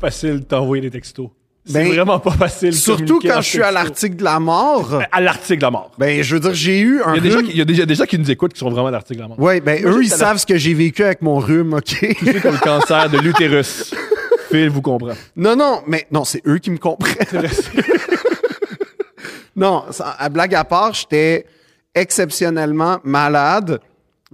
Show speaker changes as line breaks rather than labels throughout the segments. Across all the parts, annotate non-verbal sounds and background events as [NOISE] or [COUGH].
facile de t'envoyer des textos. C'est
Ben,
vraiment pas facile. de
Surtout
communiquer
quand
par
je suis à
texto.
l'article de la mort.
À l'article de la mort.
Ben, je veux dire, j'ai eu un
Il y, a des gens
rhume.
qui, il y a des- il y a des gens qui nous écoutent qui sont vraiment à l'article de la mort.
Ouais, ben,
Moi,
eux,
j'ai
ils
ça là-
savent ce que j'ai vécu avec mon rhume, OK?
[LAUGHS] Touché comme le cancer de l'utérus. Phil vous
[LAUGHS]
comprend.
non, non, mais non, c'est eux qui me comprennent. [LAUGHS] non, ça- à blague à part, j'étais exceptionnellement malade.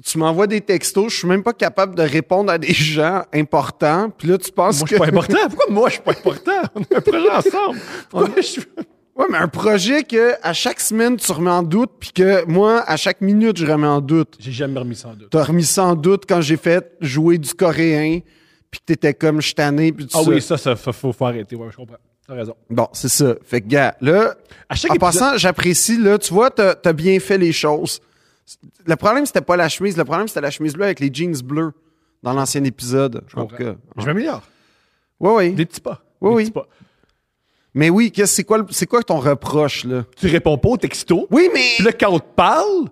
Tu m'envoies des textos, je suis même pas capable de répondre à des gens importants. Puis là, tu penses
Moi, je
que...
suis pas important. Pourquoi moi, je suis pas important? On a un projet ensemble. Pourquoi je suis-
[LAUGHS] Ouais, mais un projet que à chaque semaine tu remets en doute, puis que moi à chaque minute je remets en doute.
J'ai jamais remis ça en doute.
T'as remis ça en doute quand j'ai fait jouer du coréen, puis que t'étais comme je tanné, puis tout
Ah
ça.
oui, ça, ça, faut, faut- faut arrêter. Ouais, je comprends. T'as raison.
Bon, c'est ça. Fait que gars, là,
À chaque
en
épisode-
passant, j'apprécie là. Tu vois, t'as as bien fait les choses. Le problème c'était pas la chemise, le problème c'était la chemise bleue avec les jeans bleus dans l'ancien épisode. Je
comprends. Je m'améliore.
Ouais, ouais.
Des petits pas.
Oui,
Des
oui.
petits pas.
Mais oui, qu'est-ce c'est quoi, le- c'est quoi ton reproche là
Tu réponds pas au texto.
Oui, mais
Puis là, quand on te parle,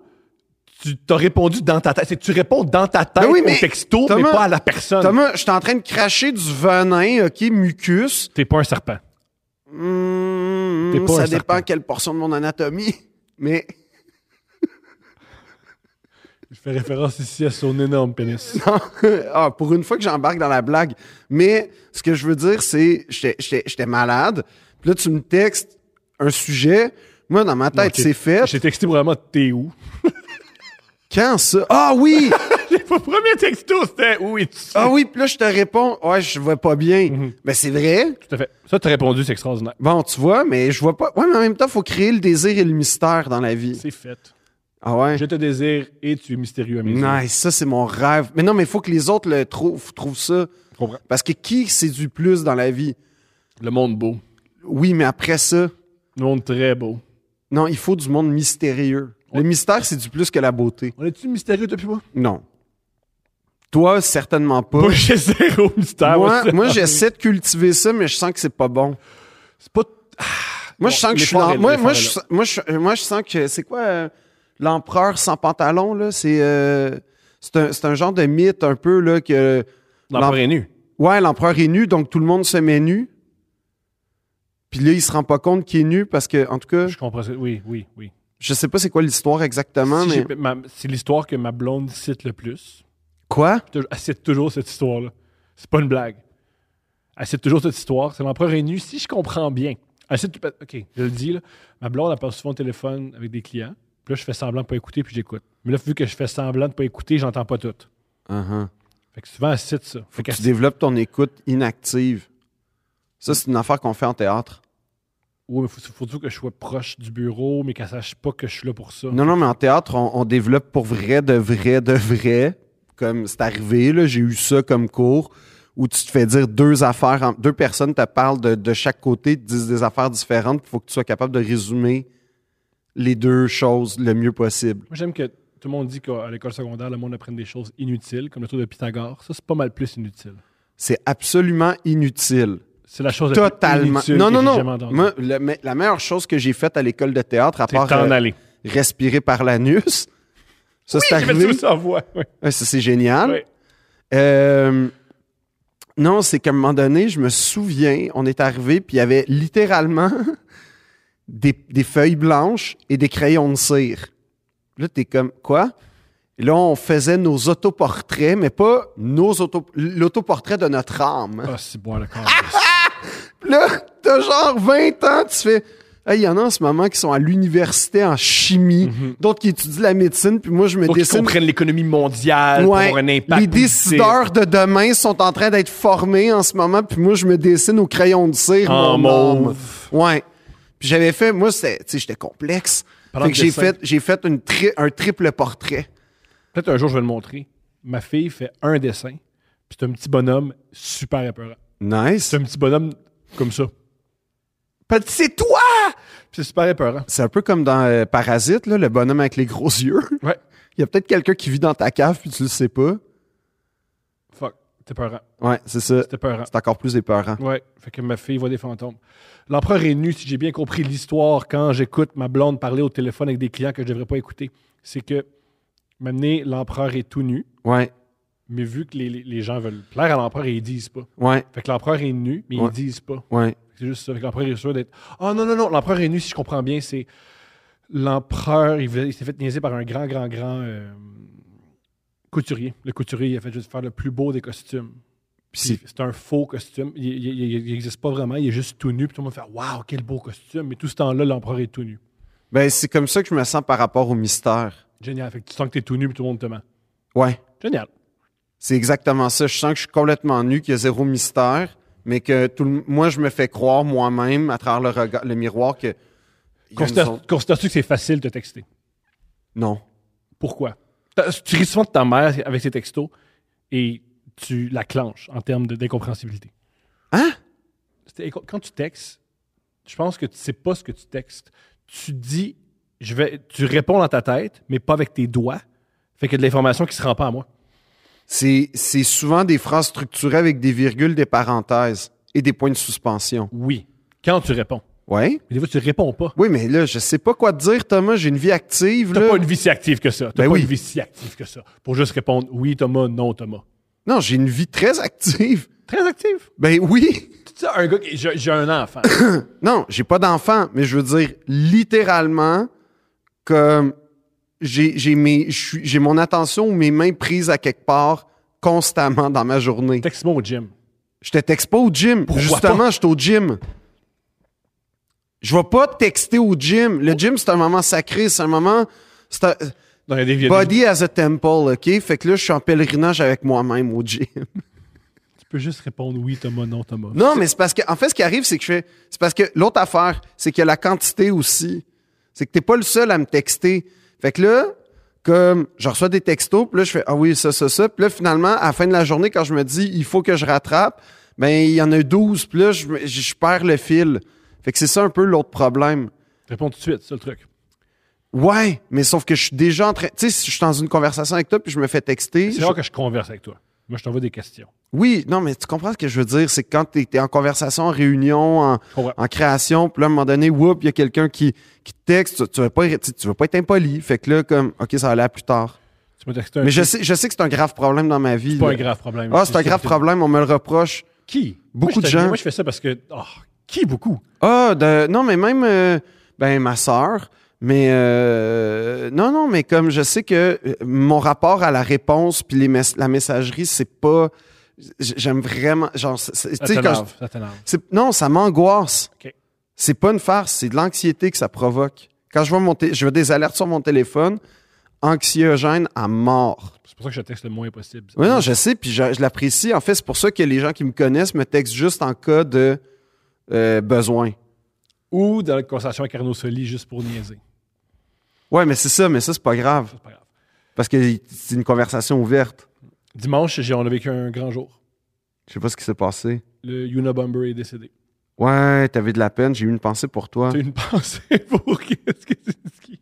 tu t'as répondu dans ta tête. C'est que tu réponds dans ta tête
Ben oui,
au
mais
texto, mais
Thomas-
pas à la personne.
Thomas, je suis en train de cracher du venin, ok, mucus.
T'es pas un serpent.
Hmm,
T'es pas un
ça
serpent.
dépend quelle portion de mon anatomie. [LAUGHS] Mais
Je fais référence ici à son énorme pénis.
[LAUGHS] ah, pour une fois que j'embarque dans la blague. Mais ce que je veux dire, c'est j'étais- j'étais j'étais malade. Puis là, tu me textes un sujet. Moi, dans ma tête,
Ok.
c'est fait.
J'ai texté vraiment t'es [LAUGHS] où.
Quand ça? Ah oui!
Mon premier texto, c'était où es-tu?
ah oui! Puis là, je te réponds, ouais, je vais pas bien.
Mhm.
Ben, c'est vrai.
Tout à fait. Ça, t'as répondu, c'est extraordinaire.
Bon, tu vois, mais je vois pas. Ouais, mais en même temps, faut créer le désir et le mystère dans la vie.
C'est fait.
Ah ouais?
Je te désire et tu es mystérieux à mes yeux.
Nice, ça, c'est mon rêve. Mais non, mais il faut que les autres le trouvent, trouvent ça.
Je comprends.
Parce que qui séduit plus dans la vie?
Le monde beau.
Oui, mais après ça,
Le monde très beau.
non, il faut du monde mystérieux. Le mystère, c'est du plus que la beauté.
On est-tu mystérieux depuis moi?
Non. Toi, certainement pas.
Moi, [LAUGHS] j'ai zéro mystère.
moi,
c'est-
moi, j'essaie de cultiver ça, mais je sens que c'est pas bon.
C'est pas. Ah,
Moi,
Bon,
je sens que je suis
l'effort
l'em-
est-
moi,
l'effort
moi,
est
je,
là.
sens- moi, je, moi, je sens que c'est quoi euh, l'empereur sans pantalon là C'est euh, c'est un, c'est un genre de mythe un peu là que
L'empereur est nu.
ouais l'empereur est nu donc tout le monde se met nu. Puis là, il se rend pas compte qu'il est nu parce que en tout cas,
Je comprends. ça. Oui, oui, oui.
je sais pas c'est quoi l'histoire exactement,
Si
mais
j'ai- ma- C'est l'histoire que ma blonde cite le plus.
quoi
Tou- Elle cite toujours cette histoire-là. C'est pas une blague. Elle cite toujours cette histoire. C'est l'empereur est nu, si je comprends bien. Elle cite. OK, je le dis, là. Ma blonde, elle passe souvent au téléphone avec des clients. Puis là, je fais semblant de pas écouter, puis j'écoute. Mais là, vu que je fais semblant de pas écouter, j'entends pas tout. Ah,
Uh-huh.
Fait que souvent, elle cite ça. Fait
Faut que
qu'elle
tu développes ton écoute inactive. Ça, c'est une affaire qu'on fait en théâtre.
Ouais, mais faut, faut surtout que je sois proche du bureau, mais qu'elle sache pas que je suis là pour ça.
Non, non, mais en théâtre, on, on développe pour vrai, de vrai, de vrai. Comme c'est arrivé, là, j'ai eu ça comme cours où tu te fais dire deux affaires, en- deux personnes te parlent de, de chaque côté, te disent des affaires différentes. Il faut que tu sois capable de résumer les deux choses le mieux possible.
Moi, j'aime que tout le monde dit qu'à l'école secondaire, le monde apprend des choses inutiles, comme le tour de Pythagore. Ça, c'est pas mal plus inutile.
C'est absolument inutile.
C'est la chose la
Totalement.
plus inutile
Non,
que
non,
j'ai
non.
jamais entendue.
Moi, le- mais la meilleure chose que j'ai faite à l'école de théâtre, à
c'est
part
t'en
euh,
aller.
respirer par l'anus, ça, c'est
J'ai fait ça
arrivé.
aussi en voix. Oui.
Ouais, ça, c'est génial.
Oui.
Euh, non, c'est qu'à un moment donné, je me souviens, on est arrivé, puis il y avait littéralement [LAUGHS] des, des feuilles blanches et des crayons de cire. Là, t'es comme, quoi? Et là, on faisait nos autoportraits, mais pas nos auto l'autoportrait de notre âme.
Ah, c'est bon, d'accord.
Là, t'as genre 20 ans, tu fais. Hey, Il y en a en ce moment qui sont à l'université en chimie,
Mhm.
d'autres qui étudient la médecine, puis moi je me
Pour qu'ils
dessine.
comprennent l'économie mondiale, pour
Ouais,
avoir un impact.
les
positif.
décideurs de demain sont en train d'être formés en ce moment, puis moi je me dessine au crayon de cire.
En
mon
mauve.
homme. Ouais. Puis j'avais fait, moi c'était, tu sais, j'étais complexe.
Parlant
fait
de
que j'ai
dessin.
fait, j'ai fait une tri- un triple portrait.
Peut-être un jour, je vais le montrer. Ma fille fait un dessin, puis c'est un petit bonhomme super épeurant.
Nice.
C'est un petit bonhomme comme ça. Puis c'est toi! Puis c'est super épeurant.
C'est un peu comme dans euh, Parasite, là, le bonhomme avec les gros [LAUGHS] yeux.
Ouais.
Il y a peut-être quelqu'un qui vit dans ta cave puis tu le sais pas.
Fuck, t'es peurant.
Ouais, c'est ça.
C'était peurant.
C'est encore plus épeurant.
Ouais, fait que ma fille voit des fantômes. L'empereur est nu, si j'ai bien compris l'histoire, quand j'écoute ma blonde parler au téléphone avec des clients que je devrais pas écouter, c'est que m'amener l'empereur est tout nu,
Ouais.
mais vu que les, les- les gens veulent plaire à l'empereur, ils disent pas.
Ouais,
Fait que l'empereur est nu, mais
Ouais.
ils disent pas.
ouais.
C'est juste ça. Fait que l'empereur est sûr d'être. Ah non, non, non, l'empereur est nu, si je comprends bien, c'est. L'empereur, il, voulait- il s'est fait niaiser par un grand, grand, grand euh, couturier. Le couturier, il a fait juste faire le plus beau des costumes.
Puis
Puis
c'est-
C'est un faux costume. Il n'existe pas vraiment. Il est juste tout nu. Puis tout le monde fait Waouh, quel beau costume. Mais tout ce temps-là, l'empereur est tout nu.
ben, c'est comme ça que je me sens par rapport au mystère.
Génial. Fait que tu sens que tu es tout nu, puis tout le monde te ment.
Ouais,
Génial.
c'est exactement ça. Je sens que je suis complètement nu, qu'il y a zéro mystère, mais que tout le- moi, je me fais croire moi-même à travers le, regard, le miroir que. il y a une
Considère-
zone-
Considères-tu que c'est facile de te texter
Non.
Pourquoi T'as- Tu ris souvent de ta mère avec ses textos et tu la clenches en termes de- d'incompréhensibilité.
Hein?
C'était- écoute, Quand tu textes, je pense que tu sais pas ce que tu textes. Tu dis, je vais, tu réponds dans ta tête, mais pas avec tes doigts. Fait que de l'information qui se rend pas à moi.
C'est c'est souvent des phrases structurées avec des virgules, des parenthèses et des points de suspension.
Oui. Quand tu réponds.
Ouais.
Mais des fois, tu réponds pas.
Oui, mais là, je sais pas quoi te dire, Thomas. J'ai une vie active.
T'as
là.
pas une vie si active que ça. T'as
Ben
pas
oui.
une vie si active que ça. Pour juste répondre oui, Thomas, non, Thomas.
Non, j'ai une vie très active.
Très active.
Ben oui.
Tu sais, un gars, qui- j'ai j'ai un enfant. [COUGHS]
Non, j'ai pas d'enfant, mais je veux dire littéralement comme j'ai j'ai mes- je suis- j'ai mon attention ou mes mains prises à quelque part constamment dans ma journée.
Texte-moi au gym.
Je te texte pas au gym.
Pourquoi
Justement, je suis au gym. Je vais pas te texter au gym. Le gym, c'est un moment sacré. C'est un moment. c'est un-
Non, il y a des- il y a des-
Body as a temple, OK? Fait que là, je suis en pèlerinage avec moi-même au gym.
Tu peux juste répondre oui, Thomas, non, Thomas.
Non, mais c'est parce que, en fait, ce qui arrive, c'est que je fais, c'est parce que l'autre affaire, c'est qu'il y a la quantité aussi. C'est que t'es pas le seul à me texter. Fait que là, comme, je reçois des textos, puis là, je fais, ah oui, ça, ça, ça. Puis là, finalement, à la fin de la journée, quand je me dis, il faut que je rattrape, ben, il y en a 12, puis là, je, me- je- je perds le fil. Fait que c'est ça un peu l'autre problème.
Réponds tout de suite, c'est le truc.
Ouais, mais sauf que je suis déjà en train, tu sais, si je suis dans une conversation avec toi, puis je me fais texter.
C'est
je-
rare que je converse avec toi. Moi, je t'envoie des questions.
Oui, non, mais tu comprends ce que je veux dire, c'est que quand t'es es en conversation, en réunion, en,
Je comprends.
en création, puis là, à un moment donné, whoop, il y a quelqu'un qui, qui te texte, tu, tu veux pas, tu, tu veux pas être impoli. Fait que là, comme, OK, ça va aller à plus tard.
Tu m'as texté un.
Mais je sais, je sais que c'est un grave problème dans ma
Euh,
vie.
C'est pas un
là.
grave problème.
Ah, c'est un grave problème, on me le reproche.
Qui
Beaucoup
Moi, je
de
t'admire.
gens.
Moi, je fais ça parce que. ah, qui beaucoup
Ah, de- non, mais même, euh, ben, ma sœur. Mais euh, non, non, mais comme je sais que euh, mon rapport à la réponse puis les mess- la messagerie, c'est pas, j- j'aime vraiment, genre, c'est- c'est-
Ça
tu sais, quand je-
t'énerve. Ça t'énerve.
C'est- Non, ça m'angoisse.
Ok.
C'est pas une farce, c'est de l'anxiété que ça provoque. Quand je vois, mon té- je vois des alertes sur mon téléphone, anxiogène à mort.
C'est pour ça que je texte le moins possible.
Oui, non, je sais, puis je, je l'apprécie. En fait, c'est pour ça que les gens qui me connaissent me textent juste en cas de euh, besoin.
Ou dans la conversation avec Arnaud Soli juste pour niaiser.
Ouais, mais c'est ça, mais ça, c'est pas grave.
C'est pas grave.
Parce que c'est une conversation ouverte.
Dimanche, j'ai- on a vécu un grand jour.
Je sais pas ce qui s'est passé.
Le Unabomber est décédé.
Ouais, t'avais de la peine, j'ai eu une pensée pour toi.
T'as une pensée [LAUGHS] pour qu'est-ce que c'est qui?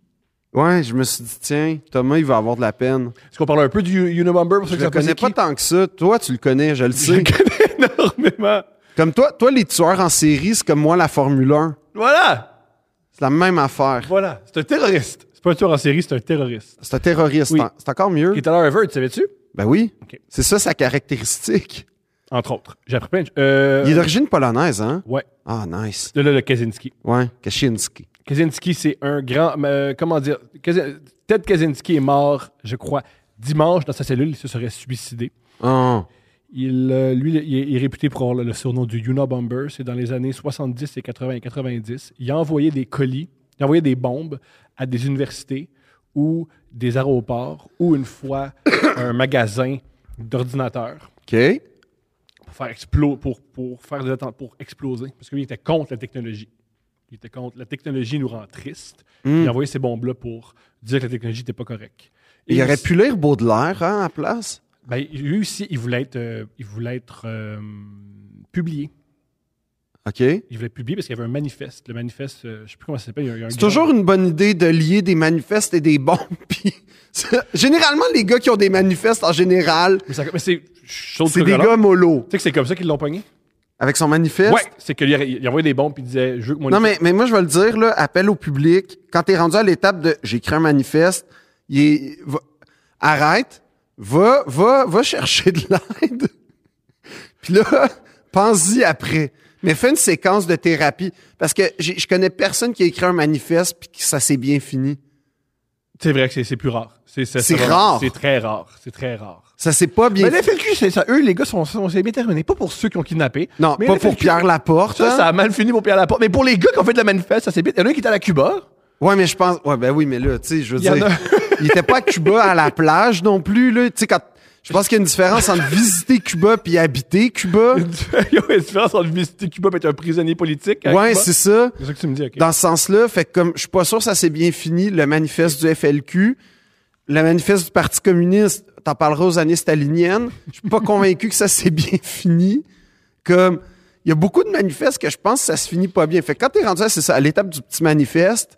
Ouais, je me suis dit, tiens, Thomas, il va avoir de la peine.
Est-ce qu'on parle un peu du Unabomber pour ceux qui
Je le
savent
connais
c'est
pas
qui?
tant que ça. Toi, tu le connais, je le
Je
sais.
le connais [LAUGHS] énormément.
Comme toi, toi, les tueurs en série, c'est comme moi la Formule 1.
Voilà,
C'est la même affaire.
voilà. C'est un terroriste. C'est pas un tueur en série, c'est un terroriste.
C'est un terroriste.
Oui.
hein. C'est encore mieux.
Il est à l'heure Everett, savais-tu?
Ben oui.
Ok.
C'est ça sa caractéristique.
Entre autres. J'ai appris plein de... Euh,
Il est d'origine polonaise, hein?
Ouais.
Ah, nice.
Là, là, le Kaczynski.
Ouais, Kaczynski.
Kaczynski, c'est un grand... euh, comment dire? Kazin- Ted Kaczynski est mort, je crois, dimanche dans sa cellule. Il se serait suicidé.
Oh.
Il, euh, lui, il est, il est réputé pour avoir le, le surnom du Unabomber. C'est dans les années 70 et 80 et 90. Il a envoyé des colis, il a envoyé des bombes à des universités ou des aéroports ou une fois [COUGHS] un magasin d'ordinateurs
OK.
pour faire explo- pour, pour faire des atten- pour exploser. Parce que lui, il était contre la technologie. Il était contre la technologie nous rend triste.
Hmm.
Il a envoyé ces bombes-là pour dire que la technologie n'était pas correcte. Et
Il aurait
aussi-
pu lire Baudelaire, hein, à place.
ben, lui aussi, il voulait être, euh, il voulait être euh, publié.
OK. C'est
il voulait publier parce qu'il y avait un manifeste. Le manifeste, euh, je ne sais plus comment ça s'appelle. il y a- il y a un grand-
toujours une bonne idée de lier des manifestes et des bombes. [LAUGHS] puis ça- Généralement, les gars qui ont des manifestes, en général,
Mais, ça- mais c'est. je saute
c'est
le
des
collant.
gars mollo.
Tu sais que c'est comme ça qu'ils l'ont pogné?
Avec son manifeste.
Ouais! C'est qu'il y envoyait des bombes puis il disait Je veux que mon.
Non, mais, mais moi, je vais le dire, là, appel au public. Quand t'es rendu à l'étape de j'écris un manifeste, il est- va- arrête, Va, va, va chercher de l'aide. [LAUGHS] Puis là, pense-y après. Mais fais une séquence de thérapie. Parce que j'ai- je connais personne qui a écrit un manifeste puis que ça s'est bien fini.
C'est vrai que c'est- c'est plus rare. C'est ça-
C'est
ça va-
rare.
C'est très rare. C'est très rare.
Ça s'est pas bien
Mais les FLQ, c'est ça. Eux, les gars, sont, sont, c'est bien terminé. Pas pour ceux qui ont kidnappé.
Non,
mais
pas
les
pour
FLQ,
Pierre Laporte.
Ça,
hein.
ça a mal fini pour Pierre Laporte. Mais pour les gars qui ont fait de la manifeste, ça s'est bien. Il y en a un qui était à la Cuba. [LAUGHS]
Ouais, mais je pense. Ouais, ben oui, mais là, tu sais, je veux
Il y en
dire.
a-
il était pas à Cuba à la plage non plus, là. Tu sais, quand. Je pense qu'il y a une différence entre visiter Cuba puis
[LAUGHS]
habiter Cuba.
Il y a une différence entre visiter Cuba et être un prisonnier politique. à
Ouais,
Cuba.
c'est ça.
C'est ça que tu me dis, OK.
Dans ce sens-là, fait que comme je suis pas sûr que ça s'est bien fini, le manifeste du FLQ, le manifeste du Parti communiste, t'en parleras aux années staliniennes. Je suis pas [LAUGHS] convaincu que ça s'est bien fini. Comme il y a beaucoup de manifestes que je pense que ça se finit pas bien. Fait que quand t'es rendu à, c'est ça, à l'étape du petit manifeste,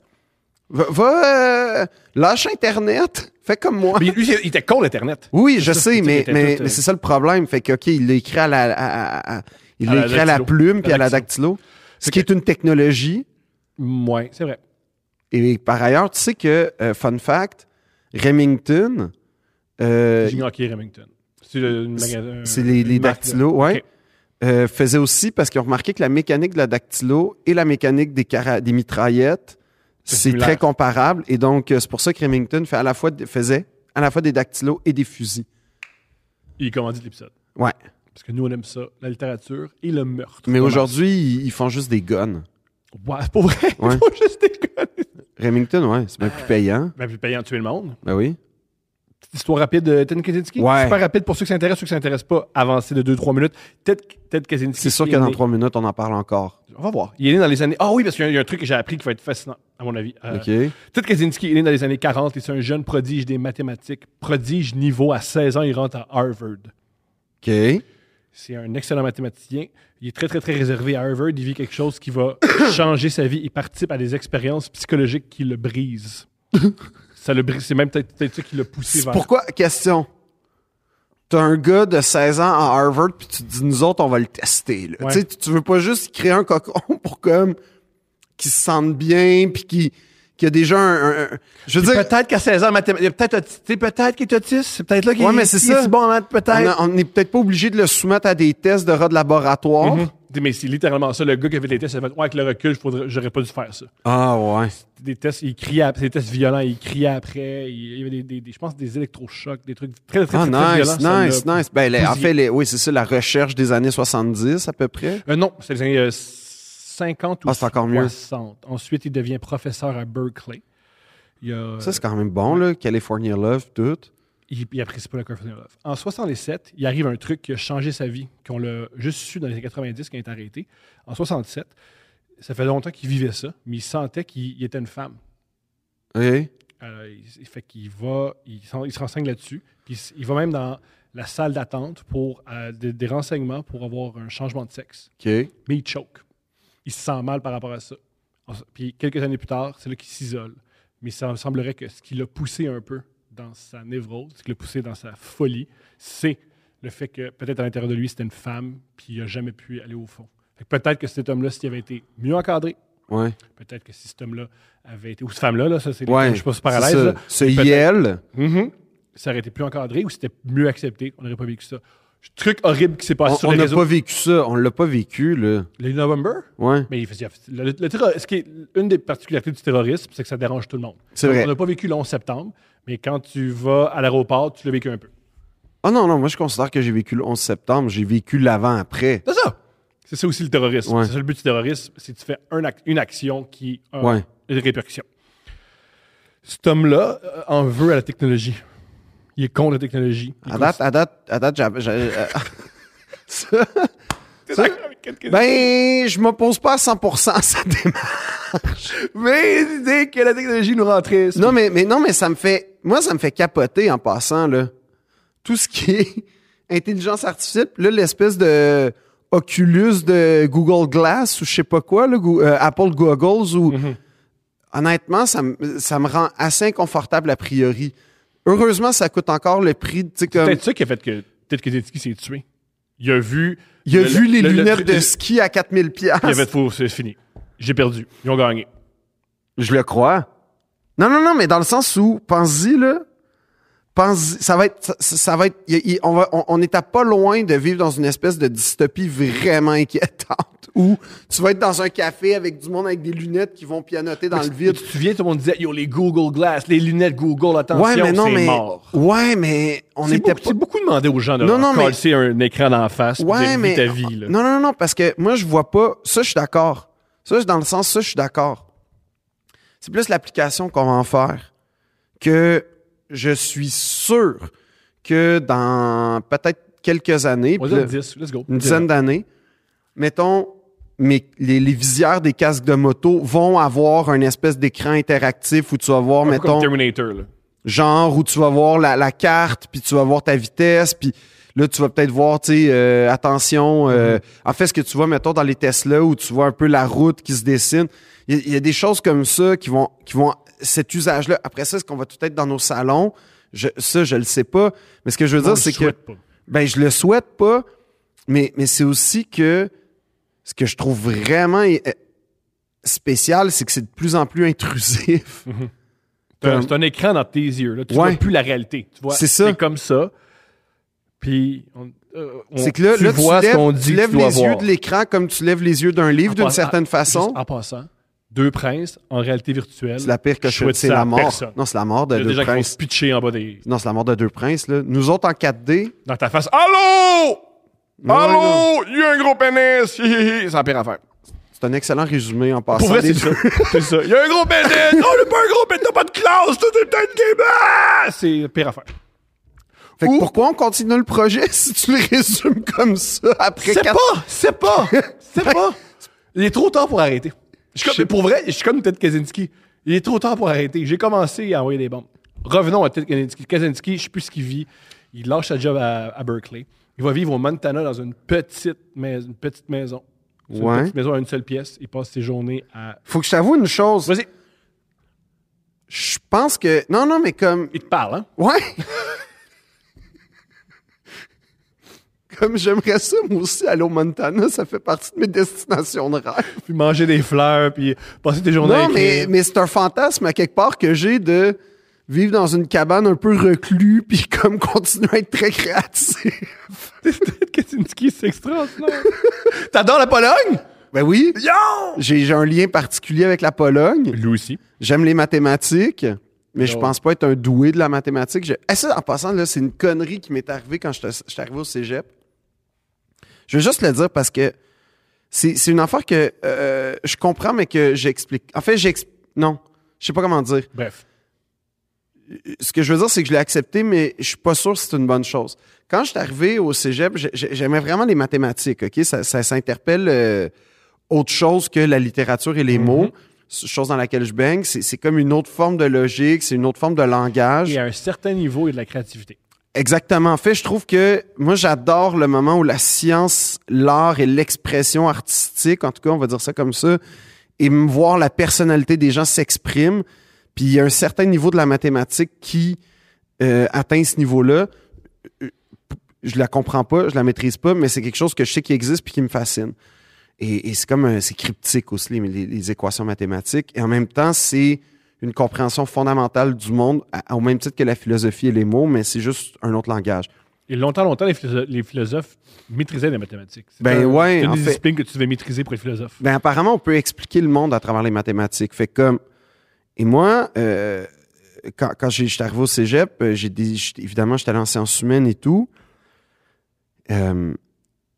va, va, euh, lâche Internet, fais comme moi.
Mais lui, c'est- il était contre Internet.
Oui, je
ça,
sais,
c'est-
mais,
c'était
mais,
tout, euh,
mais c'est ça le problème. Fait que, OK, il l'a écrit à la, à- à- à- il
À
l'a
la
écrit à la
dactylo.
plume puis
La
à la dactylo, ce
Fait
qui est une technologie.
Ouais, c'est vrai.
Et par ailleurs, tu sais que, euh, fun fact, Remington, euh,
Junior Hockey Remington. C'est le le magasin.
c'est les, les
une marque,
dactylos,
là.
ouais,
OK.
euh, faisait aussi parce qu'ils ont remarqué que la mécanique de la dactylo et la mécanique des, cara- des mitraillettes,
C'est
c'est
similaire.
très comparable. Et donc, euh, c'est pour ça que Remington fait à la fois, faisait à la fois des dactylos et des fusils.
Il commandite l'épisode.
Ouais.
Parce que nous, on aime ça, la littérature et le meurtre.
Mais
Vraiment.
aujourd'hui, ils, ils font juste des guns.
Ouais, [LAUGHS] c'est pas vrai.
Ouais.
Ils font juste des conneries.
Remington, ouais, c'est bien plus payant.
Ben, puis payant de tuer le monde.
Ben oui.
Petite histoire rapide de Ted Kaczynski.
Ouais.
Super rapide pour ceux qui s'intéressent, ceux qui s'intéressent pas. Avancé de 2-3 minutes. Ted, Ted Kaczynski.
C'est sûr
est
que dans
né-
trois minutes, on en parle encore.
On va voir. Il est né dans les années. Ah oui, parce qu'il y a- il y, a un truc que j'ai appris qui va être fascinant, à mon avis. Euh,
OK.
Ted Kaczynski est né dans les années 40. Il est un jeune prodige des mathématiques. Prodige niveau à 16 ans, il rentre à Harvard.
OK.
C'est un excellent mathématicien. Il est très, très, très réservé à Harvard. Il vit quelque chose qui va [COUGHS] changer sa vie. Il participe à des expériences psychologiques qui le brisent.
[LAUGHS]
ça le brise. C'est même peut-être peut-être ça qui l'a poussé
C'est
vers.
Pourquoi? Question. T'as un gars de 16 ans à Harvard, puis tu te dis, nous autres, on va le tester. là.
Ouais.
Tu sais, tu- tu veux pas juste créer un cocon [LAUGHS] pour comme qu'il se sente bien, puis qu'il qu'il y a déjà un... un- un- Je veux dire,
Peut-être qu'à 16 ans, mathématiques, peut-être auti- tu sais, peut-être qu'il est autiste, c'est peut-être là qu'il
Ouais, mais c'est
il est
ça.
si bon en maths,
on
peut-être.
a- on n'est peut-être pas obligé de le soumettre à des tests de rats de laboratoire.
Mhm. Mais c'est littéralement ça. Le gars qui avait des tests, il a fait Ouais, avec le recul, faudrait- j'aurais pas dû faire ça.
Ah ouais.
Des tests, il criait, après- c'est des tests violents, il criait après. Il y avait des, des- des- je pense, des électrochocs, des trucs très, très,
Ah
très, très
nice,
violents. ça
nice,
l'a-
nice. Ben, les- en
bousillé.
fait, les- oui, c'est ça, la recherche des années 70 à peu près.
Euh, non, c'est les années euh, 50 ou
Ah, c'est encore mieux.
60. Ensuite, il devient professeur à Berkeley. Il, a,
Ça, c'est quand même bon, là. California Love, tout.
il, il apprécie pas la California Love. En 67, il arrive un truc qui a changé sa vie, qu'on l'a juste su dans les années 90 quand il est arrêté. En 67, ça fait longtemps qu'il vivait ça, mais il sentait qu'il il était une femme.
OK.
Euh, il, il fait qu'il va, il, s'en- il se renseigne là-dessus, puis il s- il va même dans la salle d'attente pour euh, des, des renseignements pour avoir un changement de sexe.
OK.
mais il choke. Il se sent mal par rapport à ça. En- Puis quelques années plus tard, c'est là qu'il s'isole. Mais ça me semblerait que ce qui l'a poussé un peu dans sa névrose, ce qui l'a poussé dans sa folie, c'est le fait que peut-être à l'intérieur de lui, c'était une femme, puis il n'a jamais pu aller au fond. Fait que peut-être que cet homme-là, s'il avait été mieux encadré,
Ouais.
peut-être que si cet homme-là avait été. Ou cette femme-là, là, ça, c'est.
Ouais.
je suis pas super à
c'est
l'aise.
ça.
là.
Ce
Mais peut-être-
IEL.
Mhm. Ça aurait été plus encadré ou c'était mieux accepté. On n'aurait pas vécu ça. Truc horrible qui s'est passé
On
sur
on
les
n'a
réseaux.
pas vécu ça. On l'a pas vécu, là.
Le November?
Ouais.
Mais il faisait- le, le- le terror- ce qui est une des particularités du terrorisme, c'est que ça dérange tout le monde.
C'est
Donc,
vrai.
On n'a pas vécu le 11 septembre, mais quand tu vas à l'aéroport, tu l'as vécu un peu.
Ah non, non, moi, je considère que j'ai vécu le 11 septembre. J'ai vécu l'avant-après.
C'est ça. C'est ça aussi le terrorisme.
Ouais.
C'est ça le but du terrorisme, c'est que tu fais un ac- une action qui a
Ouais.
des répercussions. Cet homme-là euh, en veut à la technologie. Il est contre la technologie. Il
À date, à date, à date, j'avais- j'avais- euh, [LAUGHS] ça,
considère- T'es d'accord avec quelqu'un-
ben, je m'oppose pas à 100% à cette démarche. [LAUGHS]
Mais l'idée que la technologie nous rend tristes.
Non, mais, mais, non, mais ça me fait, moi, ça me fait capoter en passant, là. Tout ce qui est [LAUGHS] intelligence artificielle, puis là, l'espèce de Oculus de Google Glass ou je sais pas quoi, là, Goo- euh, Apple Goggles ou.
Mhm.
honnêtement, ça, me- ça me rend assez inconfortable a priori. Heureusement, ça coûte encore le prix. tu sais,
C'est
Comme,
peut-être ça qui a fait que peut-être que Zelensky s'est tué. Il a vu.
il a
le-
vu les
le- le-
lunettes
le-
de ski à 4000
Il avait
pièces.
faux, c'est fini. J'ai perdu. Ils ont gagné.
Je le crois. Non, non, non, mais dans le sens où, pense-y, là, pense, ça va être, ça, ça va être, il- il- on, va, on, on est à pas loin de vivre dans une espèce de dystopie vraiment inquiétante où tu vas être dans un café avec du monde avec des lunettes qui vont pianoter dans le
Tu
vide.
te souviens, tout le monde disait Yo, les Google Glass, les lunettes Google, attention,
Ouais, mais non,
c'est
mais,
mort.
ouais, mais on
C'est
était
beaucoup,
pas.
c'est beaucoup demandé aux gens de
Non,
leur
non, mais-
coller un écran d'en face pour
Ouais,
dire,
mais.
Vis ta vie. Là.
Non, non, non, parce que moi, je vois pas. Ça, je suis d'accord. Ça, je- dans le sens, ça, je suis d'accord. C'est plus l'application qu'on va en faire que je suis sûr que dans peut-être quelques années,
On va
puis
dire
là,
10, let's go.
une dizaine d'années, mettons, mes, les, les visières des casques de moto vont avoir un espèce d'écran interactif où tu vas voir,
Un peu
mettons,
Comme Terminator, là.
genre où tu vas voir la, la carte, puis tu vas voir ta vitesse, puis là, tu vas peut-être voir, tu sais, euh, attention, euh,
Mm-hmm.
en fait, ce que tu vois, mettons, dans les Tesla, où tu vois un peu la route qui se dessine, il y a- il y, a des choses comme ça qui vont, qui vont cet usage-là. Après ça, est-ce qu'on va tout être dans nos salons? Je, ça, je le sais pas. Mais ce que je veux
Non,
dire,
je
c'est que...
souhaite pas.
Ben, je le souhaite pas, mais, mais c'est aussi que ce que je trouve vraiment euh, spécial, c'est que c'est de plus en plus [LAUGHS] intrusif.
C'est un-
Comme-
c'est un écran dans tes yeux. Là. Tu
Ouais.
vois plus la réalité. Tu vois,
C'est ça.
comme ça. Puis, on, euh, on-
C'est que là,
tu
là,
vois
tu
ce qu'on
lèves,
dit.
tu
que
lèves
dois
les yeux
voir.
de l'écran comme tu lèves les yeux d'un livre
En
d'une
passant-
certaine
juste
façon.
en passant, deux princes en réalité virtuelle.
C'est la pire que je
souhaite
C'est
ça
la
à
mort.
personne.
Non, c'est la mort de
Il y a des
deux
gens qui vont se
princes.
pitcher en bas des.
Non, c'est la mort de deux princes. Là. Nous autres en 4D.
Dans ta face. Allô!
non, non,
Allô! Il y a un gros pénis! Hi, hi, hi. C'est la pire affaire.
C'est un excellent résumé en passant.
Pour vrai,
des
c'est ça. [LAUGHS] C'est ça. Il y a un gros pénis! Non, il y a pas un gros pénis! T'as pas de classe! T'as des têtes qui Ah! C'est la pire affaire.
Fait que
Ou-
pourquoi on continue le projet [LAUGHS] si tu le résumes comme ça après
C'est
quatre-
pas! C'est pas! C'est pas! [LAUGHS] Il est trop tard pour arrêter. Je suis comme- pour vrai, je suis comme Ted Kaczynski. Il est trop tard pour arrêter. J'ai commencé à envoyer des bombes. Revenons à Ted Kaczynski. Kaczynski, je sais plus ce qu'il vit. Il lâche sa job à, à Berkeley. Il va vivre au Montana dans une petite, mais- une petite maison. C'est
Ouais.
Une petite maison à une seule pièce. Il passe ses journées à.
Faut que je t'avoue une chose.
Vas-y,
Je pense que. Non, non, mais comme.
il te parle, hein?
Ouais. [LAUGHS] Comme j'aimerais ça, moi aussi, aller au Montana, ça fait partie de mes destinations de rêve.
Puis manger des fleurs, puis passer tes journées
Non,
à
mais,
écrire.
mais c'est un fantasme à quelque part que j'ai de vivre dans une cabane un peu reclus, [LAUGHS] puis comme continuer à être très créatif.
[LAUGHS] Ted Kaczynski, c'est [LAUGHS] extraordinaire. T'adores la Pologne?
Ben oui,
Yo!
j'ai j'ai un lien particulier avec la Pologne.
Lui aussi.
J'aime les mathématiques, mais je
Oh.
pense pas être un doué de la mathématique. Je- Ah, ça, en passant, là, c'est une connerie qui m'est arrivée quand je suis arrivé au cégep. Je veux juste le dire parce que c'est c'est une affaire que euh, je comprends, mais que j'explique. En fait, j'explique. Non, je sais pas comment dire.
Bref.
ce que je veux dire, c'est que je l'ai accepté, mais je suis pas sûr que c'est une bonne chose. Quand je suis arrivé au cégep, j'ai- j'ai- j'aimais vraiment les mathématiques, OK? Ça, ça s'interpelle euh, autre chose que la littérature et les mots, C'est chose dans laquelle je baigne. C'est c'est comme une autre forme de logique, c'est une autre forme de langage.
Et à un certain niveau, il y a de la créativité.
Exactement. En fait, je trouve que moi, j'adore le moment où la science, l'art et l'expression artistique, en tout cas, on va dire ça comme ça, et me voir la personnalité des gens s'exprime. Puis il y a un certain niveau de la mathématique qui euh, atteint ce niveau-là. Euh, Je la comprends pas, je la maîtrise pas, mais c'est quelque chose que je sais qui existe puis qui me fascine. Et, et c'est comme un- c'est cryptique aussi les, les- les équations mathématiques. Et en même temps, c'est une compréhension fondamentale du monde, à- au même titre que la philosophie et les mots, mais c'est juste un autre langage.
Et longtemps, longtemps, les, philo- les philosophes maîtrisaient les mathématiques. C'est
Ben
un-
ouais,
c'est une
en
des
fait.
disciplines que tu devais maîtriser pour les philosophes.
Ben apparemment, on peut expliquer le monde à travers les mathématiques. Fait que comme et moi, euh, quand, quand j'ai- j'étais arrivé au cégep, euh, j'ai des- j'étais- évidemment j'étais allé en sciences humaines et tout. Euh,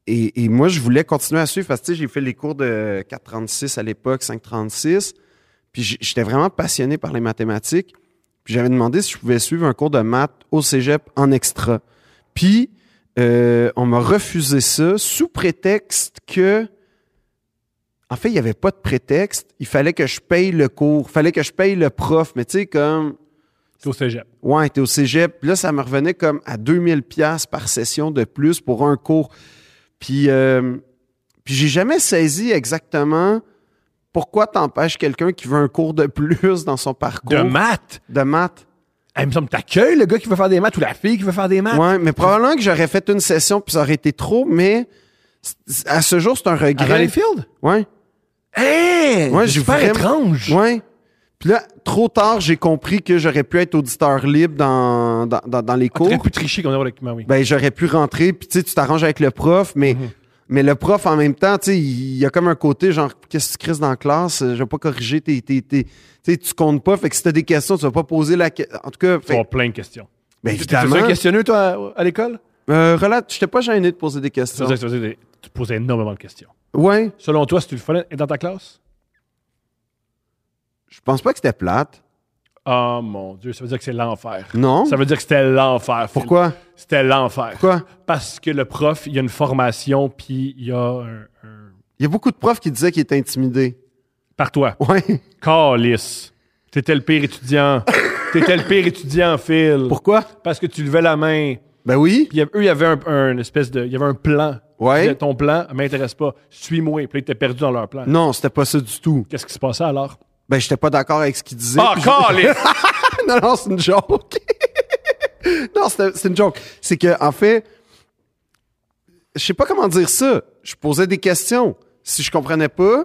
et, et moi, je voulais continuer à suivre parce que tu sais, j'ai fait les cours de 436 à l'époque, 536. Puis j'- j'étais vraiment passionné par les mathématiques. Puis j'avais demandé si je pouvais suivre un cours de maths au cégep en extra. Puis euh, on m'a refusé ça sous prétexte que en fait, il n'y avait pas de prétexte. Il fallait que je paye le cours, fallait que je paye le prof. Mais tu sais, comme,
C'est au cégep.
ouais, t'es au cégep. Puis là, ça me revenait comme à 2000 pièces par session de plus pour un cours. Puis, euh, puis j'ai jamais saisi exactement pourquoi t'empêches quelqu'un qui veut un cours de plus dans son parcours
De maths!
de maths.
Ah, il me semble que t'accueilles le gars qui veut faire des maths ou la fille qui veut faire des maths.
Ouais, mais probablement que j'aurais fait une session puis ça aurait été trop, mais c- c- à ce jour, c'est un
À
regret.
Valleyfield?
Ouais.
Hey!
Ouais,
c'est
j'ai
super
vraiment-
étrange!
Ouais. Puis là, trop tard, j'ai compris que j'aurais pu être auditeur libre dans, dans, dans- dans les
Ah, t'aurais
cours.
pu tricher comme document, oui.
ben j'aurais pu rentrer puis tu sais tu t'arranges avec le prof mais
Mhm.
mais le prof en même temps tu sais il y a comme un côté genre qu'est-ce que tu crises dans la classe je vais pas corriger tes tes tes tu sais tu comptes pas fait que si t'as des questions tu vas pas poser la que- en tout cas
Tu vas
fait,
avoir plein de questions.
ben
Tu as
évidemment
un questionneux, toi, à, à l'école?
euh, relate j'étais pas gêné de poser des questions
Ça veut dire- ça veut dire que Tu posais énormément de questions.
ouais
Selon toi, si tu le fallais dans ta classe?
je pense pas que c'était plate
Oh mon Dieu, ça veut dire que c'est l'enfer.
non
Ça veut dire que c'était l'enfer. Phil.
pourquoi
C'était l'enfer.
pourquoi
Parce que le prof, il y a une formation, puis il y a un. un-
il y a beaucoup de profs qui disaient qu'ils étaient intimidés
Par toi.
ouais [LAUGHS]
Calice. T'étais le pire
[COUGHS]
étudiant. T'étais le pire étudiant, Phil.
pourquoi
Parce que tu levais la main.
ben oui
Puis il y avait- eux, il y avait un, un espèce de. Il y avait un plan.
Ouais.
Ils disaient, Ton plan m'intéresse pas. Suis-moi. Puis là, ils étaient perdus dans leur plan.
non c'était pas ça du tout
Qu'est-ce qui se passait alors?
ben j'étais pas d'accord avec ce qu'ils disaient
Ah,
puis je-
calice!
[LAUGHS] non, non, c'est une joke. [LAUGHS] non, c'est c'est une joke. C'est que, en fait, je sais pas comment dire ça. Je posais des questions. Si je comprenais pas,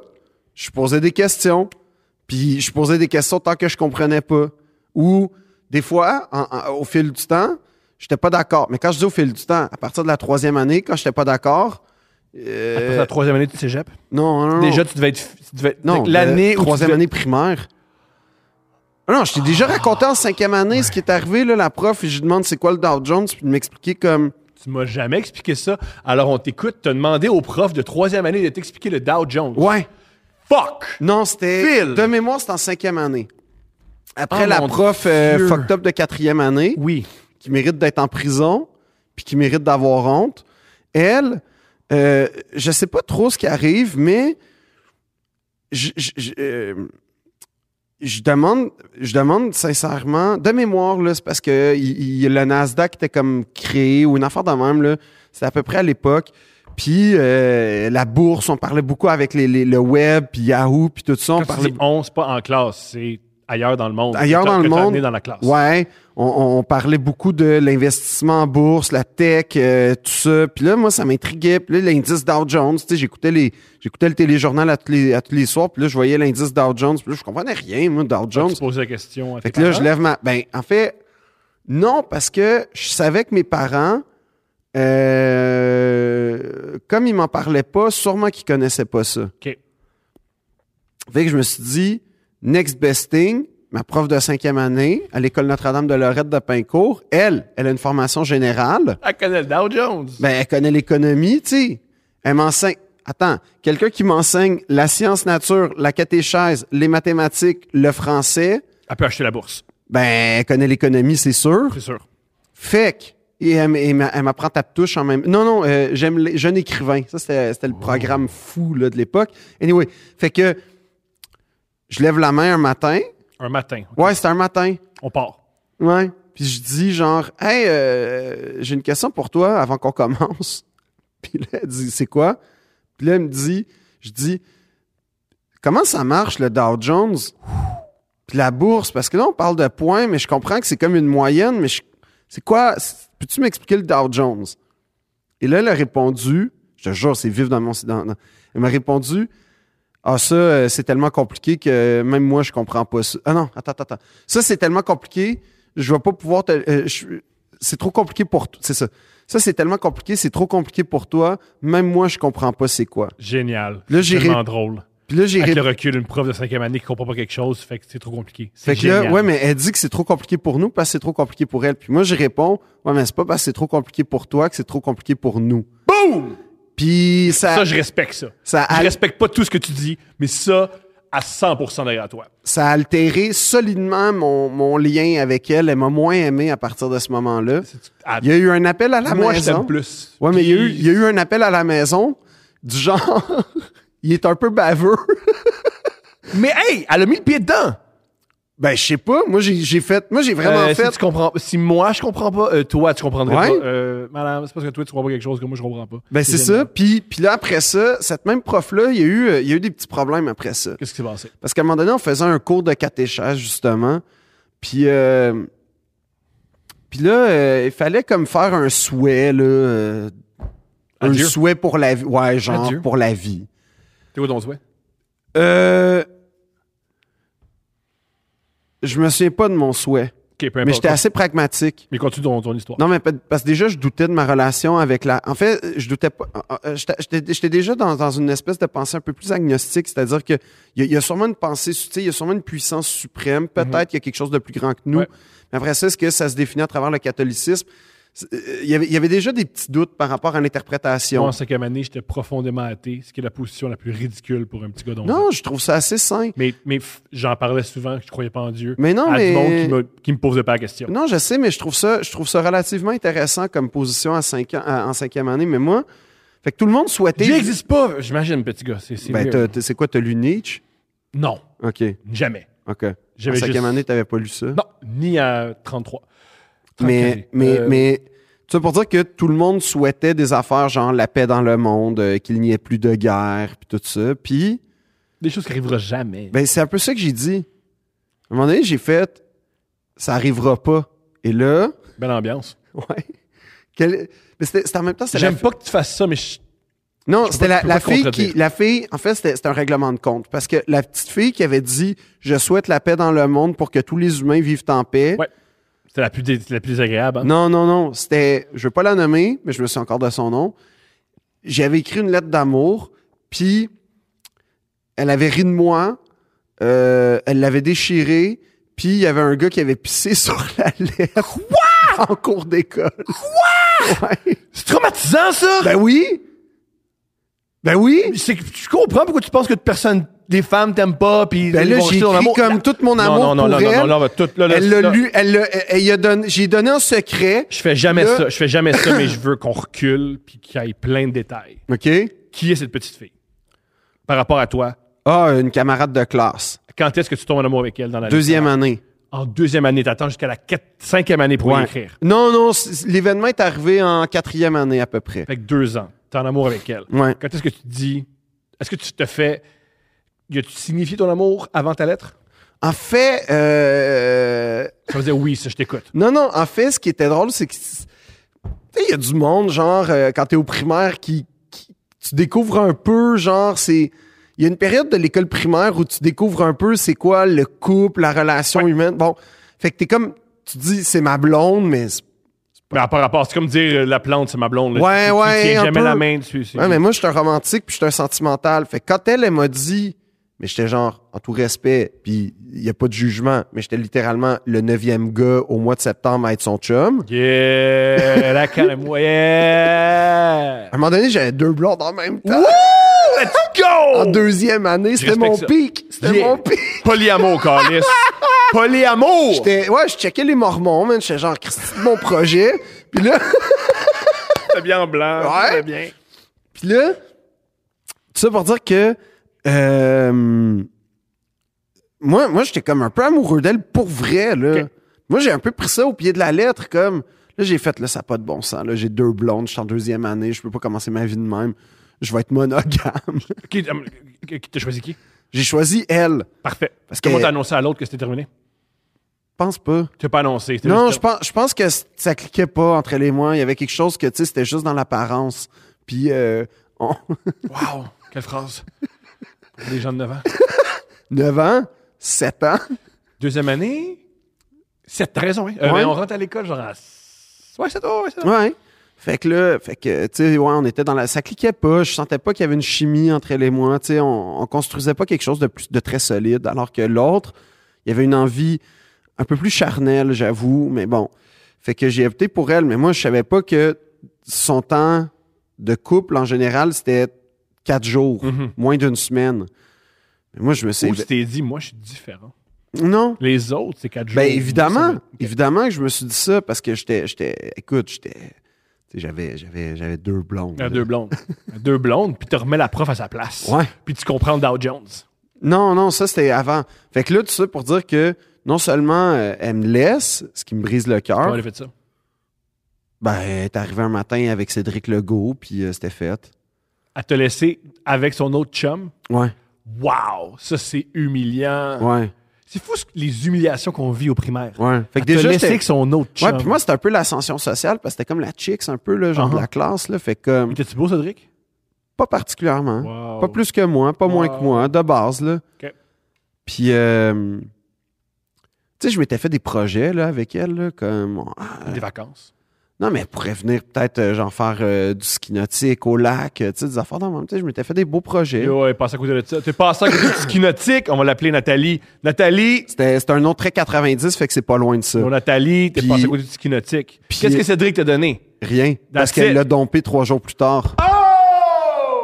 je posais des questions. Puis je posais des questions tant que je comprenais pas. Ou des fois, en- en- au fil du temps, j'étais pas d'accord. Mais quand je dis au fil du temps, à partir de la troisième année, quand j'étais pas d'accord, euh,
Après la troisième année du cégep.
non, non, non.
Déjà, tu devais être. tu devais-
Non,
l'année
l'année
où. tu
troisième
devais-
année primaire. Ah Non, je t'ai déjà raconté en cinquième année ce qui est arrivé. Là, la prof, et je lui demande c'est quoi le Dow Jones, puis il m'expliquait comme.
Tu m'as jamais expliqué ça. Alors, on t'écoute. T'as demandé au prof de troisième année de t'expliquer le Dow Jones.
Ouais.
Fuck!
Non, c'était.
Phil.
De mémoire, c'était en cinquième année. Après
Oh,
la
mon
prof euh,
Dieu.
fucked up de quatrième année,
Oui.
qui mérite d'être en prison, puis qui mérite d'avoir honte, elle, euh, je sais pas trop ce qui arrive, mais je, je- je, euh, je demande, je demande sincèrement, de mémoire, là, c'est parce que il- il- le Nasdaq était comme créé ou une affaire de même, là, c'était à peu près à l'époque. Puis euh, la bourse, on parlait beaucoup avec les, les- le web, puis Yahoo, puis tout ça. On
Quand tu
parlait
dis on, c'est pas en classe, c'est ailleurs dans le monde.
Ailleurs
Que t'as-
dans le
que t'as
monde.
amené dans la classe.
Ouais, on, on- on parlait beaucoup de l'investissement en bourse, la tech, euh, tout ça. Puis là, moi, ça m'intriguait. Puis là, l'indice Dow Jones, tu sais, j'écoutais les, j'écoutais le téléjournal à tous les, à tous les soirs. Puis là, je voyais l'indice Dow Jones. Puis là, je comprenais rien, moi, Dow
Quand
Jones.
Tu poses la question. à
Fait
tes
que là, je
parents,
lève ma. Ben, en fait, non, parce que je savais que mes parents, euh, comme ils m'en parlaient pas, sûrement qu'ils connaissaient pas ça.
OK.
Fait que je me suis dit, next best thing, ma prof de cinquième année à l'école Notre-Dame de Lorette de Pincourt, elle, elle a une formation générale.
Elle connaît le Dow Jones.
Ben, elle connaît l'économie, tu sais. Elle m'enseigne. Attends, quelqu'un qui m'enseigne la science nature, la catéchèse, les mathématiques, le français,
Elle peut acheter la bourse,
ben, elle connaît l'économie, c'est sûr.
c'est sûr.
Fait que- Et elle, m- elle m'a- elle m'apprend tape touche en même. Non, non, euh, j'aime les jeunes écrivains. Ça, c'était c'était le programme fou là, de l'époque. Anyway, fait que je lève la main un matin.
Un matin. OK.
Ouais, c'était un matin.
On part.
Ouais. Puis je dis genre, hey, euh, j'ai une question pour toi avant qu'on commence. [LAUGHS] Puis là, elle dit, c'est quoi? Puis là, elle me dit, je dis, comment ça marche le Dow Jones? Puis la bourse, parce que là, on parle de points, mais je comprends que c'est comme une moyenne, mais je- c'est quoi? c'est- Peux-tu m'expliquer le Dow Jones? Et là, elle a répondu, je te jure, c'est vif dans mon. dans- dans- elle m'a répondu, ah, ça, euh, c'est tellement compliqué que même moi, je comprends pas ça. Ah non, attends, attends, attends. Ça, c'est tellement compliqué, je vais pas pouvoir te. euh, je- c'est trop compliqué pour toi. C'est ça. Ça, c'est tellement compliqué, c'est trop compliqué pour toi. Même moi, je comprends pas c'est quoi.
Génial.
Là, j'ai
Tellement drôle.
Puis là, j'ai
Avec
répondu.
le recul, une prof de cinquième année qui comprend pas quelque chose, fait que c'est trop compliqué. C'est
Fait que là,
génial.
ouais, mais elle dit que c'est trop compliqué pour nous parce que c'est trop compliqué pour elle. Puis moi, je réponds, ouais, mais c'est pas parce que c'est trop compliqué pour toi que c'est trop compliqué pour nous.
Boum!
Puis ça,
Ça, je respecte ça.
ça,
Je
a,
respecte pas tout ce que tu dis, mais ça, à 100% derrière toi.
ça a altéré solidement mon, mon lien avec elle. Elle m'a moins aimé à partir de ce moment-là.
C'est- à-
Il y a eu un appel à la
moi, je t'aime
maison.
plus.
Ouais, mais il y, a eu,
Puis-
il y a eu un appel à la maison du genre, [LAUGHS] il est un peu baveux.
Mais hey, elle a mis le pied dedans.
Ben, je sais pas. Moi, j'ai j'ai fait, moi, j'ai vraiment
Euh,
fait.
Si, tu comprends, si moi, je comprends pas, euh, toi, tu comprendrais
Ouais.
pas. Euh, madame, c'est parce que toi, tu comprends pas quelque chose que moi, je comprends pas.
Ben, c'est ça.
génial.
Puis, puis là, après ça, cette même prof-là, il y a eu, euh, il y a eu des petits problèmes après ça.
Qu'est-ce qui s'est passé?
Parce qu'à un moment donné, on faisait un cours de catéchèse, justement. Puis, euh, puis là, euh, il fallait comme faire un souhait, là. euh, un
Adieu.
souhait pour la vie. Ouais, genre,
Adieu.
pour la vie.
T'es où ton souhait?
Euh, Je me souviens pas de mon souhait,
Ok, peu
mais
importe.
j'étais assez pragmatique.
Mais continue ton, ton histoire.
Non, mais pa- parce que déjà, je doutais de ma relation avec la. En fait, je doutais pas. euh, euh, J'étais j'étais- j'étais déjà dans, dans une espèce de pensée un peu plus agnostique, c'est-à-dire que il y, a- il y a sûrement une pensée, tu sais, il y a sûrement une puissance suprême. Peut-être
Mhm.
qu'il y a quelque chose de plus grand que nous.
Ouais.
Mais après ça, est-ce que ça se définit à travers le catholicisme? C'est- euh, Il y, avait, il y avait déjà des petits doutes par rapport à l'interprétation.
Moi, en cinquième année, j'étais profondément athée, ce qui est la position la plus ridicule pour un petit gars d'onze ans.
non, je trouve ça assez sain.
Mais, mais f- j'en parlais souvent que je croyais pas en Dieu.
Mais non,
à
mais.
du monde qui me, qui me posait pas la question.
Non, je sais, mais je trouve ça, je trouve ça relativement intéressant comme position en, cinq ans- en en cinquième année. Mais moi, fait que tout le monde souhaitait.
Dieu n'existe pas, j'imagine, petit gars. C'est, c'est
Ben,
weird.
t'as- t'as- c'est quoi, t'as lu Nietzsche?
Non,
OK,
jamais.
OK. En
J'avais
cinquième
juste-
année, t'avais pas lu ça.
Non, ni à 33.
mais,
34.
mais,
Euh,
mais, tu sais, pour dire que tout le monde souhaitait des affaires genre la paix dans le monde, euh, qu'il n'y ait plus de guerre, puis tout ça. Puis,
Des choses qui arriveront jamais.
ben, c'est un peu ça que j'ai dit. À un moment donné, j'ai fait, ça arrivera pas. Et là, [LAUGHS]
Belle ambiance.
ouais. Quel- Mais c'était c'était en même temps, c'était la
J'aime pas que tu fasses ça, mais je-
Non,
peux
c'était
pas-
la,
je peux
la
pas te
fille qui.
contredire.
La fille, en fait, c'était c'était un règlement de compte. Parce que la petite fille qui avait dit Je souhaite la paix dans le monde pour que tous les humains vivent en paix.
Ouais. c'était la plus, dé- la plus désagréable. hein.
Ah. Non, non, non. C'était. Je veux pas la nommer, mais je me souviens encore de son nom. J'avais écrit une lettre d'amour, puis elle avait ri de moi. euh, elle l'avait déchirée, puis il y avait un gars qui avait pissé [LAUGHS] sur la lettre. En cours d'école. Ouais.
C'est traumatisant, ça!
Ben oui! Ben oui!
c'est que tu comprends pourquoi tu penses que personne, des femmes t'aiment pas, puis
Ben là, j'ai écrit comme tout mon amour
non, non, non,
pour
non,
elle.
non, non, non, tout, là, là,
elle l'a
là,
lu, elle l'a, elle- elle y a donné, j'ai donné en secret.
Je fais jamais
Là-
ça, je fais jamais ça, mais je veux qu'on recule puis qu'il y ait plein de détails.
OK.
Qui est cette petite fille? Par rapport à toi,
Ah, une camarade de classe.
quand est-ce que tu tombes en amour avec elle dans la
Deuxième année.
En deuxième année, t'attends jusqu'à la quatre- cinquième année pour
Ouais.
y écrire.
Non, non, c- l'événement est arrivé en quatrième année à peu près.
Fait que deux ans, t'es en amour avec elle.
Ouais.
Quand est-ce que tu te dis, est-ce que tu te fais, y a-tu signifié ton amour avant ta lettre?
En fait, euh,
Ça veut dire oui, ça, je t'écoute.
non, non, en fait, ce qui était drôle, c'est que, tu sais, il y a du monde, genre, euh, quand t'es au primaire, qui, qui- tu découvres un peu, genre, c'est, il y a une période de l'école primaire où tu découvres un peu c'est quoi le couple, la relation humaine. Bon. Fait que t'es comme, tu dis, c'est ma blonde, mais c'est
Mais à part rapport, c'est comme dire euh, la plante, c'est ma blonde. là.
Ouais,
Tu- tu
ouais,
tiens
un
jamais
peu.
la main dessus. c'est-
Ouais, mais moi, je suis un romantique puis je suis un sentimental. Fait que quand elle, elle m'a dit, mais j'étais genre, en tout respect, puis il n'y a pas de jugement, mais j'étais littéralement le neuvième gars au mois de septembre à être son chum.
Yeah, la calme, yeah.
À un moment donné, j'avais deux blondes en même temps.
Let's go!
En deuxième année, c'était
respecte
mon
ça.
pic. C'était
Yeah.
mon pic.
Polyamour, Carlis. Polyamour!
J'étais, ouais, je checkais les Mormons, man. J'étais genre, Christ, c'est mon projet. Puis là, [LAUGHS]
T'es bien en blanc.
Ouais.
t'es bien.
Puis là, tout ça pour dire que euh, moi, moi j'étais comme un peu amoureux d'elle pour vrai. Là.
Ok.
Moi, j'ai un peu pris ça au pied de la lettre, comme là, j'ai fait là, ça n'a pas de bon sens. là. J'ai deux blondes, je suis en deuxième année, je peux pas commencer ma vie de même. Je vais être monogame. [LAUGHS]
Qui, euh, qui- qui- t'as choisi qui?
j'ai choisi elle.
Parfait.
Parce
Comment
que-
t'as annoncé à l'autre que c'était terminé?
Je pense pas.
T'as pas annoncé. c'était
Non, je
juste-
pense, je pense que c- ça cliquait pas entre elle et moi. Il y avait quelque chose que, tu sais, c'était juste dans l'apparence. Puis, euh, on... [LAUGHS]
Wow, quelle phrase. Pour des gens de 9 ans.
9 ans, 7 ans.
Deuxième année. C'est t'as raison, hein. Euh,
Ouais.
ben, on rentre à l'école, genre à... Ouais, c'est toi, ouais, c'est toi.
Ouais. Fait que là, fait que, tu sais, ouais, on était dans la. Ça cliquait pas. Je sentais pas qu'il y avait une chimie entre elle et moi. Tu sais, on, on construisait pas quelque chose de plus de très solide. Alors que l'autre, il y avait une envie un peu plus charnelle, j'avoue. Mais bon. Fait que j'ai opté pour elle. Mais moi, je savais pas que son temps de couple, en général, c'était quatre jours,
Mhm.
moins d'une semaine. Mais moi, je me suis.
Ou tu t'es dit, moi, je suis différent.
Non.
Les autres, c'est quatre jours.
Ben évidemment,
Ça, c'est-
évidemment que je me suis dit ça parce que j'étais, j'étais, écoute, j'étais, tu sais, j'avais, j'avais, j'avais deux blondes.
À Ah, deux blondes. À deux blondes, puis tu remets la prof à sa place.
Ouais.
Puis tu comprends le Dow Jones.
Non, non, ça c'était avant. Fait que là, tout ça pour dire que non seulement euh, elle me laisse, ce qui me brise le cœur,
Comment elle a fait ça?
ben elle est arrivée un matin avec Cédric Legault, puis euh, c'était fait.
À te laisser avec son autre chum.
Ouais,
Wow! Ça, c'est humiliant.
ouais,
C'est fou ce- les humiliations qu'on vit au primaire.
ouais. Fait
À
que
te
déjà,
laisser
j'étais-
avec son autre chum.
ouais, puis moi c'était un peu l'ascension sociale parce que c'était comme la chicks un peu là, genre de
Uh-huh.
la classe là. Fait que euh,
T'es-tu beau, Cédric?
pas particulièrement.
Wow.
Hein? Pas plus que moi, pas moins que
Wow.
moi, de base, là.
OK.
Puis, euh, Tu sais, je m'étais fait des projets là, avec elle, là, comme. ah,
Des vacances.
non, mais elle pourrait venir peut-être, euh, genre, faire euh, du ski nautique au lac, euh, tu sais, des affaires dans le même. Tu sais, je m'étais fait des beaux projets.
Yo, elle passe à côté de ça. T'es passé à côté du ski nautique. On va l'appeler Nathalie. Nathalie!
C'était c'était un nom très 90, fait que c'est pas loin de ça.
Yo, Nathalie, t'es
Puis-
passé à côté du ski nautique.
Puis-
Qu'est-ce que Cédric t'a donné?
Rien. Parce
it. Oh!
qu'elle l'a dompé trois jours plus tard.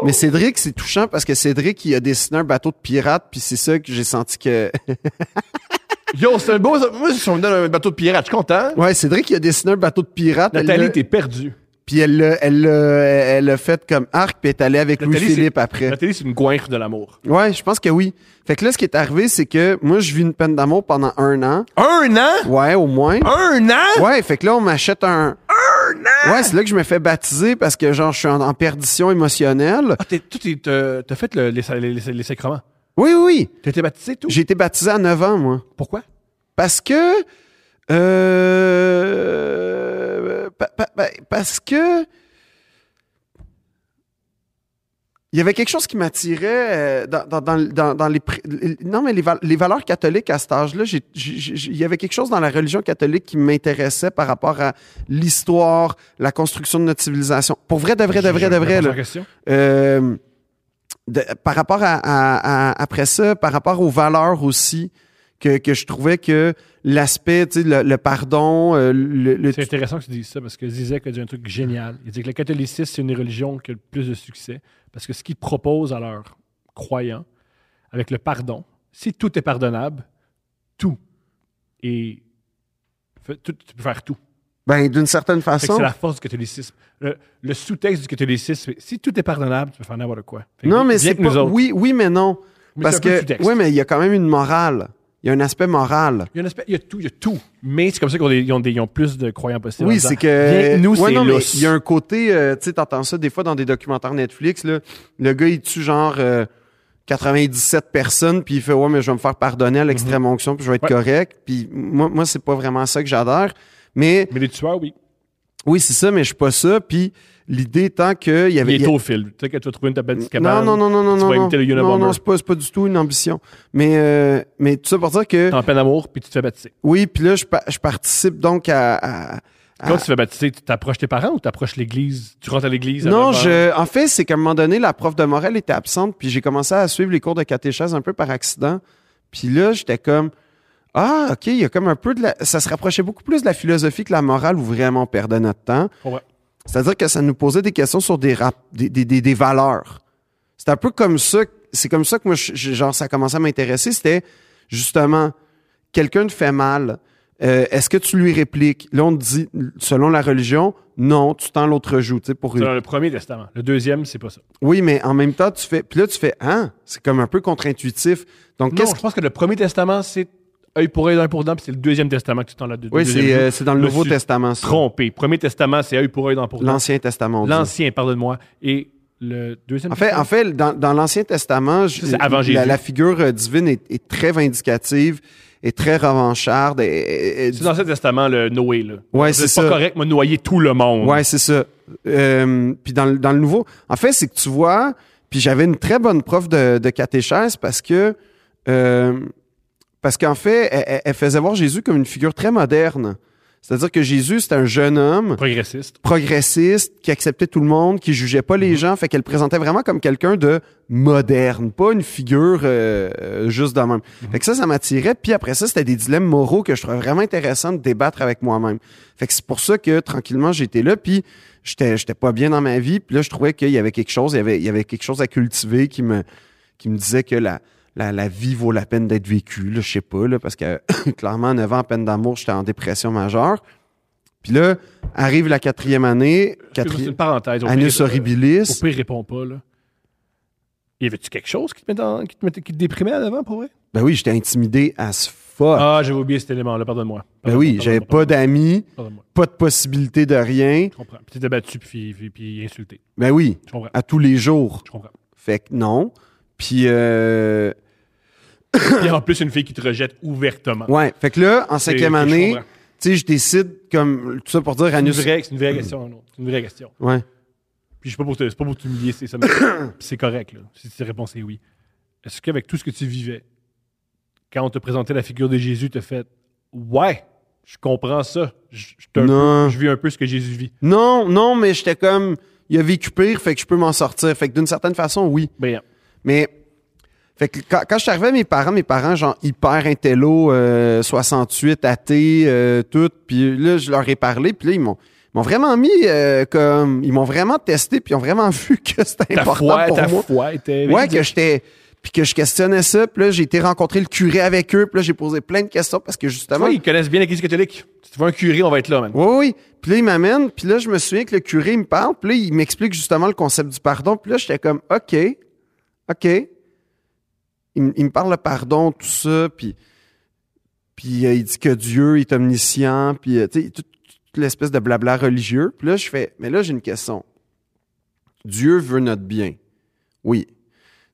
Mais Cédric, c'est touchant parce que Cédric, il a dessiné un bateau de pirate, puis c'est ça que j'ai senti que. [LAUGHS]
Yo, c'est un beau. Moi, si on me donne un bateau de pirate, je suis content.
ouais, Cédric, il a dessiné un bateau de pirate. elle l'a-
Nathalie, t'es perdue.
Puis elle l'a elle, l'a- elle l'a fait comme arc, puis elle est allée avec
Nathalie,
Louis-Philippe après.
Nathalie, c'est une goinfre de l'amour.
Ouais, je pense que oui. Fait que là, ce qui est arrivé, c'est que moi, je vis une peine d'amour pendant un an.
Un an?
Ouais, au moins.
Un an?
Ouais, fait que là, on m'achète un... Un an! Ouais, c'est là que je me fais baptiser parce que, genre, je suis en, en perdition émotionnelle.
Ah, t'es- tout est- t'as t'as fait le- les, les, les, les sacrements.
Oui, oui, oui.
T'as été baptisé, tout?
J'ai été baptisé à 9 ans, moi.
Pourquoi?
Parce que... Euh... pa- pa- pa- parce que... Il y avait quelque chose qui m'attirait euh, dans, dans- dans- dans- dans les... pré- les- Non, mais les, val- les valeurs catholiques à cet âge-là, j'ai- j'ai- j'ai- il y avait quelque chose dans la religion catholique qui m'intéressait par rapport à l'histoire, la construction de notre civilisation. Pour vrai, de vrai, de vrai, de
Je-
vrai.
je- je-
là.
je- question.
Euh, de- par rapport à, à- à- après ça, par rapport aux valeurs aussi, que, que je trouvais que l'aspect, tu sais, le, le pardon, euh, le, le-
C'est intéressant que tu dises ça parce que Zizek a dit un truc génial. Il dit que le catholicisme, c'est une religion qui a le plus de succès parce que ce qu'ils proposent à leurs croyants, avec le pardon, si tout est pardonnable, tout est. fait- tout- tu peux faire tout.
ben, d'une certaine
Fait que
façon.
C'est la force du catholicisme. Le, le sous-texte du catholicisme, c'est si tout est pardonnable, tu peux faire n'importe quoi. Fait que
Non, mais
viens
c'est
avec nous
pas-
autres.
oui, oui, mais non,
Mais
parce
c'est un peu
que,
sous-texte.
oui, mais il y a quand même une morale. Il y a un aspect moral.
Il y, a un aspect- il y a tout, il y a tout. Mais c'est comme ça qu'ils ont, des- ils ont des- ils ont plus de croyants possibles. en
Oui,
disant,
c'est que.
Viens, nous,
Ouais,
c'est
non, mais
lousse.
Il y a un côté, euh, tu sais, t'entends ça des fois dans des documentaires Netflix, là, le gars, il tue genre euh, 97 personnes, puis il fait, ouais, mais je vais me faire pardonner à l'extrême onction, puis je vais être
Mhm. Ouais.
correct. Puis moi, moi c'est pas vraiment ça que j'adhère. Mais
Mais les tueurs, oui.
oui, c'est ça, mais je suis pas ça. Puis l'idée étant qu'il y
Il
avait. il y
est
a-
au fil. Tu sais que tu vas trouver une tablette de
non,
cabane.
non, non, non, non,
tu vas
non, non,
imiter le
non,
Unabomber.
non, c'est pas, c'est pas du tout une ambition. Mais, euh, mais tout ça pour dire que,
T'es en peine d'amour, puis tu te fais baptiser.
oui, puis là, je, pa- je participe donc à- à,
Quand tu te fais baptiser, tu t'approches tes parents ou t'approches l'église? Tu rentres à l'église?
Non,
avant?
je, en fait, c'est qu'à un moment donné, la prof de morale était absente, puis j'ai commencé à suivre les cours de catéchèse un peu par accident. Puis là, j'étais comme, ah, OK, il y a comme un peu de la... Ça se rapprochait beaucoup plus de la philosophie que la morale où vraiment on perdait notre temps.
Ouais.
C'est-à-dire que ça nous posait des questions sur des, rap- des, des, des, des valeurs. C'est un peu comme ça, c'est comme ça que moi, je- je- genre, ça commençait à m'intéresser. C'était justement, quelqu'un te fait mal, euh, est-ce que tu lui répliques? Là, on te dit, selon la religion, non, tu tends l'autre joue, tu sais, pour
C'est dans le premier testament. Le deuxième, c'est pas ça.
oui, mais en même temps, tu fais. Puis là, tu fais. Hein? C'est comme un peu contre-intuitif. Donc,
Non,
qu'est-ce
je pense que le premier testament, c'est œil pour œil, dent pour dent, puis c'est le deuxième testament que tu t'en as
Oui, c'est euh, c'est dans le
Je me
Nouveau
suis
Testament. ça.
Trompé. Premier testament, c'est œil pour œil, dent pour dent.
L'Ancien Testament. on dit.
L'ancien, pardonne-moi. Et le deuxième.
En fait, en fait dans, dans l'Ancien Testament, je-
c'est avant
la,
Jésus.
la figure euh, divine est, est très vindicative, est très revancharde. et- et- et-
c'est dans l'Ancien Testament, le Noé, là.
Ouais, c'est
c'est
ça.
pas correct, m'a noyé tout le monde.
Ouais, c'est ça. Euh, puis dans, le- dans le nouveau, en fait, c'est que tu vois, puis j'avais une très bonne prof de, de catéchèse parce que, euh, parce qu'en fait, elle, elle- elle faisait voir Jésus comme une figure très moderne. C'est-à-dire que Jésus, c'était un jeune homme
Progressiste.
progressiste qui acceptait tout le monde, qui jugeait pas les gens, fait qu'elle le présentait vraiment comme quelqu'un de moderne, pas une figure euh, euh, juste de même.
Mhm.
Fait que ça, ça m'attirait. Puis après ça, c'était des dilemmes moraux que je trouvais vraiment intéressant de débattre avec moi-même. Fait que c'est pour ça que tranquillement j'étais là, puis j'étais j'étais pas bien dans ma vie. Puis là, je trouvais qu'il y avait quelque chose, il y avait il y avait quelque chose à cultiver qui me qui me disait que la la, la vie vaut la peine d'être vécue, là, je sais pas, là, parce que [COUGHS] clairement, 9 ans à peine d'amour, j'étais en dépression majeure. Puis là, arrive la quatrième année,
C'est
quatrième,
une parenthèse. Au
annus
pire, euh, Au
horribilis.
pire, réponds pas, là. Y avait-tu quelque chose qui te, mettait en- qui te, mettait- qui te déprimait en avant, pour vrai?
Ben oui, j'étais intimidé à ce fuck.
Ah, j'avais oublié cet élément-là, pardonne-moi.
ben oui, j'avais pas d'amis,
Pardonne-moi,
pas de possibilité de rien.
je comprends. Puis t'étais battu, puis, puis, puis insulté.
Ben oui,
Je comprends,
à tous les jours.
je comprends.
Fait que non. Puis, euh,
Et en plus, une fille qui te rejette ouvertement.
ouais. Fait que là, en
Ah. C'est-
cinquième
je
année,
comprends.
tu sais, je décide, comme, tout ça pour dire
C'est une
anus.
vraie, c'est une vraie question, non. C'est une vraie question.
Ouais.
Puis je suis pas pour te- c'est pas pour t'humilier, c'est ça.
[COUGHS]
mais- puis c'est correct, là, si ta réponse est oui. Est-ce qu'avec tout ce que tu vivais, quand on te présentait la figure de Jésus, te fait Ouais, je comprends ça. Je, je te-
Non.
je vis un peu ce que Jésus vit.
Non, non, mais j'étais comme, il a vécu pire, fait que je peux m'en sortir. Fait que d'une certaine façon, oui.
Brillant.
Mais, fait que quand, quand je suis arrivé à mes parents, mes parents, genre, hyper intello, euh, 68, athée, euh, tout, puis là, je leur ai parlé, puis là, ils m'ont, ils m'ont vraiment mis euh, comme, ils m'ont vraiment testé, puis ils ont vraiment [LAUGHS] vu que c'était
Ta
important
foi,
pour
ta
moi.
foi était.
Ouais, que j'étais. Puis que je questionnais ça. Puis là, j'ai été rencontrer le curé avec eux. Puis là, j'ai posé plein de questions parce que justement.
Ouais, ils connaissent bien l'Église catholique. Si tu vois un curé, on va être là, man.
Oui, oui. Puis là, il m'amène. Puis là, je me souviens que le curé, il me parle. Puis là, il m'explique justement le concept du pardon. Puis là, j'étais comme, OK, OK. Il, me- il me parle le pardon, tout ça. Puis, puis euh, il dit que Dieu est omniscient. Puis, euh, tu sais, toute, toute l'espèce de blabla religieux. Puis là, je fais, mais là, j'ai une question. Dieu veut notre bien. Oui.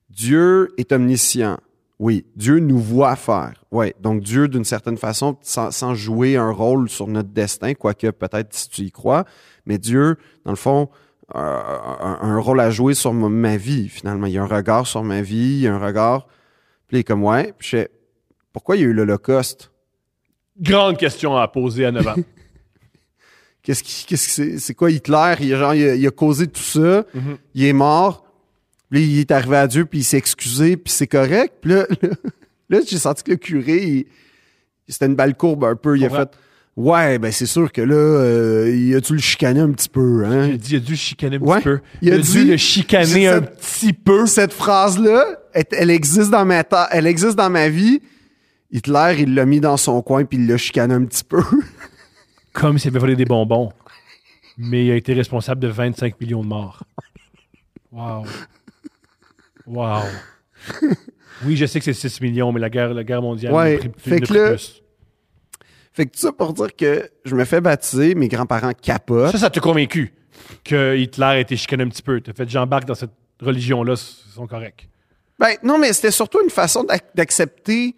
Dieu est omniscient. Oui, Dieu nous voit faire. Ouais, donc Dieu, d'une certaine façon, sans, sans jouer un rôle sur notre destin, quoique peut-être si tu y crois, mais Dieu, dans le fond, a a- a un rôle à jouer sur ma, ma vie, finalement. Il y a un regard sur ma vie, il y a un regard. Puis il est comme, ouais, puis je fais, pourquoi il y a eu l'Holocauste?
Grande question à poser à
[LAUGHS]
9 ans.
Qu'est-ce qui, qu'est-ce que c'est, c'est quoi Hitler? Il, a genre, il, a, il a causé tout ça,
Mhm.
il est mort, puis là, il est arrivé à Dieu, puis il s'est excusé, puis c'est correct. Puis là, [LAUGHS] là, là, j'ai senti que le curé, il- c'était une balle courbe un peu. Il a
Comprends.
fait Ouais, ben c'est sûr que là, euh, il a dû le chicaner un petit peu. Hein?
Il a dit, il a dû le chicaner un
Ouais.
petit peu.
Il a
dû
dit-
le
J'ai dit
chicaner
ça-
un petit peu.
Cette phrase-là, elle, elle existe dans ma ta- elle existe dans ma vie. Hitler, il l'a mis dans son coin, puis il l'a chicané un petit peu. [LAUGHS]
Comme s'il avait volé des bonbons. Mais il a été responsable de 25 millions de morts. Wow. Wow. Oui, je sais que c'est 6 millions, mais la guerre, la guerre mondiale
Ouais,
nous a pris-
fait
nous a
que
pris
là-
plus.
fait que tout ça pour dire que je me fais baptiser, mes grands-parents capotent.
Ça, ça t'a convaincu que Hitler a été chicané un petit peu. T'as fait j'embarque dans cette religion-là, ils sont corrects.
Ben, non, mais c'était surtout une façon d'ac- d'accepter.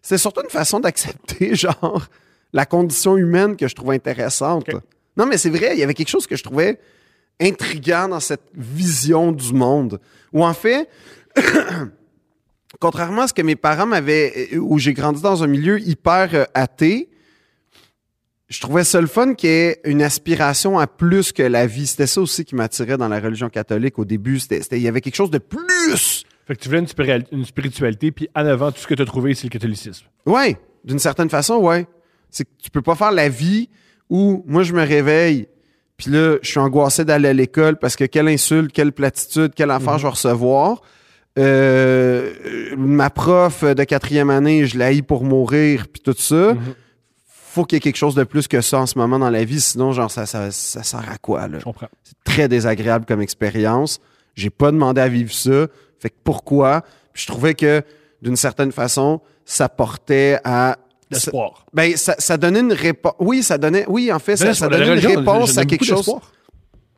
C'était surtout une façon d'accepter, [LAUGHS] genre, la condition humaine que je trouve intéressante.
Ok.
Non, mais c'est vrai, il y avait quelque chose que je trouvais intriguant dans cette vision du monde. Où en fait, [CLEARS THROAT] contrairement à ce que mes parents m'avaient. euh, où j'ai grandi dans un milieu hyper euh, athée, je trouvais ça le fun qu'il y ait une aspiration à plus que la vie. C'était ça aussi qui m'attirait dans la religion catholique au début. C'était, c'était- il y avait quelque chose de plus!
Fait que tu voulais une, spiritual- une spiritualité, puis en avant, tout ce que t'as trouvé, c'est le catholicisme.
Ouais, d'une certaine façon, ouais. C'est que tu peux pas faire la vie où moi je me réveille, puis là je suis angoissé d'aller à l'école parce que quelle insulte, quelle platitude, quelle affaire je vais recevoir. Euh, euh, ma prof de quatrième année, je la haïs pour mourir, puis tout ça.
Mhm.
Faut qu'il y ait quelque chose de plus que ça en ce moment dans la vie, sinon genre ça ça, ça sert à quoi là
Je comprends.
C'est très désagréable comme expérience. J'ai pas demandé à vivre ça. Fait que pourquoi? Puis je trouvais que, d'une certaine façon, ça portait à. ça-
L'espoir.
ben, ça, ça donnait une réponse. Oui, ça donnait. Oui, en fait, ça, ça
L'espoir. La
donnait une
religion, je- je
réponse
donne
à quelque
beaucoup
chose.
d'espoir.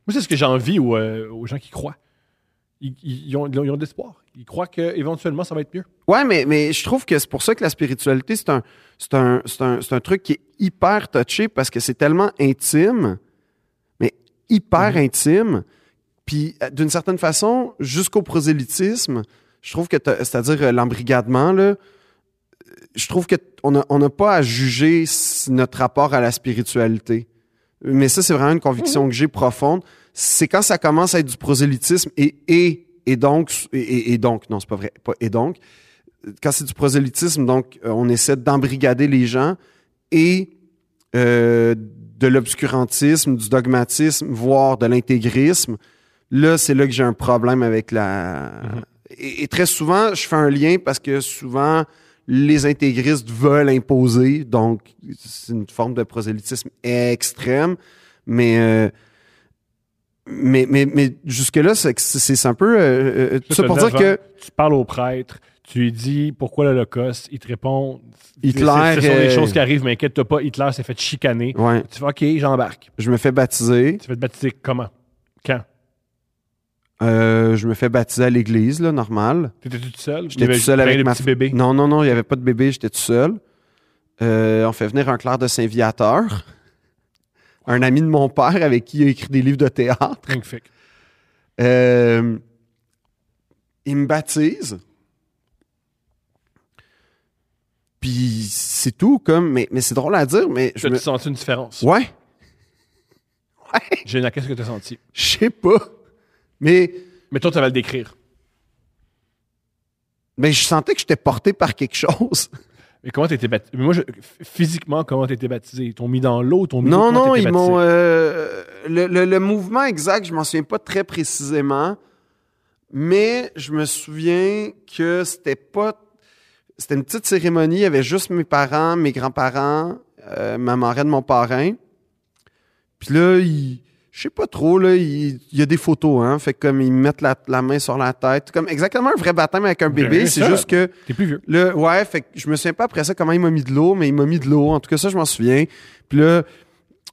Moi, c'est ce que j'ai envie aux, euh, aux gens qui croient. Ils, ils- ils ont, ils ont- ils ont de l'espoir. Ils croient qu'éventuellement, ça va être mieux.
Ouais, mais, mais je trouve que c'est pour ça que la spiritualité, c'est un, c'est un, c'est un, c'est un truc qui est hyper touché parce que c'est tellement intime, mais hyper intime. Puis, euh, d'une certaine façon, jusqu'au prosélytisme, je trouve que, t'as- c'est-à-dire euh, l'embrigadement, là, euh, je trouve que t- on n'a on n'a pas à juger si- notre rapport à la spiritualité. Mais ça, c'est vraiment une conviction que j'ai profonde. C'est quand ça commence à être du prosélytisme et, et, et donc, et- et, et donc, non, c'est pas vrai, pas et donc, quand c'est du prosélytisme, donc euh, on essaie d'embrigader les gens et euh, de l'obscurantisme, du dogmatisme, voire de l'intégrisme. Là, c'est là que j'ai un problème avec la.
Mhm.
et, et très souvent, je fais un lien parce que souvent les intégristes veulent imposer, donc c'est une forme de prosélytisme extrême. Mais euh, mais mais, mais jusque là, c'est c'est c'est un peu euh, euh, tout ça
c'est
pour
neuf
dire que
ans. Tu parles au prêtre, tu lui dis pourquoi l'Holocauste, il te répond
Hitler,
c'est- Ce sont des
euh,
choses qui arrivent, mais inquiète-toi pas, Hitler s'est fait chicaner.
ouais.
Tu fais OK, j'embarque.
Je me fais baptiser.
Tu vas te baptiser comment Quand
Euh, je me fais baptiser à l'église, là, normal.
T'étais-tu tout seul
J'étais
Il y avait
tout seul
plein
avec
de
ma
petits bébés.
Non, non, non, il n'y avait pas de bébé, j'étais tout seul. Euh, on fait venir un clerc de Saint-Viateur, un ami de mon père avec qui il a écrit des livres de théâtre.
Magnifique.
Euh, il me baptise. Puis c'est tout, comme. Mais, mais c'est drôle à dire, mais je
Tu as
me.
senti une différence?
Ouais. Ouais.
Jenna, qu'est-ce que tu as senti?
Je sais pas. Mais,
Mais toi, tu vas le décrire.
mais je sentais que j'étais porté par quelque chose.
Mais comment t'as été baptisé? Mais moi, je- physiquement, comment t'as été baptisé? Ils t'ont mis dans l'eau, ils t'ont mis
Non,
comment
non,
t'as été
ils
baptisé?
m'ont. euh, le, le- le mouvement exact, je m'en souviens pas très précisément, mais je me souviens que c'était pas. C'était une petite cérémonie, il y avait juste mes parents, mes grands-parents, euh, ma marraine, mon parrain. Puis là, ils- je sais pas trop, là, il il y a des photos, hein. Fait que comme ils mettent la, la main sur la tête. Comme exactement un vrai baptême avec un bébé.
Ben,
C'est
ça.
juste que
T'es plus vieux.
Là, ouais, fait que je me souviens pas après ça comment il m'a mis de l'eau, mais il m'a mis de l'eau. En tout cas, ça, je m'en souviens. Puis là,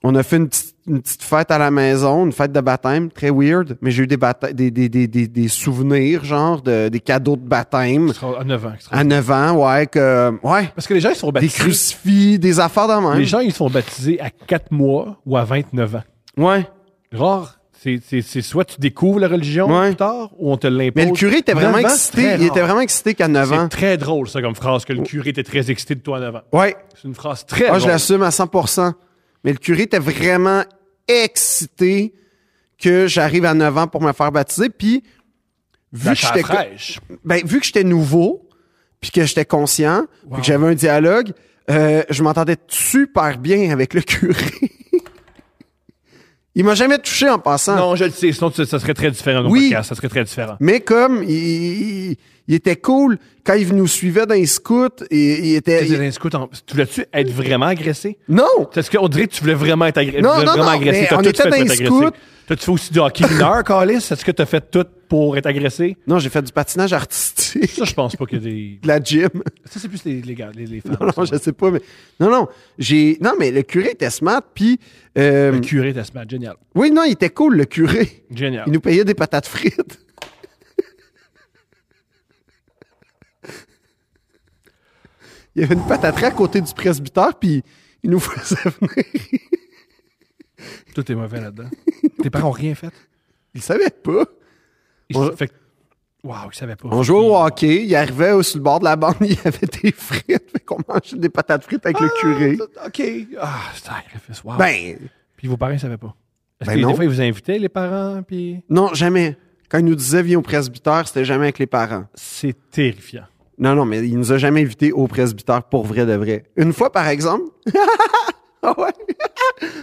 on a fait une petite, une petite fête à la maison, une fête de baptême, très weird, mais j'ai eu des, baptê- des, des, des, des, des souvenirs, genre de- des cadeaux de baptême
Extra- À 9 ans. extra-
à 9 ans, ouais, que, ouais,
Parce que les gens, ils se font
Ah, des
baptiser.
crucifix, hein. des affaires de même.
Les gens, ils se font baptiser à 4 mois ou à 29 ans.
Ouais.
Rare. C'est- C'est c'est soit tu découvres la religion
Ouais.
plus tard ou on te l'impose.
Mais le curé était vraiment
9 ans, c'est
excité,
très
il était
rare.
vraiment excité qu'à 9 ans.
C'est très drôle, ça, comme phrase, que le curé était très excité de toi en avant.
Ouais.
C'est une phrase très
Ah, je
drôle.
l'assume à 100%. Mais le curé était vraiment excité que j'arrive à 9 ans pour me faire baptiser. Puis, vu
La
que
chair
j'étais,
fraîche.
ben, vu que j'étais nouveau, puis que j'étais conscient, puis que j'avais un dialogue, euh, je m'entendais super bien avec le curé. [LAUGHS] Il m'a jamais touché en passant.
Non, je le sais, sinon tu- ça serait très différent.
Ah. Oui.
Oui. ça serait très différent.
Mais comme il, il- il était cool, quand il nous suivait dans les scouts, il, il était.
T'étais
il-
dans les scouts en- Tu voulais-tu être vraiment agressé?
Non!
Parce qu'on dirait que tu voulais vraiment être agressé.
Non,
tu voulais
non,
vraiment
non, mais
agressé. T'as
on
tout
était
fait
dans
pour
les
être agressé.
scouts.
T'as-tu fait aussi du hockey mineur, Calis? Est-ce que t'as fait tout pour être agressé?
Non, j'ai fait du patinage artistique, [LAUGHS]
Ça, je pense pas qu'il y a des.
de la gym.
Ça, c'est plus les, les gars, les, les femmes.
Non, non,
ça.
je sais pas, mais. Non, non. J'ai. Non, mais le curé était smart, puis. euh,
Le curé de semaine. Génial.
Oui, non, il était cool, le curé.
Génial.
Il nous payait des patates frites. il y avait une pataterie à côté du presbytère, puis il nous faisait venir.
Tout est mauvais
[LAUGHS]
là-dedans. Tes parents ont rien fait.
Il savait pas.
Ils
On-
fait que- Waouh, ils savaient pas.
On jouait au hockey, il arrivait au- sur le bord de la bande, [LAUGHS] il y avait des frites, fait qu'on mangeait des patates frites avec le curé.
Ah, OK. Ah, sacrifice. Waouh.
Ben,
Puis vos parents, ils savaient pas. Est-ce
Ben
que
non.
des fois, ils vous invitaient, les parents, puis.
non, jamais. Quand il nous disait viens au presbytère, c'était jamais avec les parents.
C'est terrifiant.
Non, non, mais il nous a jamais invités au presbytère pour vrai de vrai. Une fois, par exemple. [LAUGHS] ah ouais?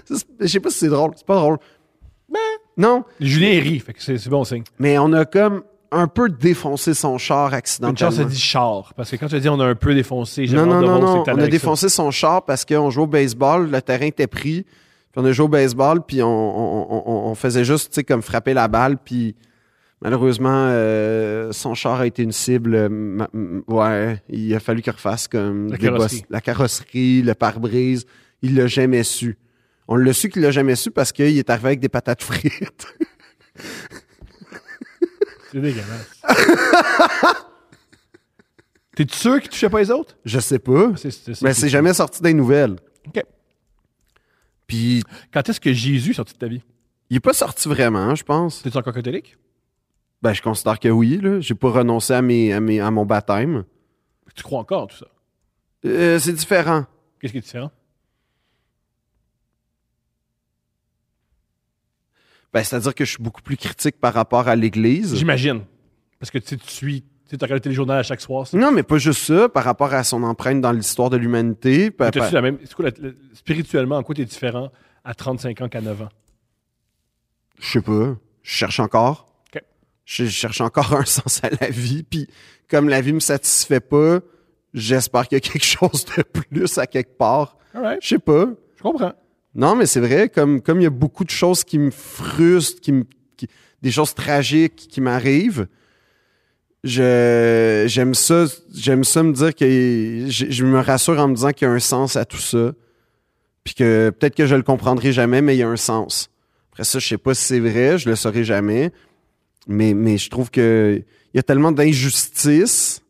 Ça, c'est- Je sais pas si c'est drôle. C'est pas drôle.
Ben.
Non,
Julien il rit, fait que c'est c'est bon signe.
mais on a comme un peu défoncé son char
Une chance, a
accidentellement.
dit char. Parce que quand tu as dit on a un peu défoncé, j'ai
Non,
hâte
non,
de
non,
voir où c'est
non.
que t'allais
On a
avec ça.
défoncé son char parce qu'on jouait au baseball, le terrain était pris. Puis on a joué au baseball, puis on, on- on- on- on faisait juste, tu sais, comme frapper la balle. Puis malheureusement, euh, son char a été une cible. euh, ma- m- ouais, il a fallu qu'il refasse comme
La
des
carrosserie.
la carrosserie, le pare-brise. Il l'a jamais su. On l'a su qu'il l'a jamais su parce qu'il est arrivé avec des patates frites. [LAUGHS]
C'est [LAUGHS] dégueulasse. T'es sûr qu'il touchait pas les autres?
Je sais pas.
Ah, C'est- c'est- c'est-
Mais Ben, c'est jamais sorti des nouvelles.
OK.
Puis
Quand est-ce que Jésus est sorti de ta vie?
il est pas sorti vraiment, je pense.
T'es-tu encore catholique?
Ben, je considère que oui, là. J'ai pas renoncé à, mes, à, mes- à mon baptême.
Tu crois encore en tout ça?
Euh, c'est différent.
Qu'est-ce qui est différent?
Ben, c'est-à-dire que je suis beaucoup plus critique par rapport à l'Église.
J'imagine. Parce que tu sais, tu suis, tu sais, t'as regardé le téléjournal à chaque soir. c'est-
Non, mais pas juste ça, par rapport à son empreinte dans l'histoire de l'humanité. pa-
T'as-tu
pa-
la même. c'est quoi la- le- spirituellement, en quoi t'es différent à 35 ans qu'à 9 ans?
Je sais pas. Je cherche encore.
OK.
Je je cherche encore [LAUGHS] un sens à la vie. Puis, comme la vie me satisfait pas, j'espère qu'il y a quelque [LAUGHS] chose de plus à quelque part.
All right.
Je sais pas.
Je comprends.
Non, mais c'est vrai, comme comme il y a beaucoup de choses qui me frustrent, qui me, qui- des choses tragiques qui m'arrivent, je j'aime ça, j'aime ça me dire que je, je me rassure en me disant qu'il y a un sens à tout ça, puis que peut-être que je le comprendrai jamais, mais il y a un sens. Après ça, je sais pas si c'est vrai, je le saurai jamais, mais mais je trouve que il y a tellement d'injustice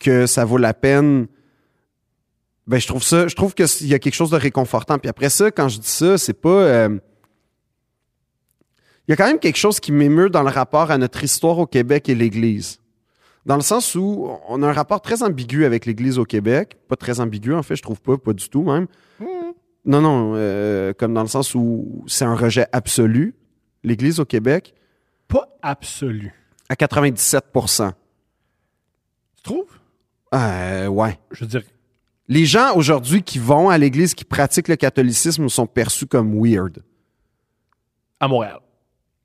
que ça vaut la peine ben, je trouve ça, je trouve que s- il y a quelque chose de réconfortant. Puis après ça, quand je dis ça, c'est pas. euh, Il y a quand même quelque chose qui m'émeut dans le rapport à notre histoire au Québec et l'Église. Dans le sens où on a un rapport très ambigu avec l'Église au Québec. Pas très ambigu, en fait, je trouve pas, pas du tout même. Non, non, euh, comme dans le sens où c'est un rejet absolu. L'Église au Québec,
Pas absolu.
à 97
Tu trouves?
euh, Ouais.
Je veux dire,
Les gens aujourd'hui qui vont à l'Église, qui pratiquent le catholicisme, sont perçus comme weird.
à Montréal.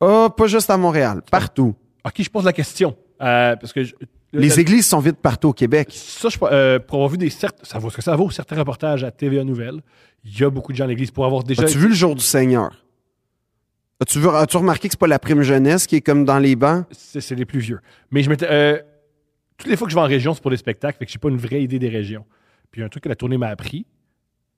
Ah, pas juste à Montréal, partout.
À qui je pose la question? Euh, parce que je-
Les églises sont vides partout au Québec.
Ça, je, euh, pour avoir vu des certes, ça vaut ce que ça vaut, certains reportages à TVA Nouvelle, il y a beaucoup de gens à l'église pour avoir déjà.
As-tu vu le jour du Seigneur? As-tu, vu- as-tu remarqué que c'est pas la prime jeunesse qui est comme dans les bancs?
C'est c'est les plus vieux. Mais je m'étais. euh, toutes les fois que je vais en région, c'est pour des spectacles, fait que j'ai pas une vraie idée des régions. Puis un truc que la tournée m'a appris,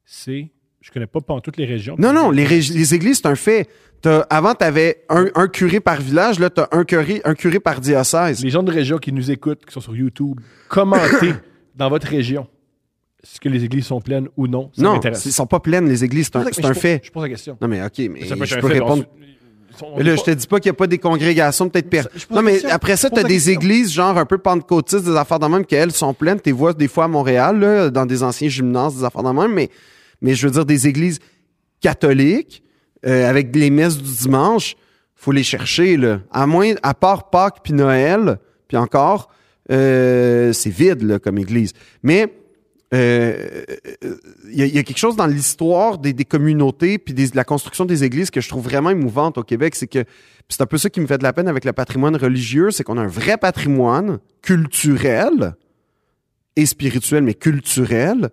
c'est. Je connais pas pas en toutes les régions.
Non, non, les, régi- les églises, c'est un fait. T'as- avant, tu avais un, un curé par village, là, tu as un curé, un curé par diocèse.
Les gens de région qui nous écoutent, qui sont sur YouTube,
[COUGHS]
commentez dans votre région. Est-ce que les églises sont pleines ou non? Ça
non,
m'intéresse.
ils sont pas pleines, les églises, c'est un,
Mais
c'est
je
un
pose-
fait.
Je pose la question.
Non, mais OK, mais
Ça peut être
je
un
peux
fait,
répondre.
on- on- on-
Mais là,
on-
je te dis pas qu'il n'y a pas des congrégations peut-être per-
Je pose
Non,
la
mais
question.
après ça,
Je pose
t'as
la
des
question.
églises, genre un peu pentecôtistes, des affaires de même, qu'elles sont pleines. T'es vois des fois à Montréal, là, dans des anciens gymnases, des affaires de même, mais, mais je veux dire, des églises catholiques, euh, avec les messes du dimanche, faut les chercher, là. À moins, à part Pâques puis Noël, puis encore, euh, c'est vide, là, comme église. Mais, euh, il y, a- il y a quelque chose dans l'histoire des, des communautés puis des- de la construction des églises que je trouve vraiment émouvante au Québec. C'est que puis c'est un peu ça qui me fait de la peine avec le patrimoine religieux, c'est qu'on a un vrai patrimoine culturel et spirituel, mais culturel,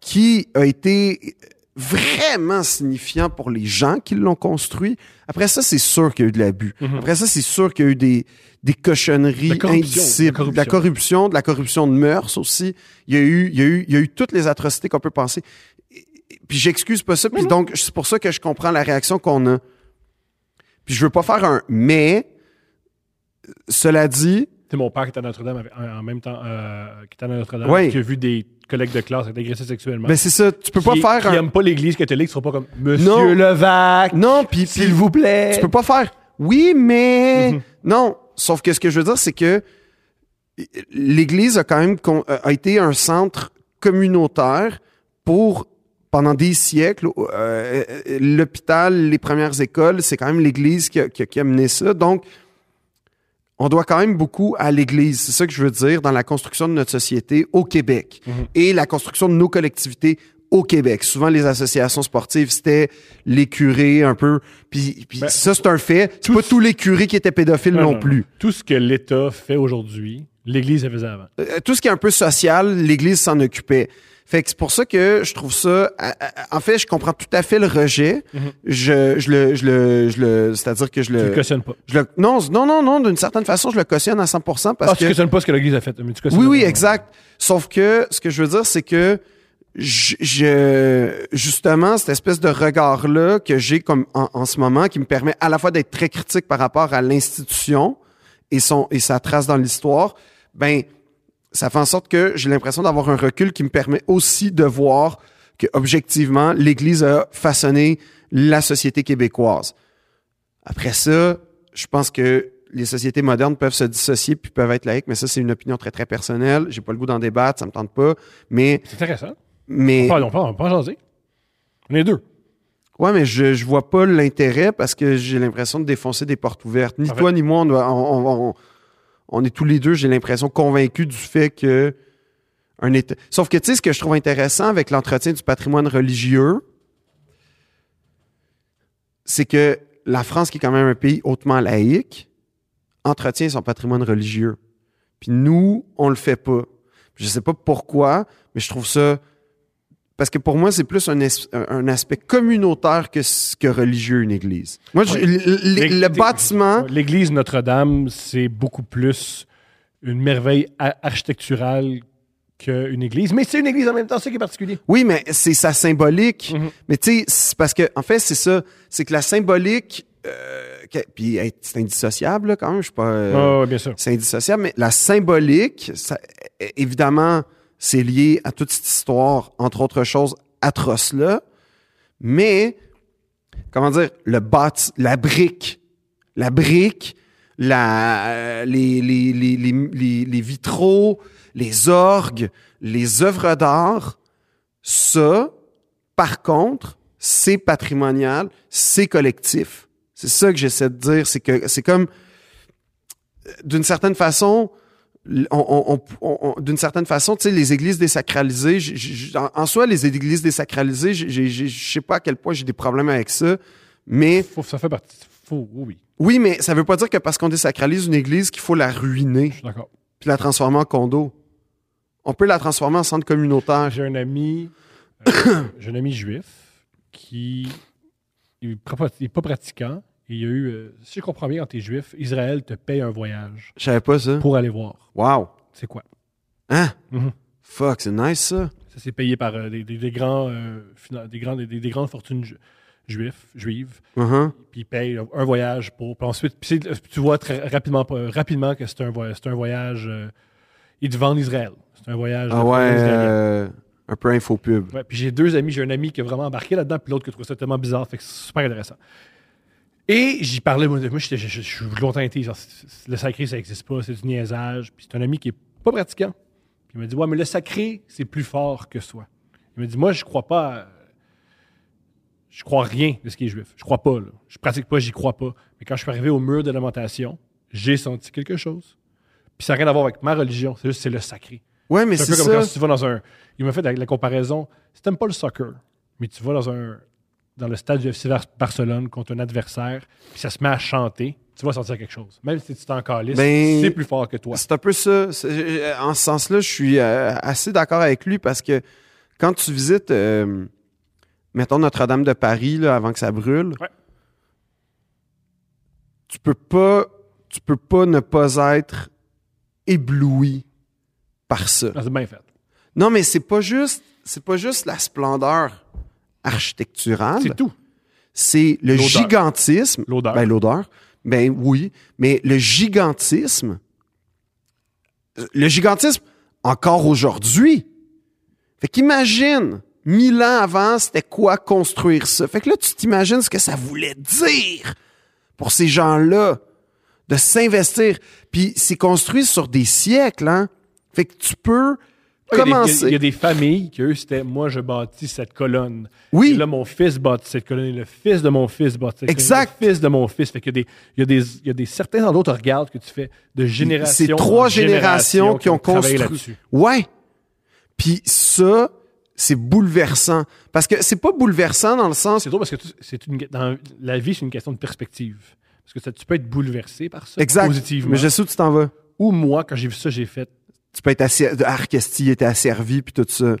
qui a été vraiment signifiant pour les gens qui l'ont construit. Après ça, c'est sûr qu'il y a eu de l'abus.
Mhm.
Après ça, c'est sûr qu'il y a eu des, des cochonneries
La corruption,
indicibles,
la corruption.
de la corruption, de la corruption de mœurs aussi. Il y a eu, il y a eu, il y a eu toutes les atrocités qu'on peut penser. Et- et- Puis j'excuse pas ça. Puis donc, c'est pour ça que je comprends la réaction qu'on a. Puis je veux pas faire un mais. Cela dit,
Tu sais, mon père qui était à Notre-Dame avec- en en même temps, euh, qui était à Notre-Dame,
Oui.
qui a vu des collègues de classe être agressés sexuellement.
ben c'est ça. Tu peux pas
qui,
faire
Qui
un.
n'aiment pas l'Église catholique, ils seront pas comme Monsieur
Non.
Levac,
Non, puis
s'il
puis-
vous plaît.
Tu peux pas faire oui, mais
Euh, Mhm.
non. Sauf que ce que je veux dire, c'est que l'Église a quand même con- euh, a été un centre communautaire pour pendant des siècles. euh, euh, L'hôpital, les premières écoles, c'est quand même l'Église qui a, qui a- qui a mené ça. Donc, on doit quand même beaucoup à l'Église. C'est ça que je veux dire dans la construction de notre société au Québec
Mhm.
et la construction de nos collectivités au Québec. Souvent, les associations sportives, c'était les curés un peu. Puis, puis
Ben,
ça, c'est un fait. C'est
tout-
pas tous les curés qui étaient pédophiles
Non,
non,
non.
plus.
Tout ce que l'État fait aujourd'hui, l'Église le faisait avant.
Euh, tout ce qui est un peu social, l'Église s'en occupait. Fait que c'est pour ça que je trouve ça. à- à- En fait, je comprends tout à fait le rejet.
Mhm.
je, je le, je le, je le- c'est-à-dire que je
Tu
le,
le cautionnes pas.
je le- non, non, non, non. D'une certaine façon, je le cautionne à 100% parce
ah, tu
que
cautionnes pas ce que l'Église a fait. Mais tu cautionnes
Oui,
pas.
oui, exact. Sauf que ce que je veux dire, c'est que je, je- justement, cette espèce de regard-là que j'ai comme en, en ce moment, qui me permet à la fois d'être très critique par rapport à l'institution et son et sa trace dans l'histoire, ben ça fait en sorte que j'ai l'impression d'avoir un recul qui me permet aussi de voir que objectivement, l'Église a façonné la société québécoise. Après ça, je pense que les sociétés modernes peuvent se dissocier puis peuvent être laïques, mais ça, c'est une opinion très, très personnelle. J'ai pas le goût d'en débattre, ça me tente pas. Mais,
C'est intéressant.
mais,
Pardon, pardon, on peut en jaser. On est deux.
ouais, mais je, je vois pas l'intérêt parce que j'ai l'impression de défoncer des portes ouvertes. Ni
En fait-
toi, ni moi, on, doit- on, on- on- on est tous les deux, j'ai l'impression, convaincus du fait que un État. Sauf que, tu sais, ce que je trouve intéressant avec l'entretien du patrimoine religieux, c'est que la France, qui est quand même un pays hautement laïque, entretient son patrimoine religieux. Puis nous, on le fait pas. Je sais pas pourquoi, mais je trouve ça. Parce que pour moi, c'est plus un, es- un aspect communautaire que, s- que religieux, une église. Moi, je-
Ouais.
l- l- le
L'Église-
bâtiment.
L'Église Notre-Dame, c'est beaucoup plus une merveille a- architecturale qu'une église. Mais c'est une église en même temps, c'est ça qui est particulier.
Oui, mais c'est sa symbolique.
Mhm.
Mais tu sais, c'est parce que en fait, c'est ça, c'est que la symbolique, euh, que- puis hey, c'est indissociable là, quand même. Je suis pas, euh,
Ah, ouais, bien sûr.
c'est indissociable, mais la symbolique, ça, é- évidemment, c'est lié à toute cette histoire, entre autres choses atroces là. Mais comment dire, le bâti, la brique, la brique, la, euh, les, les, les, les, les- les vitraux, les orgues, les œuvres d'art. Ça, par contre, c'est patrimonial, c'est collectif. C'est ça que j'essaie de dire. C'est que c'est comme, d'une certaine façon, l- on- on- on- on- d'une certaine façon, tu sais, les églises désacralisées, j- j- j- en, en soi, les églises désacralisées, j- j- j- je sais pas à quel point j'ai des problèmes avec ça, mais
Faut- ça fait partie. Faut, oui, oui,
oui, mais ça veut pas dire que parce qu'on désacralise une église qu'il faut la ruiner
je suis d'accord.
puis la transformer en condo. On peut la transformer en centre communautaire.
J'ai un ami, euh, [COUGHS] j'ai un ami juif qui il est pas, il est pas pratiquant. Et il y a eu, euh, si je comprends bien, quand t'es juif, Israël te paye un voyage
Je savais pas ça.
pour aller voir.
Wow.
C'est quoi?
Hein?
Mhm.
Fuck, c'est nice ça.
Ça, c'est payé par euh, des, des- des grands, euh, finan- des, grands, des, des grandes fortunes ju- juifs- juives.
Mhm.
Puis ils payent un voyage pour. Puis ensuite, puis c'est- euh, tu vois très rapidement, euh, rapidement que c'est un, voy- c'est un voyage. euh, ils te vendent Israël. C'est un voyage. de
Ah ouais,
israélien.
euh, un peu info pub.
Ouais, puis j'ai deux amis, j'ai un ami qui a vraiment embarqué là-dedans, puis l'autre qui trouve ça tellement bizarre, fait que c'est super intéressant. Et j'y parlais, moi, de- moi j'étais- je je- je suis longtemps été, genre, c'est- c'est- le sacré, ça n'existe pas, c'est du niaisage. Puis c'est un ami qui est pas pratiquant. Puis il m'a dit, ouais, mais le sacré, c'est plus fort que soi. Il m'a dit, moi, je crois pas. à- Je crois rien de ce qui est juif. Je crois pas, là. Je pratique pas, j'y crois pas. Mais quand je suis arrivé au mur de lamentation, j'ai senti quelque chose. Puis ça n'a rien à voir avec ma religion, c'est juste, c'est le sacré.
Ouais, mais
C'est
c'est
un peu comme
ça.
quand tu vas dans un. Il m'a fait la, la comparaison. Si t'aimes pas le soccer, mais tu vas dans un dans le stade du FC Bar- Barcelone contre un adversaire, puis ça se met à chanter, tu vas sentir quelque chose. Même si tu t'en calisses,
Ben,
c'est plus fort que toi.
C'est un peu ça. C'est- euh, En ce sens-là, je suis euh, assez d'accord avec lui parce que quand tu visites, euh, mettons Notre-Dame de Paris là, avant que ça brûle,
Ouais.
tu peux pas, tu peux pas ne pas être ébloui par ça.
Ah, C'est bien fait.
Non, mais c'est pas juste, c'est pas juste la splendeur architecturale.
C'est tout.
C'est le
L'odeur.
gigantisme.
L'odeur.
Ben, l'odeur. Ben oui, mais le gigantisme, le gigantisme encore aujourd'hui. Fait qu'imagine, mille ans avant, c'était quoi construire ça? Fait que là, tu t'imagines ce que ça voulait dire pour ces gens-là de s'investir. Puis c'est construit sur des siècles, hein? Fait que tu peux
Il y a des- il y, a- il y
commencer.
a des familles qui, eux, c'était moi, je bâtis cette colonne.
Oui.
Et là, mon fils bâtit cette colonne. Et le fils de mon fils bâtit cette
Exact.
colonne. Le fils de mon fils. Fait qu'il y a des, il y a des, il y a des certains endroits où tu regardes que tu fais de génération.
C'est trois
en génération
générations qui ont
travaillé
construit.
là-dessus.
Ouais. Puis ça, c'est bouleversant. Parce que c'est pas bouleversant dans le sens.
C'est drôle parce que tu- c'est une, dans la vie, c'est une question de perspective. Parce que ça- tu peux être bouleversé par ça
Exact.
positivement.
Mais je sais où tu t'en vas.
Ou moi, quand j'ai vu ça, j'ai fait.
Tu peux être assi... Arcesti était asservi puis tout ça.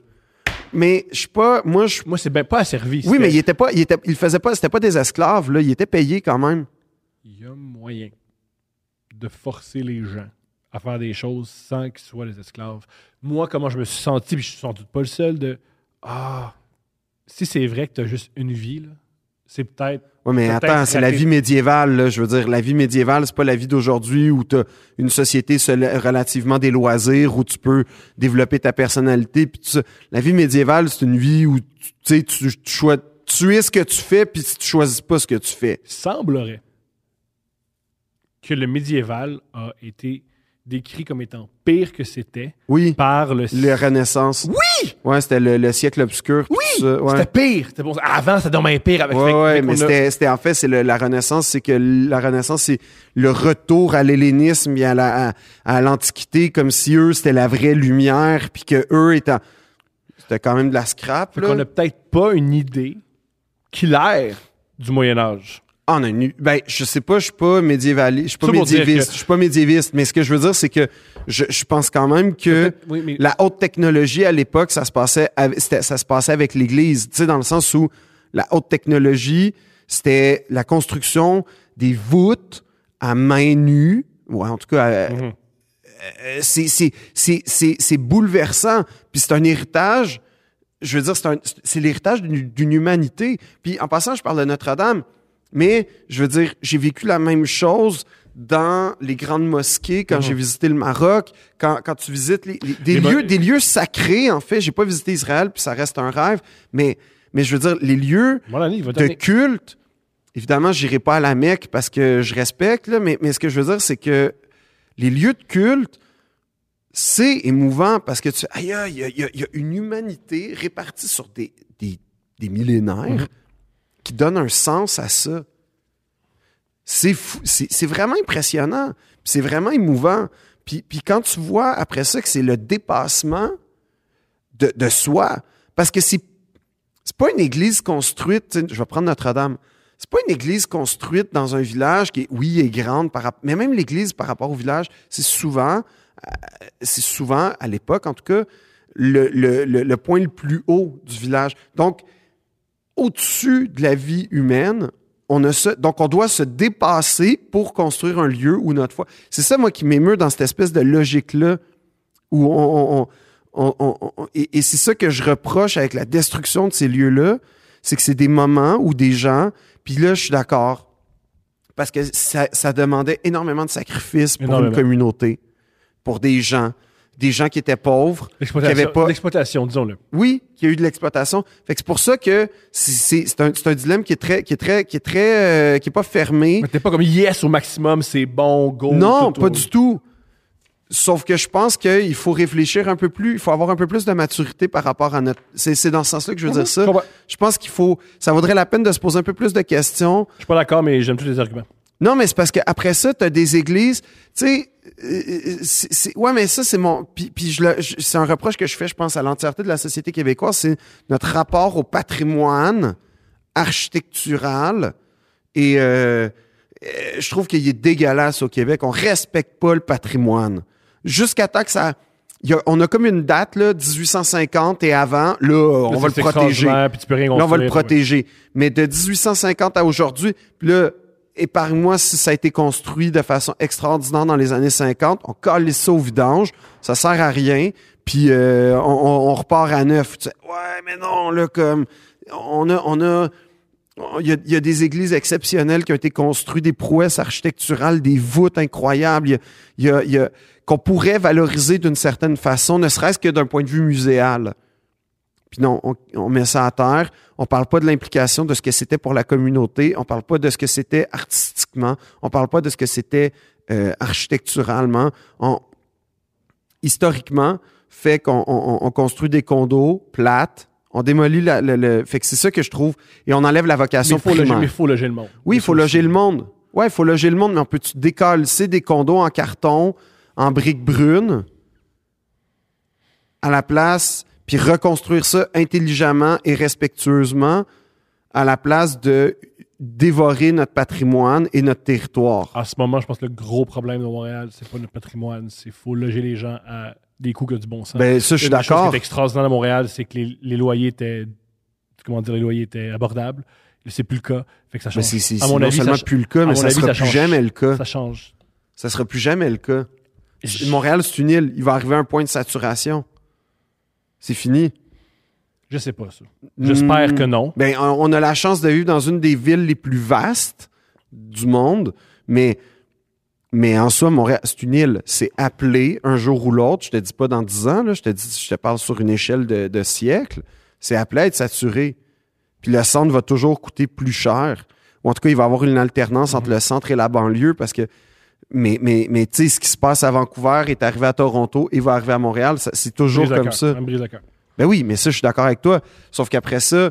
Mais je suis pas. Moi, je.
Moi, c'est ben pas asservi.
Oui,
c'était-
mais il était pas. Il était. Il faisait pas. C'était pas des esclaves là. Il était payé quand même.
Il y a moyen de forcer les gens à faire des choses sans qu'ils soient des esclaves. Moi, comment je me suis senti, puis je suis sans doute pas le seul, de Ah, si c'est vrai que tu as juste une vie, là, c'est peut-être.
Ouais, mais
Peut-être
attends, c'est la
rapide.
vie médiévale, là. Je veux dire, la vie médiévale, c'est pas la vie d'aujourd'hui où t'as une société seul- relativement des loisirs, où tu peux développer ta personnalité, puis tout ça. La vie médiévale, c'est une vie où, tu tu sais, tu, tu, choi- tu es ce que tu fais, puis tu choisis pas ce que tu fais.
semblerait que le médiéval a été décrit comme étant pire que c'était
Oui.
par le
La Renaissance. Oui! Ouais, c'était le, le siècle obscur. Oui!
C'était pire. C'était bon. Avant, c'était dommage pire avec
Ouais,
fait-
ouais,
fait qu'on
mais
a-
c'était, c'était en fait, c'est le- la Renaissance, c'est que la Renaissance, c'est le retour à l'hellénisme et à, la, à, à l'Antiquité, comme si eux, c'était la vraie lumière, puis que eux étaient. C'était quand même de la scrap,
fait
là.
qu'on n'a peut-être pas une idée claire du Moyen-Âge.
Ah, on a une- ben, je sais pas, je suis pas médiévaliste, je suis pas
Ça pour dire
médiéviste,
que-
je suis pas médiéviste, mais ce que je veux dire, c'est que je, je pense quand même que
Oui, mais
la haute technologie à l'époque, ça se passait, avec, c'était- ça se passait avec l'Église, tu sais, dans le sens où la haute technologie, c'était la construction des voûtes à main nue, ou en tout cas, à-
Mhm.
euh, c'est- c'est- c'est c'est- c'est bouleversant, puis c'est un héritage. Je veux dire, c'est un- c'est l'héritage d'une d'une humanité. Puis en passant, je parle de Notre-Dame, mais je veux dire, j'ai vécu la même chose dans les grandes mosquées quand
Mhm.
j'ai visité le Maroc, quand, quand tu visites les, les- des,
Les mo-
lieux, des lieux sacrés, en fait. J'ai pas visité Israël, puis ça reste un rêve, mais, mais je veux dire, les lieux
Mon ami, il va
de
donner.
culte, Évidemment, j'irai pas à la Mecque parce que je respecte, là, mais, mais ce que je veux dire, c'est que les lieux de culte, c'est émouvant parce que tu aïe, aïe, il y a- il y, a- il y a une humanité répartie sur des, des- des millénaires
Mhm.
qui donne un sens à ça. C'est fou, c'est c'est vraiment impressionnant, puis c'est vraiment émouvant. Puis, puis quand tu vois après ça que c'est le dépassement de, de soi, parce que c'est c'est pas une église construite, tu sais, je vais prendre Notre-Dame. C'est pas une église construite dans un village qui, est- oui, est grande, par, rap- mais même l'église par rapport au village, c'est souvent, euh, c'est souvent, à l'époque en tout cas, le, le- le- le point le plus haut du village. Donc, au-dessus de la vie humaine, on a ça. Donc, on doit se dépasser pour construire un lieu où notre foi. C'est ça, moi, qui m'émeut dans cette espèce de logique-là où on. on- on- on- on- on- et et c'est ça que je reproche avec la destruction de ces lieux-là, c'est que c'est des moments où des gens. Puis là, je suis d'accord. Parce que ça, ça demandait énormément de sacrifices pour
Énormément.
une communauté, pour des gens, des gens qui étaient pauvres, Qu'il y
L'exploitation,
avait pas-
l'exploitation, disons-le.
oui, qu'il y a eu de l'exploitation. Fait que c'est pour ça que c'est- c'est c'est un, c'est un dilemme qui est très, qui est très, qui est très, euh, qui est pas fermé.
Mais t'es pas comme yes au maximum, c'est bon, go.
Non,
tout,
pas
tout.
du tout. Sauf que je pense qu'il faut réfléchir un peu plus, il faut avoir un peu plus de maturité par rapport à notre. C'est c'est dans ce sens-là que je veux dire ça.
Mhm. Je comprends.
Je pense qu'il faut. Ça vaudrait la peine de se poser un peu plus de questions.
Je suis pas d'accord, mais j'aime tous les arguments.
Non, mais c'est parce qu'après ça, t'as des églises, tu sais, euh, euh, c'est- c'est- ouais, mais ça, c'est mon, puis, puis je le- je- c'est un reproche que je fais, je pense, à l'entièreté de la société québécoise, c'est notre rapport au patrimoine architectural et euh, euh, je trouve qu'il est dégueulasse au Québec. On respecte pas le patrimoine. Jusqu'à temps que ça, il y a- on a comme une date, là, 1850 et avant, là, on
Là,
va le
c'est
protéger.
extraordinaire, Puis tu peux rien
Là, on va le
construire.
protéger. Mais de 1850 à aujourd'hui, puis là, épargne-moi si ça a été construit de façon extraordinaire dans les années 50. On colle ça au vidange. Ça sert à rien. Puis euh, on, on- on repart à neuf. Tu sais, ouais, mais non, là, comme... On a... On a on- il y, a, il y a des églises exceptionnelles qui ont été construites, des prouesses architecturales, des voûtes incroyables, il y a- il y a- il y a- qu'on pourrait valoriser d'une certaine façon, ne serait-ce que d'un point de vue muséal. Puis non, on, on met ça à terre. On parle pas de l'implication de ce que c'était pour la communauté. On parle pas de ce que c'était artistiquement. On parle pas de ce que c'était euh, architecturalement. On- historiquement, fait qu'on on- on- on construit des condos plates. On démolit la- le, le- Fait que c'est ça que je trouve. Et on enlève la
Mais
vocation
il faut loger-
primaire.
mais il faut loger le monde.
Oui, il faut loger le monde. Ouais, il faut loger le monde, mais on peut-tu décalisser des condos en carton, en briques brunes, à la place, puis reconstruire ça intelligemment et respectueusement, à la place de dévorer notre patrimoine et notre territoire.
En ce moment, je pense que le gros problème de Montréal, c'est pas notre patrimoine, c'est faut loger les gens à des coûts qui ont du bon sens.
ben, ça, je suis
Une des choses
d'accord.
qui est extraordinaire à Montréal, c'est que les, les loyers étaient comment dire, les loyers étaient abordables. Là, C'est plus le cas. Fait que ça
Mais
change.
Ben, c'est c'est-
à
c'est
mon
non
avis,
seulement
ça,
plus le cas,
à
mais
mon
ça
avis,
sera
ça
plus
change.
jamais le cas.
ça change.
Ça sera plus jamais le cas.
Je-
Montréal, c'est une île. Il va arriver un point de saturation. C'est fini.
Je sais pas ça. J'espère
Hmm.
que non.
Ben, on on a la chance de vivre dans une des villes les plus vastes du monde, mais, mais en soi, Montréal, c'est une île. C'est appelé un jour ou l'autre. Je te dis pas dans 10 ans, là, je te dis, je te parle sur une échelle de, de siècle. C'est appelé à être saturé. Puis le centre va toujours coûter plus cher. Ou en tout cas, il va y avoir une alternance entre le centre et la banlieue parce que. Mais, mais, mais tu sais, ce qui se passe à Vancouver est arrivé à Toronto et va arriver à Montréal. Ça- C'est toujours
Brise le
comme
cœur.
ça.
me brise le cœur.
Ben oui, mais ça, je suis d'accord avec toi. Sauf qu'après ça,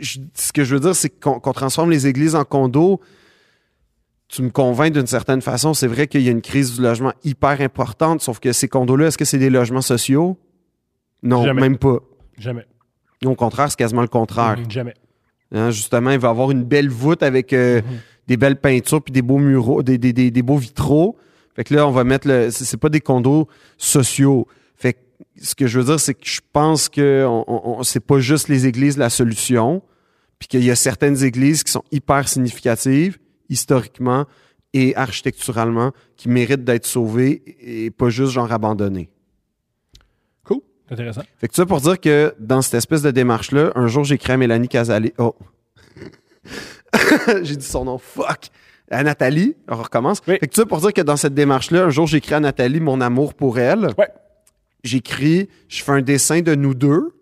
je- ce que je veux dire, c'est qu'on qu'on transforme les églises en condos. Tu me convaincs d'une certaine façon. C'est vrai qu'il y a une crise du logement hyper importante, sauf que ces condos-là, est-ce que c'est des logements sociaux? Non,
Jamais. Mm-hmm.
même pas.
Jamais.
Au contraire, c'est quasiment le contraire.
Jamais.
Hein, justement, il va avoir une belle voûte avec euh,
Mhm.
des belles peintures puis des beaux muraux, des, des- des- des beaux vitraux. Fait que là, on va mettre le. C'est c'est pas des condos sociaux. Fait que ce que je veux dire, c'est que je pense que on, on- on- c'est pas juste les églises la solution, puis qu'il y a certaines églises qui sont hyper significatives historiquement et architecturalement qui méritent d'être sauvées et pas juste genre abandonnées.
Cool. C'est Intéressant.
Fait que ça pour dire que dans cette espèce de démarche-là, un jour j'écris à Mélanie Casalé. Oh! [LAUGHS] J'ai dit son nom, fuck! À Nathalie, on recommence.
Oui.
Fait que ça pour dire que dans cette démarche-là, un jour j'écris à Nathalie mon amour pour elle.
Ouais.
J'écris, je fais un dessin de nous deux.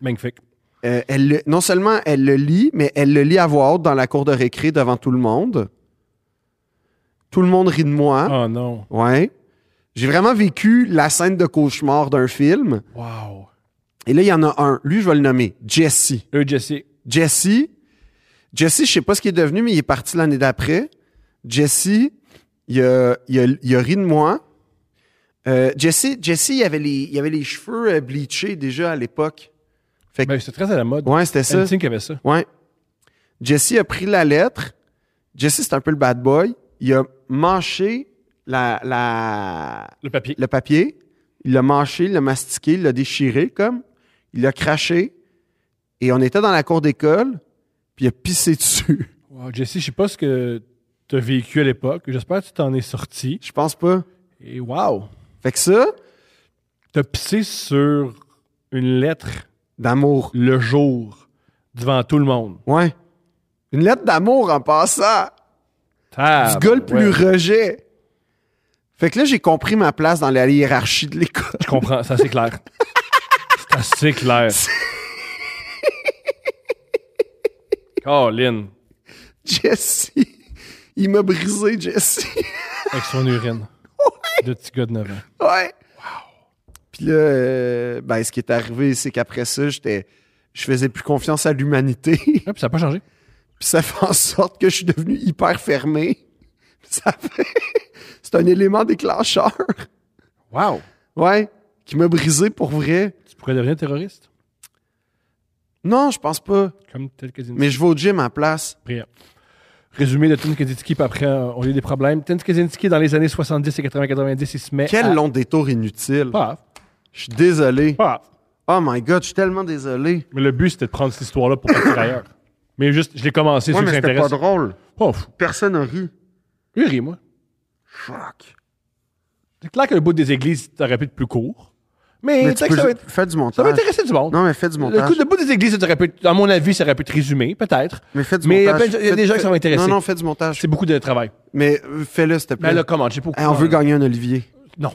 Magnifique.
Euh, elle le- non seulement elle le lit, mais elle le lit à voix haute dans la cour de récré devant tout le monde. Tout le monde rit de moi.
Oh non.
Ouais. J'ai vraiment vécu la scène de cauchemar d'un film.
Wow.
Et là, il y en a un. Lui, je vais le nommer. Jesse.
Eux, Jesse.
Jesse. Jesse, je sais pas ce qu'il est devenu, mais il est parti l'année d'après. Jesse, il a, il a- il a ri de moi. Euh, Jesse, Jesse, il avait les, il avait les cheveux euh, bleachés déjà à l'époque.
Ben, c'est très à la mode.
Ouais, c'était ça.
C'est qui avait ça.
Ouais. Jesse a pris la lettre. Jesse, c'est un peu le bad boy. Il a mâché la, la,
Le papier.
le papier, il l'a mâché, il l'a mastiqué, il l'a déchiré comme, il l'a craché, et on était dans la cour d'école, puis il a pissé dessus. [LAUGHS]
Wow, Jesse, je sais pas ce que tu as vécu à l'époque. J'espère que tu t'en es sorti.
Je pense pas.
Et wow.
Fait que ça,
T'as pissé sur une lettre
d'amour.
le jour devant tout le monde.
Ouais. Une lettre d'amour en passant.
Ah,
du gars le plus rejet. Fait que là, j'ai compris ma place dans la hiérarchie de l'école. [LAUGHS]
Je comprends, ça c'est [LAUGHS] clair. c'est assez clair. Colin,
Jesse. Il m'a brisé, Jesse.
avec son urine. De petit gars de 9 ans.
Ouais. Puis là, euh, ben, ce qui est arrivé, c'est qu'après ça, j'étais, je faisais plus confiance à l'humanité. [LAUGHS] Puis
Ouais, Ah, puis ça n'a pas changé.
ça fait en sorte que je suis devenu hyper fermé. Ça fait, [LAUGHS] c'est un élément déclencheur. [LAUGHS]
Wow.
Ouais. Qui m'a brisé pour vrai.
Tu pourrais devenir terroriste,
Non, je pense pas.
comme tel que dit
Mais je vais au gym à la place.
Prière. Résumé de Tin Kazinski, puis après, euh, on lit des problèmes. Tin Kazinski, dans les années 70 et 80-90, il se met.
Quel
à-
long détour inutile.
Pas grave,
Je suis désolé.
pas grave.
Oh my god, je suis tellement désolé.
Mais le but, c'était de prendre cette histoire-là pour partir [COUGHS] ailleurs. Mais juste, je l'ai commencé,
Ouais,
ceux
mais
qui
c'était pas
s'intéressent.
drôle.
Oh, pff,
Personne n'a ri.
lui, rit, moi.
Fuck.
C'est clair que le bout des églises, t'aurais pu être plus court. Mais,
Mais
tu sais que
tu peux
ça va
ju-
être-
Fais du
ça va
montage.
intéresser du monde.
Non, mais fais du montage.
le coup, le bout des églises, ça aurait pu être- à mon avis, ça aurait pu être résumé, peut-être.
Mais fais du
Mais il y a
montage.
plein de- il y a
Fais-
des gens qui
fais-
sont intéressés.
Non, non, fais du montage.
C'est beaucoup de travail.
Mais euh, fais-le, s'il te plaît.
Mais là, comment? Je sais pas
Hey, on
pourquoi,
veut
là.
gagner un Olivier.
Non.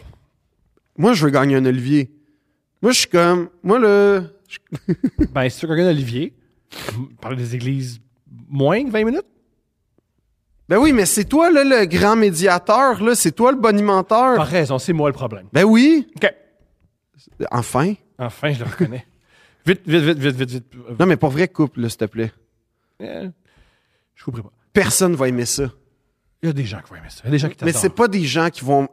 Moi, je veux gagner un Olivier. Moi, je suis comme. Moi, là. je-
Ben, si tu regardes Olivier, parler des églises moins que 20 minutes?
Ben oui, mais c'est toi, là, le grand médiateur, là. C'est toi, le bonimenteur.
T'as raison, c'est moi le problème.
Ben oui.
Ah. OK.
Enfin.
Enfin, je le
[LAUGHS]
reconnais. Vite, vite, vite, vite, vite, vite.
Non, mais pour vrai, couple, là, s'il te plaît.
Euh, Je comprends pas.
Personne va aimer ça.
Il y a des gens qui vont aimer ça. Il y a des gens qui
Mais
t'adorent.
c'est pas des gens qui vont.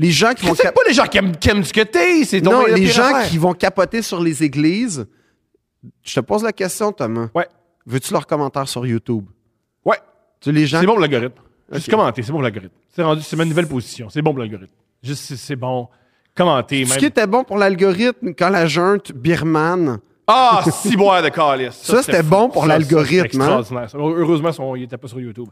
Les gens qui vont.
C'est
cap-
pas les gens qui aiment, qui aiment ce que t'es, c'est ton
Non,
meilleur
les
pire
gens
affaire.
qui vont capoter sur les églises. Je te pose la question, Thomas.
Ouais.
Veux-tu leurs commentaires sur YouTube?
Ouais,
Tu sais, les gens
c'est bon pour l'algorithme. Juste
Hein? Ok.
commenter, c'est bon pour l'algorithme. C'est rendu, c'est ma nouvelle position. C'est bon pour l'algorithme. Juste, c'est- c'est bon. Commenter,
Ce qui
même.
était bon pour l'algorithme, quand la junte birmane, [LAUGHS]
Ah, six boires de calice.
Ça, c'était
fou.
bon pour
Ça, ça,
l'algorithme, hein?
c'est extraordinaire. Ça, Heureusement, son- il était pas sur YouTube.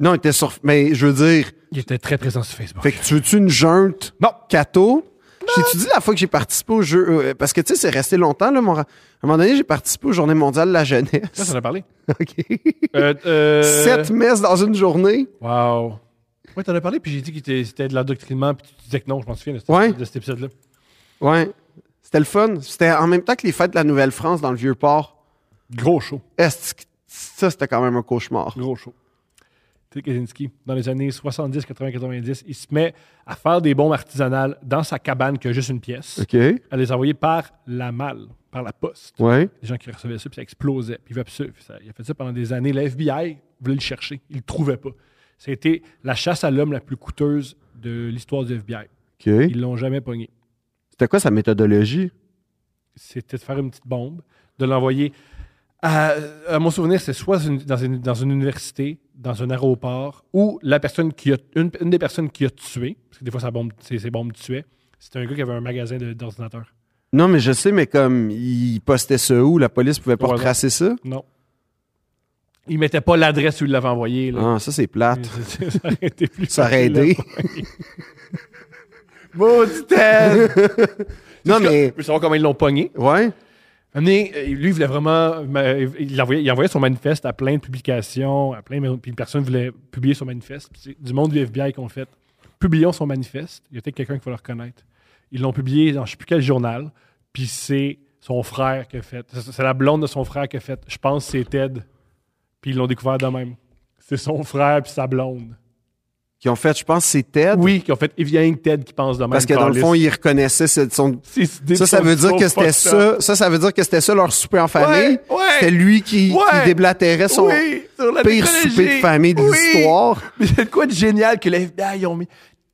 non, elle était sur. Mais je veux dire,
Il était très présent sur Facebook.
fait que tu veux-tu une junte
Non.
cato? J'ai-tu dit la fois que j'ai participé au jeu? euh, parce que, tu sais, c'est resté longtemps, là, mon ra- À un moment donné, j'ai participé aux Journées mondiales de la
Ça,
jeunesse.
ça en a parlé.
[LAUGHS] OK.
Euh, euh,
Sept messes dans une journée.
Wow. Ouais, t'en as parlé, puis j'ai dit que était- c'était de l'endoctrinement, puis tu disais que non, je m'en souviens de, cet-
Ouais.
de cet épisode-là.
Ouais. C'était le fun. C'était en même temps que les fêtes de la Nouvelle-France dans le Vieux-Port.
Gros show.
Est ça, c'était quand même un cauchemar.
Gros show. Ted Kaczynski, dans les années 70, 80, 90, il se met à faire des bombes artisanales dans sa cabane qui a juste une pièce,
OK.
à les envoyer par la malle, par la poste.
Ouais.
Les gens qui recevaient ça, puis ça explosait. Puis il, va- puis ça- il a fait ça pendant des années. Le FBI voulait le chercher. Il le trouvait pas. C'était la chasse à l'homme la plus coûteuse de l'histoire du FBI.
OK.
Ils l'ont jamais pogné.
C'était quoi sa méthodologie?
c'était de faire une petite bombe, de l'envoyer à, à mon souvenir, c'est soit une- dans, une, dans une université, dans un aéroport, ou la personne qui a une, une des personnes qui a tué, parce que des fois sa bombe, ses, ses bombes tuaient, c'était un gars qui avait un magasin de- d'ordinateurs.
Non, mais je sais, mais comme il postait ça où, la police pouvait pas
Au
retracer ça.
Non. Il mettait pas l'adresse où il l'avait envoyé. Là.
Ah, ça, c'est plate.
[LAUGHS] ça aurait été plus
Ça aurait
facile à
aidé. [LAUGHS]
envoyer.
Maudit [LAUGHS] Non,
Je
mais.
veux savoir comment ils l'ont pogné.
Ouais.
Amené, euh, lui, il voulait vraiment. ma- Il envoyait, il envoyait son manifeste à plein de publications, à plein de- Puis personne voulait publier son manifeste. Puis c'est du monde du FBI qu'on fait. Publions son manifeste. Il y a peut-être quelqu'un qui va le reconnaître. Ils l'ont publié dans je ne sais plus quel journal. Puis c'est son frère qui a fait. C'est c'est la blonde de son frère qui a fait. Je pense que c'est Ted. Puis ils l'ont découvert de même. C'est son frère puis sa blonde.
Qui ont fait, je pense, c'est Ted.
Oui, qui ont fait Evian Ted qui pense de même.
Parce que dans le fond, ils reconnaissaient cette- son- ça, ça veut dire que c'était ça. Ça, ça veut dire que c'était ça leur souper en famille.
ouais.
C'était lui qui, qui
Ouais.
déblatérait son
Oui, sur la
pire
technologie.
souper de famille de
Oui.
l'histoire.
Mais c'est de quoi de génial que les FBI ils ont mis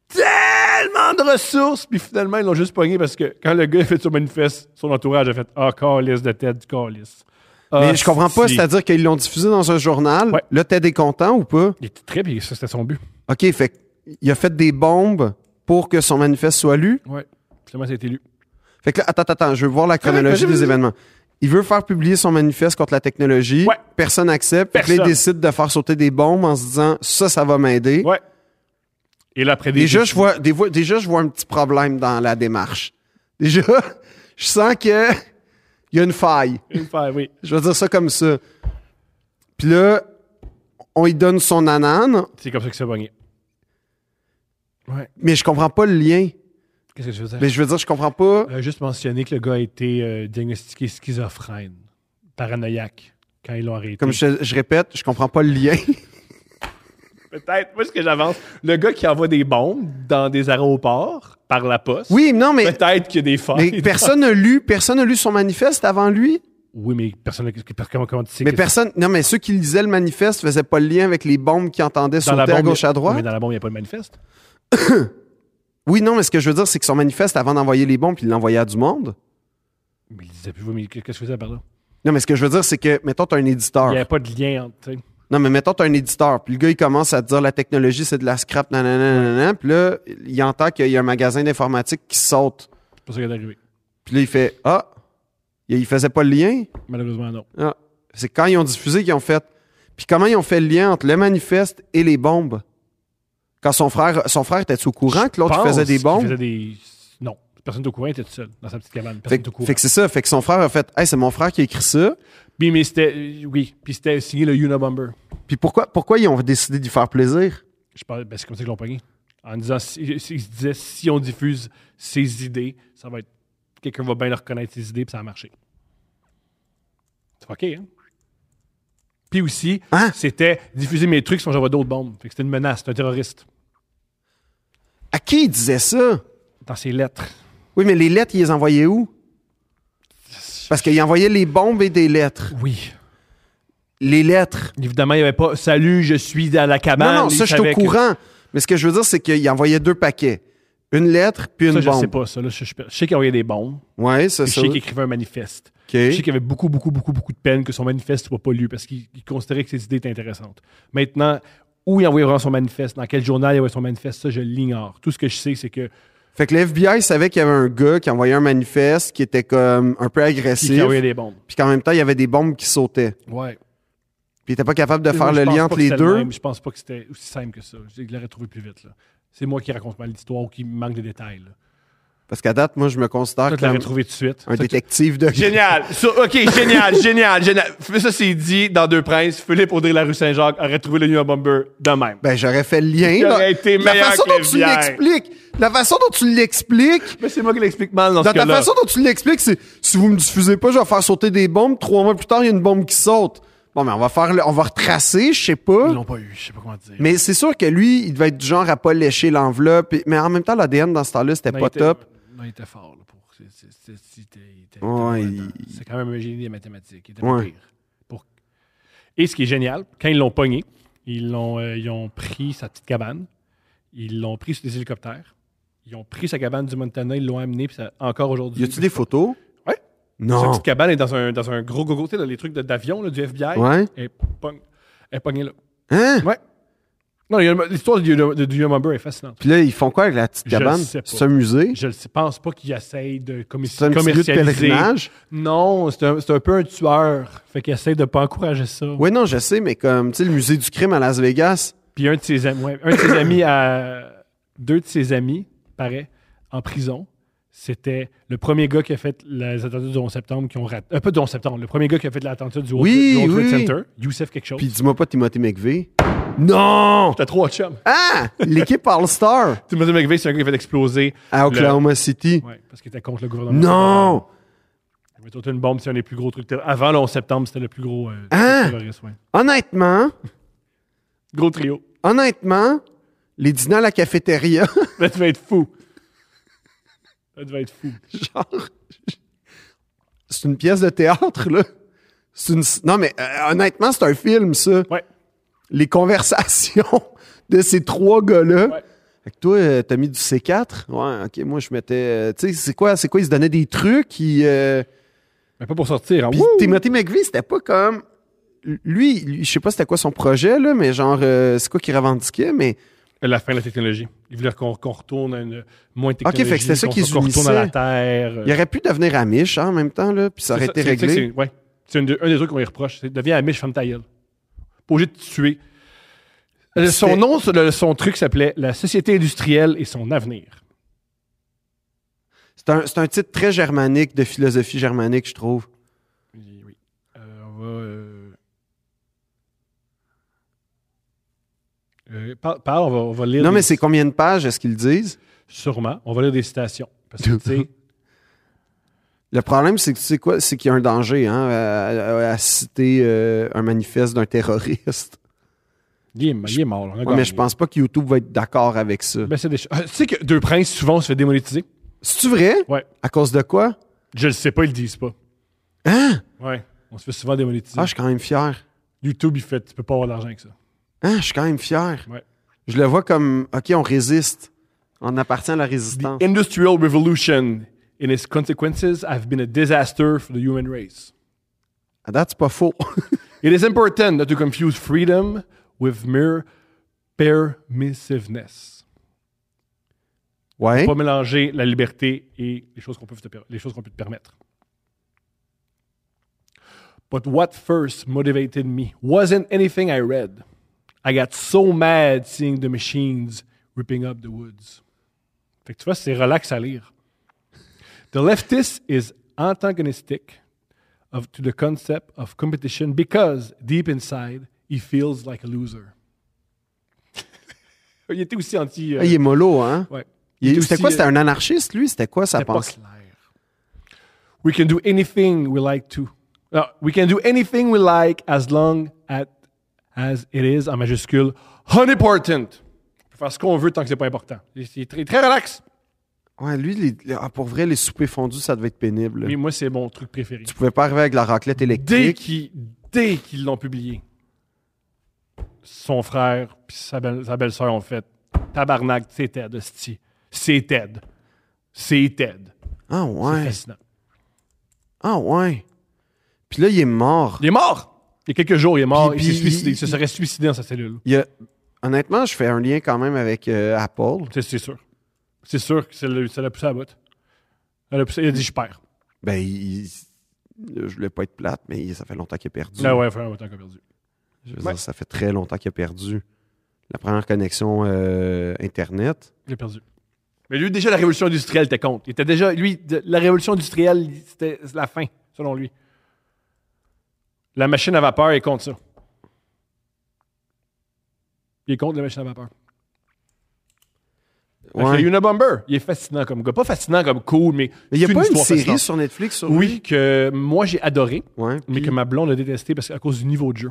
tellement de ressources, puis finalement, ils l'ont juste pogné parce que quand le gars a fait son manifeste, son entourage a fait Ah, calice de tête du calice.
Mais
Ah,
je comprends pas,
si.
c'est-à-dire qu'ils l'ont diffusé dans un journal.
Ouais.
Là, Ted est content ou pas?
Il était très bien, ça, c'était son but.
OK, fait qu'il a fait des bombes pour que son manifeste soit lu.
Ouais. Finalement, ça a été lu.
Fait que là, attends, attends, attends, je veux voir la chronologie
vas-y,
des
vas-y.
événements. Il veut faire publier son manifeste contre la technologie.
Ouais.
Personne n'accepte. Fait que là, il
Personne.
décide de faire sauter des bombes en se disant ça, ça va m'aider.
Ouais. Et là, après des.
Déjà, je vois, des voix- déjà, je vois un petit problème dans la démarche. Déjà, [LAUGHS] je sens que il y a une faille.
Une fois, oui.
Je vais dire ça comme ça. Puis là, on lui donne son anane,
C'est comme ça que ça a pogné. Ouais.
mais je comprends pas le lien.
Qu'est-ce que je veux dire?
Mais je veux dire, je comprends pas.
Euh, juste mentionner que le gars a été euh, diagnostiqué schizophrène, paranoïaque, quand ils l'ont arrêté.
Comme je, je répète, je comprends pas le lien.
Peut-être. Moi, ce que j'avance, le gars qui envoie des bombes dans des aéroports par la poste.
[LAUGHS] Oui, non, [LAUGHS] mais,
Peut-être qu'il y a des failles.
mais personne n'a lu, personne n'a lu son manifeste avant lui.
Oui, mais personne. n'a- parce que Comment, comment tu sais
Mais
que-
personne, non, mais ceux qui lisaient le manifeste faisaient pas le lien avec les bombes qui entendaient
dans la
sauter
bombe,
à gauche à
Oui,
droite.
Mais dans la bombe, il n'y a pas de manifeste.
Oui, non, mais ce que je veux dire, c'est que son manifeste, avant d'envoyer les bombes, puis il l'envoyait à du monde.
Mais il disait plus. oui, Mais qu'est-ce que je faisais par là
Non, mais ce que je veux dire, c'est que, mettons, t'as un
Il
éditeur.
n'y avait pas de lien. entre, tu sais.
Non, mais mettons, t'as un éditeur. Puis le gars, il commence à te dire la technologie, c'est de la scrap, nanana, nanana. Puis là, il entend qu'il y a un magasin d'informatique qui saute.
C'est pas ça qui est arrivé.
Puis là, il fait Ah, il il faisait pas le lien.
Malheureusement, non.
Ah. C'est quand ils ont diffusé qu'ils ont fait. Puis comment ils ont fait le lien entre le manifeste et les bombes? Quand son frère, son frère était au courant que l'autre
Je
faisait
pense
des bombes?
qu'il faisait des- Non. Personne au courant il était tout seul dans sa petite cabane. Personne
Fait,
était au courant.
fait que c'est ça. Fait que son frère a fait Hey, c'est mon frère qui a écrit ça.
Puis, mais c'était. euh, Oui. Puis c'était signé le Unabomber.
Puis pourquoi, pourquoi ils ont décidé d'y faire plaisir?
Je parle, ben, c'est comme ça qu'ils l'ont pogné. En disant, si, si- ils se disaient, si on diffuse ses idées, ça va être. Quelqu'un va bien leur reconnaître ses idées, puis ça a marché. C'est fucké, hein? Puis aussi,
Hein?
c'était diffuser mes trucs sinon j'envoie d'autres bombes. Fait que c'était une menace, c'était un terroriste.
À qui ils disaient ça?
Dans ses lettres.
Oui, mais les lettres, ils les envoyaient où? Parce qu'ils envoyaient les bombes et des lettres.
Oui.
Les lettres.
Évidemment, il n'y avait pas Salut, je suis à la cabane.
non, non,
Ils
ça, je suis
savaient
au
que-
courant. Mais ce que je veux dire, c'est qu'ils envoyaient deux paquets. Une lettre, puis une
Ça, je
bombe.
sais pas, ça. là. je, je- je sais qu'il envoyait des bombes.
Ouais, c'est
puis Je
ça.
sais qu'il écrivait un manifeste.
OK.
Je sais qu'il y avait beaucoup, beaucoup, beaucoup, beaucoup de peine que son manifeste soit pas lu parce qu'il il considérait que ses idées étaient intéressantes. Maintenant, où il envoyait vraiment son manifeste, dans quel journal il envoyait son manifeste, ça, je l'ignore. Tout ce que je sais, c'est que
Fait que le FBI savait qu'il y avait un gars qui envoyait un manifeste qui était comme un peu agressif,
il envoyait des bombes.
puis qu'en même temps, il y avait des bombes qui sautaient.
Ouais.
Puis il était pas capable de faire
Moi, je
le
pense
lien
pas
entre
que
les
c'était le
deux.
même. Je pense pas que c'était aussi simple que ça. Je l'aurais trouvé plus vite. là. C'est moi qui raconte mal l'histoire ou qui manque de détails. là.
Parce qu'à date, moi, je me considère
Toi, tu
comme
l'aurais trouvé tout de suite.
un
Ça, tu-
détective de...
Génial. Ça, OK, génial, [LAUGHS] génial, génial. Ça, c'est dit dans Deux Princes. Philippe Audrey la rue Saint-Jacques aurait trouvé le New Bomber de même.
[LAUGHS] Ben, j'aurais fait le lien.
Il
là.
aurait été
la
meilleur
façon
que
dont
les
tu
bières.
l'expliques, la façon dont tu l'expliques,
Mais c'est moi qui l'explique mal dans,
dans
ce cas-là.
ta façon dont tu l'expliques, c'est si vous me diffusez pas, je vais faire sauter des bombes. Trois mois plus tard, il y a une bombe qui saute. Bon, mais on va faire, le- on va retracer, je sais pas.
Ils l'ont pas eu. Je sais pas comment dire.
Mais c'est sûr que lui, il devait être du genre à pas lécher l'enveloppe. et- Mais en même temps, l'ADN dans ce temps-là, c'était
Non,
pas
Ben, il était-
top.
Non, il était fort. là, pour... c'est- c'est- c'est- c'était- il était- il était
Ouais,
bon
il-
là-dedans. C'est quand même un génie des mathématiques. Il était
Ouais.
pas pire. Pour- Et ce qui est génial, quand ils l'ont pogné, ils l'ont, euh, ils ont pris sa petite cabane, ils l'ont pris sur des hélicoptères, ils ont pris sa cabane du Montana, ils l'ont amené, puis ça- encore aujourd'hui.
Y a-tu des photos?
Ouais. Sa
Non.
petite cabane est dans un, dans un gros gogo, tu sais, dans les trucs de- d'avion là, du FBI.
Ouais.
Elle est pogn- elle est pognée là.
Hein?
Ouais. Non, il y a- l'histoire du de- du Hummingbird est fascinante.
Puis là, ils font quoi avec la petite
Je
cabane?
sais pas.
C'est un musée?
Je ne pense pas qu'il essaye de commis-
C'est un petit lieu de
commercialiser.
pèlerinage?
Non, c'est un, c'est un peu un tueur. Fait qu'il essaie de pas encourager ça.
Oui, non, je sais, mais comme, tu sais, le musée du crime à Las Vegas.
Puis un de ses, am- ouais, un de ses amis, à, deux de ses amis, paraît, en prison, c'était le premier gars qui a fait les attentats du 11 septembre qui ont raté. Un peu du 11 septembre. Le premier gars qui a fait l'attentat du World,
Oui,
du World Trade
oui, oui.
Center, Youssef quelque chose.
Puis dis-moi pas Timothy McVeigh. Non!
T'as trois chums.
Ah! L'équipe All-Star
Timothy McVeigh, c'est un gars qui a fait exploser.
à
le-
Oklahoma City.
Ouais, parce qu'il était contre le gouvernement.
Non!
Mettons, une bombe, c'est un des plus gros trucs. terro- Avant, le 11 septembre, c'était le plus gros euh, truc
Hein?
terroriste, ouais.
Honnêtement,
Gros [LAUGHS] trio.
honnêtement, les dîners à la cafétéria,
Là, tu vas être fou. Là, tu vas être fou.
genre, c'est une pièce de théâtre, là. C'est une... Non, mais euh, honnêtement, c'est un film, ça.
Ouais.
Les conversations [LAUGHS] de ces trois gars-là.
Ouais.
Fait que toi, euh, t'as mis du C4. Ouais, OK, moi, je mettais... euh, tu sais, c'est quoi? C'est quoi? Ils se donnaient des trucs, ils... euh,
Mais pas pour sortir. hein.
Puis
Wouh!
Timothy McVeigh, c'était pas comme. Lui, lui, je sais pas c'était quoi son projet, là, mais genre, euh, c'est quoi qu'il revendiquait, mais.
La fin de la technologie. Ils voulaient qu'on qu'on retourne à une moins de
Ok,
technologie.
fait que c'était ça
qu'on-
qu'ils
Qu'on retourne à la
unissaient.
Terre. euh.
Il aurait pu devenir Amish hein, en même temps, là, puis ça aurait
C'est
été
c'est- c'est-
réglé.
c'est- ouais. C'est un, de- un des trucs qu'on lui reproche. C'est deviens amiche, femme ta gueule. Pas obligé de te tuer. Euh, Son
C'était-
nom, sur le- son truc s'appelait La société industrielle et son avenir.
C'est un, c'est un titre très germanique, de philosophie germanique, je trouve.
Oui, oui. Euh, on va. euh, euh, par- parle, on va, on va lire.
Non,
des-
mais c'est combien de pages, est-ce qu'ils le disent?
Sûrement. On va lire des citations. Parce que, tu sais,
[LAUGHS] Le problème, c'est que tu sais quoi? C'est qu'il y a un danger hein, à, à- à citer euh, un manifeste
[LAUGHS]
d'un terroriste.
il est, il est mort. là, on a
Ouais, mais
gagné.
je pense pas que YouTube va être d'accord avec ça.
Ben, c'est des... cho- Ah, tu sais que Deux Princes, souvent, on se fait démonétiser.
C'est-tu vrai?
Ouais.
À cause de quoi?
Je le sais pas, ils le disent pas.
Hein?
Ouais. On se fait souvent démonétiser.
Ah, je suis quand même fier.
YouTube, il fait, tu peux pas avoir d'argent avec ça.
Ah, je suis quand même fier.
Ouais.
Je le vois comme, OK, on résiste. On appartient à la résistance.
The Industrial Revolution and its consequences have been a disaster for the human race.
À date, c'est pas faux. [LAUGHS]
It is important not to confuse freedom with mere permissiveness.
ouais.
Pas mélanger la liberté et les choses qu'on peut te, per- les choses qu'on peut te permettre. But what first motivated me wasn't anything I read. I got so mad seeing the machines ripping up the woods. Fait que tu vois, c'est relax à lire. The leftist is antagonistic of, to the concept of competition because deep inside, he feels like a loser. [LAUGHS] Il était aussi anti. euh,
Ah, il est mollo, hein?
ouais.
Il-
était
C'était
aussi,
quoi?
euh,
C'était un anarchiste, lui? C'était quoi sa
c'était pas
pensée?
clair. We can do anything we like to. Non, we can do anything we like as long at- as it is, en majuscule, unimportant. On peut faire ce qu'on veut tant que c'est pas important. Et C'est très, très relax.
Ouais, lui, les- les- ah, pour vrai, les soupers fondus, ça devait être pénible. là.
Mais moi, c'est mon truc préféré.
Tu pouvais pas arriver avec la raclette
Dès
électrique.
qu'ils dès qu'ils l'ont publié, son frère puis sa, belle, sa belle-sœur ont fait Tabarnak, c'est Ted, hostie. C'est Ted. C'est Ted.
Ah
C'est
ouais.
fascinant.
Ah ouais. Puis là, il est mort.
Il est mort. Il y a quelques jours, il est mort.
Puis-
il, s'est
puis-
suicidé. il se
il-
serait suicidé dans sa cellule.
Il a- Honnêtement, je fais un lien quand même avec euh, Apple.
C'est, c'est sûr. C'est sûr que ça l'a ça l'a poussé à la botte. Ça l'a poussé- il a dit Je perds.
Ben, il... là, je voulais pas être plate, mais il- ça fait longtemps qu'il a perdu.
Là, Ah ouais, il faut un temps qu'on a perdu.
Mm. Je veux
Ouais.
dire, ça fait très longtemps qu'il a perdu la première connexion euh, Internet.
Il a perdu. Mais lui, déjà, la révolution industrielle était contre. Il était déjà. Lui, de- la révolution industrielle, il- c'était la fin, selon lui. La machine à vapeur est contre ça. Il est contre la machine à vapeur. Fait que
Ouais.
le Unabomber, il est fascinant comme gars. Pas fascinant comme cool, mais.
Mais il n'y a
c'est
pas une
histoire
série
fascinante.
sur Netflix sur
Oui, que moi, j'ai adoré.
Ouais.
mais que ma blonde a détesté parce qu'à cause du niveau de jeu.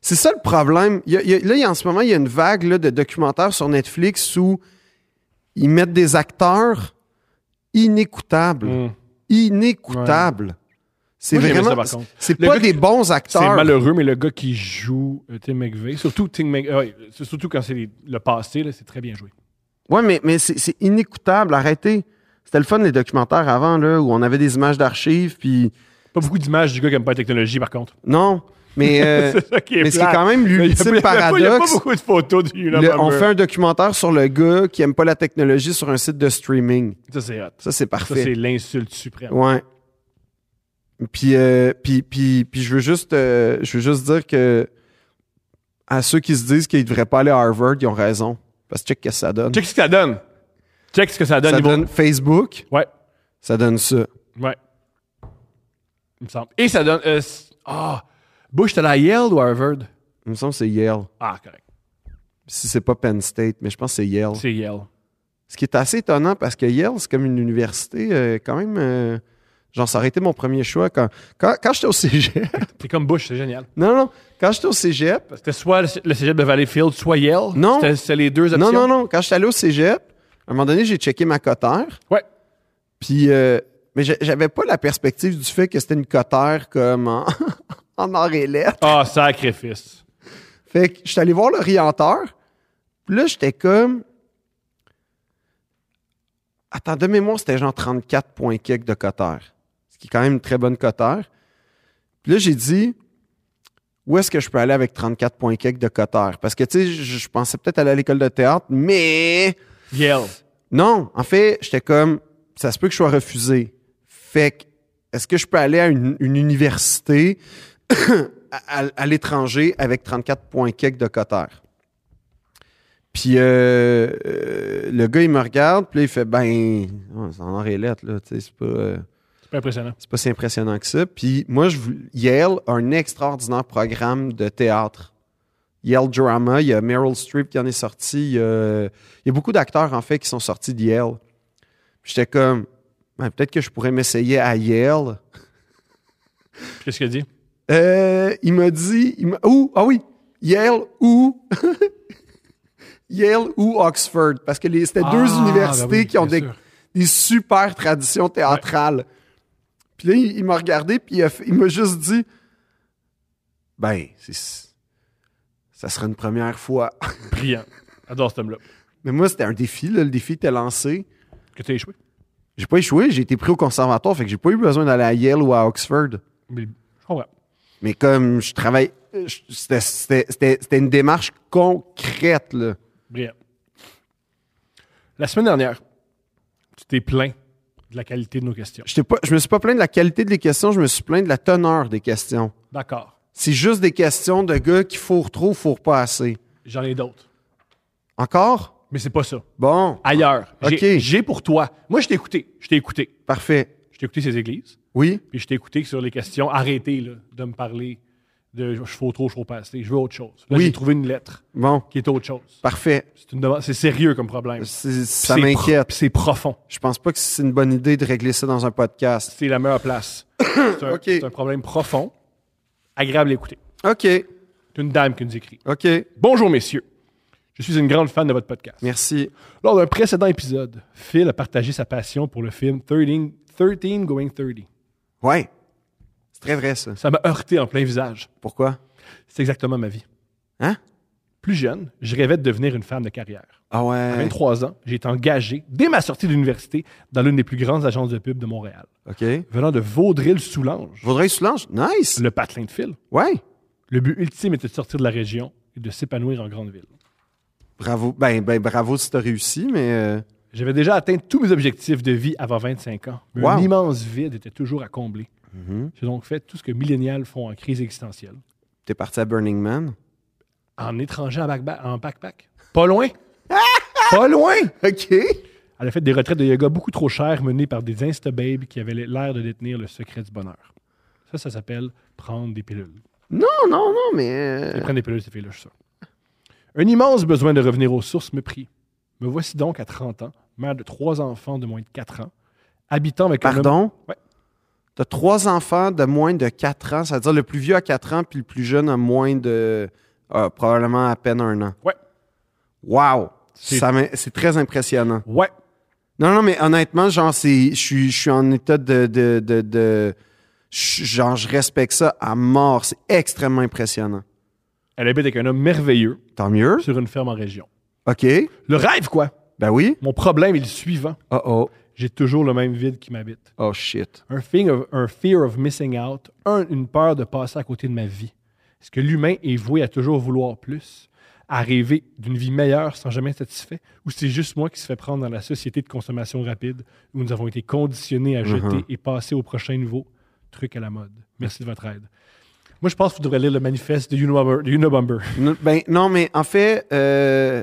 C'est ça le problème. Il y a- il y a- là, il y a- en ce moment, il y a une vague là, de documentaires sur Netflix où ils mettent des acteurs inécoutables. Inécoutables. C'est
Moi, j'ai aimé ça,
vraiment.
par contre.
C'est
Le
pas
gars
des bons
C'est
acteurs.
malheureux, mais le gars qui joue euh, Tim McVeigh, surtout, Tim Mc- euh, ouais, c'est surtout quand c'est les- le passé, là, c'est très bien joué.
Ouais, mais, mais c'est c'est inécoutable. Arrêtez. C'était le fun, les documentaires avant, là, où on avait des images d'archives, puis.
Pas beaucoup d'images du gars qui aime pas la technologie, par contre.
Non. Mais. euh,
[LAUGHS] c'est ça qui est
mais ce qui
plate.
est quand même
Il y a pas- il y
l'ultime
a pas- Il n'y a, pas
paradoxe.
beaucoup de photos du
Le- on
Unabomber.
fait un documentaire sur le gars qui aime pas la technologie sur un site de streaming.
Ça, c'est hot.
Ça, c'est
Ça,
parfait.
c'est l'insulte suprême.
ouais. Puis, euh, puis, puis, puis je veux juste, euh, je veux juste dire que à ceux qui se disent qu'ils devraient pas aller à Harvard, ils ont raison. Parce que check qu'est-ce que ça donne.
Check ce que ça donne. Check ce que ça donne.
ça
niveau-
donne Facebook,
Ouais,
ça donne ça.
ouais. Il me semble. Et ça donne. euh, c- Ah! Bush, t'es allé à Yale ou à Harvard?
Il me semble que c'est Yale.
Ah, correct.
Si c'est pas Penn State, mais je pense que c'est Yale.
C'est Yale.
Ce qui est assez étonnant parce que Yale, c'est comme une université euh, quand même euh, Genre, ça aurait été mon premier choix quand, quand, quand j'étais au cégep. [LAUGHS]
T'es comme Bush, c'est génial.
Non, non, quand j'étais au cégep,
C'était soit le c- le cégep de Valleyfield, soit Yale.
Non.
C'était- C'était les deux options.
Non, non, non. Quand je suis allé au cégep, à un moment donné, j'ai checké ma cotère.
Ouais.
Puis, euh, mais j'a- j'avais pas la perspective du fait que c'était une cotère comme en, [LAUGHS] en or et lettres.
Ah, sacrifice.
Fait que je suis allé voir l'orienteur. Puis là, j'étais comme. Attends, de mémoire, c'était genre 34 points quelques de cotère. Ce qui est quand même une très bonne cotère. Puis là, j'ai dit. Où est-ce que je peux aller avec 34 points quelques de cotère? Parce que, tu sais, je je pensais peut-être aller à l'école de théâtre, mais
Yale.
non, en fait, j'étais comme, ça se peut que je sois refusé. Fait que, est-ce que je peux aller à une, une université [COUGHS] à, à- à l'étranger avec 34 points quelques de cotère? Puis euh, euh, le gars, il me regarde, puis là, il fait, ben, oh, c'est en or et lettres, là, tu sais, c'est pas... euh,
C'est pas impressionnant.
c'est pas si impressionnant que ça. Puis moi, je, vou- Yale a un extraordinaire programme de théâtre. Yale Drama, il y a Meryl Streep qui en est sorti. Il y a, il y a beaucoup d'acteurs, en fait, qui sont sortis de Yale. Puis J'étais comme, Ben, peut-être que je pourrais m'essayer à Yale.
Puis Qu'est-ce qu'il dit?
Euh, il m'a dit, il m'a- ou, ah oui, Yale ou, [LAUGHS] Yale ou Oxford, parce que les- c'était deux
Ah,
universités
ben oui,
qui ont
bien
des,
sûr.
des super traditions théâtrales. Puis là, il, il m'a regardé, puis il a fait- il m'a juste dit, ben, c'est- ça sera une première fois. [LAUGHS]
Brillant. Adore cet homme-là.
Mais moi, c'était un défi, là, le défi était lancé.
Que t'as échoué.
J'ai pas échoué, j'ai été pris au conservatoire, fait que j'ai pas eu besoin d'aller à Yale ou à Oxford.
Mais je comprends.
Mais comme je travaille, je- c'était- c'était c'était- c'était une démarche concrète, là.
Brillant. La semaine dernière, tu t'es plaint de la qualité de nos questions.
J'étais Pas, je me suis pas plaint de la qualité des questions, je me suis plaint de la teneur des questions.
D'accord.
C'est juste des questions de gars qui fourrent trop, fourrent pas assez.
J'en ai d'autres.
Encore?
Mais c'est pas ça.
Bon,
Ailleurs. J'ai-
Ok.
J'ai pour toi. Moi, je t'ai écouté. Je t'ai écouté.
parfait.
Je t'ai écouté ces églises.
Oui?
Puis je t'ai écouté sur les questions. Arrêtez là, de me parler de je fais trop, je fais pas assez. Je veux autre chose. Là,
Oui.
j'ai trouvé une lettre
Bon,
qui est autre chose.
parfait.
C'est une demande- C'est sérieux comme problème.
C'est- Ça
Puis c'est pro-
m'inquiète.
puis C'est profond.
Je pense pas que c'est une bonne idée de régler ça dans un podcast.
C'est la meilleure
[COUGHS]
place. C'est un,
Ok.
c'est un problème profond, agréable à écouter.
OK,
C'est une dame qui nous écrit.
OK.
Bonjour, messieurs. Je suis une grande fan de votre podcast.
Merci.
Lors d'un précédent épisode, Phil a partagé sa passion pour le film 13, 13 Going 30.
Ouais. C'est très vrai, ça.
Ça m'a heurté en plein visage.
Pourquoi?
C'est exactement ma vie.
Hein?
Plus jeune, je rêvais de devenir une femme de carrière.
Ah
À
ouais.
23 ans, j'ai été engagé, dès ma sortie de l'université, dans l'une des plus grandes agences de pub de Montréal,
OK.
venant de Vaudreuil-Soulanges,
Vaudreuil-Soulanges? Nice!
le patelin de Phil.
Ouais.
Le but ultime était de sortir de la région et de s'épanouir en grande ville.
Bravo. Ben, ben bravo si t'as réussi, mais euh,
J'avais déjà atteint tous mes objectifs de vie avant 25 ans. Mais Un
Wow. Mm-hmm.
immense vide était toujours à combler. J'ai donc fait tout ce que millénials font en crise existentielle.
t'es parti à Burning Man.
En étranger en backpack. En backpack. Pas loin. pas loin.
OK.
Elle a fait des retraites de yoga beaucoup trop chères menées par des insta-babes qui avaient l'air de détenir le secret du bonheur. Ça, ça s'appelle prendre des pilules.
Non, non, non, mais. euh,
Elles prennent des pilules, ces filles-là, je suis sûr. Un immense besoin de revenir aux sources me prit. Me voici donc à 30 ans, mère de trois enfants de moins de 4 ans, habitant avec un homme...
Pardon?
Ouais.
T'as trois enfants de moins de 4 ans, c'est-à-dire le plus vieux a 4 ans, puis le plus jeune a moins de. ah, probablement à peine un an.
Ouais.
Wow!
C'est-
Ça m'in- C'est très impressionnant.
Ouais.
Non, non, mais honnêtement, genre, c'est, je suis, je suis en état de, de, de, de- je- genre, je respecte ça à mort. C'est extrêmement impressionnant.
Elle habite avec un homme merveilleux
Tant mieux.
sur une ferme en région.
OK.
Le rêve, quoi!
Ben oui.
Mon problème est le suivant.
Oh oh.
J'ai toujours le même vide qui m'habite.
Oh shit.
Un, thing of- un fear of missing out, un- une peur de passer à côté de ma vie. Est-ce que l'humain est voué à toujours vouloir plus, à rêver d'une vie meilleure sans jamais être satisfait, ou c'est juste moi qui se fait prendre dans la société de consommation rapide où nous avons été conditionnés
Mhm.
à jeter et passer au prochain niveau? Truc à la mode. Merci de votre aide. Moi, je pense que vous devrez lire le manifeste de Unabomber. de Unabomber.
Non, Ben, non, mais en fait, euh,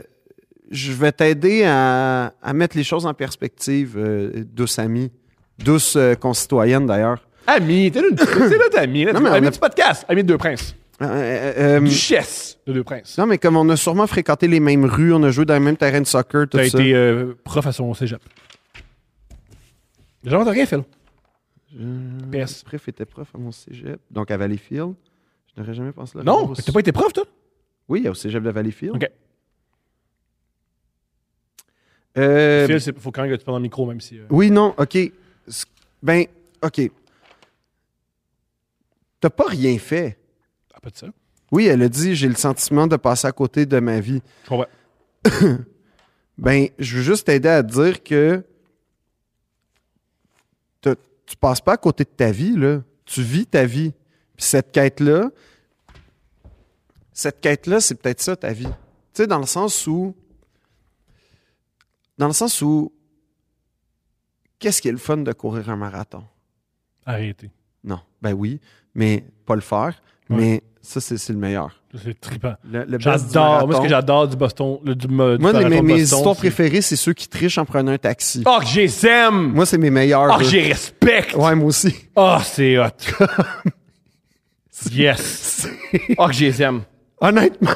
je vais t'aider à, à mettre les choses en perspective, euh, douce amie, douce euh, concitoyenne d'ailleurs.
Ami, t'es une- c'est notre ami. là,
Non, mais on
ami
a-
du podcast. Ami de Deux Princes.
Euh, euh, euh,
Duchesse de Deux Princes.
non, mais comme on a sûrement fréquenté les mêmes rues, on a joué dans le même terrain de soccer, tout
T'as
ça.
été euh, prof à son cégep. J'invente rien, Phil. PS.
Bref, était prof à mon cégep, donc à Valleyfield. Je n'aurais jamais pensé le
Non,
revoir au-
t'as pas été prof, toi?
Oui, au cégep de Valleyfield.
OK.
Euh,
Phil, il faut quand même que tu parles dans le micro, même si... euh,
Oui, non, OK. S- Ben, OK. T'as pas rien fait.
ah, pas de ça.
Oui, elle a dit j'ai le sentiment de passer à côté de ma vie.
Je comprends.
Ben, je veux juste t'aider à te dire que te- tu passes pas à côté de ta vie, là. Tu vis ta vie. Puis cette quête-là, cette quête-là, c'est peut-être ça ta vie. Tu sais, dans le sens où. Dans le sens où. Qu'est-ce qui est le fun de courir un marathon?
Arrêtez.
Non. Ben oui, mais pas le faire.
Ouais.
Mais ça, c'est c'est le meilleur.
Ça, C'est trippant.
Le- le best du
J'adore. Moi, ce que
marathon-
j'adore du Boston, le, du, mo- du
Moi,
marathon
mes,
de
mes
Boston,
histoires
c'est-
préférées, c'est ceux qui trichent en prenant un taxi.
Oh, que j'aime!
Moi, c'est mes meilleurs.
Oh, que
là.
j'y respecte!
ouais, moi aussi. [LAUGHS]
Oh, c'est hot! yes! Oh, que j'aime!
Honnêtement,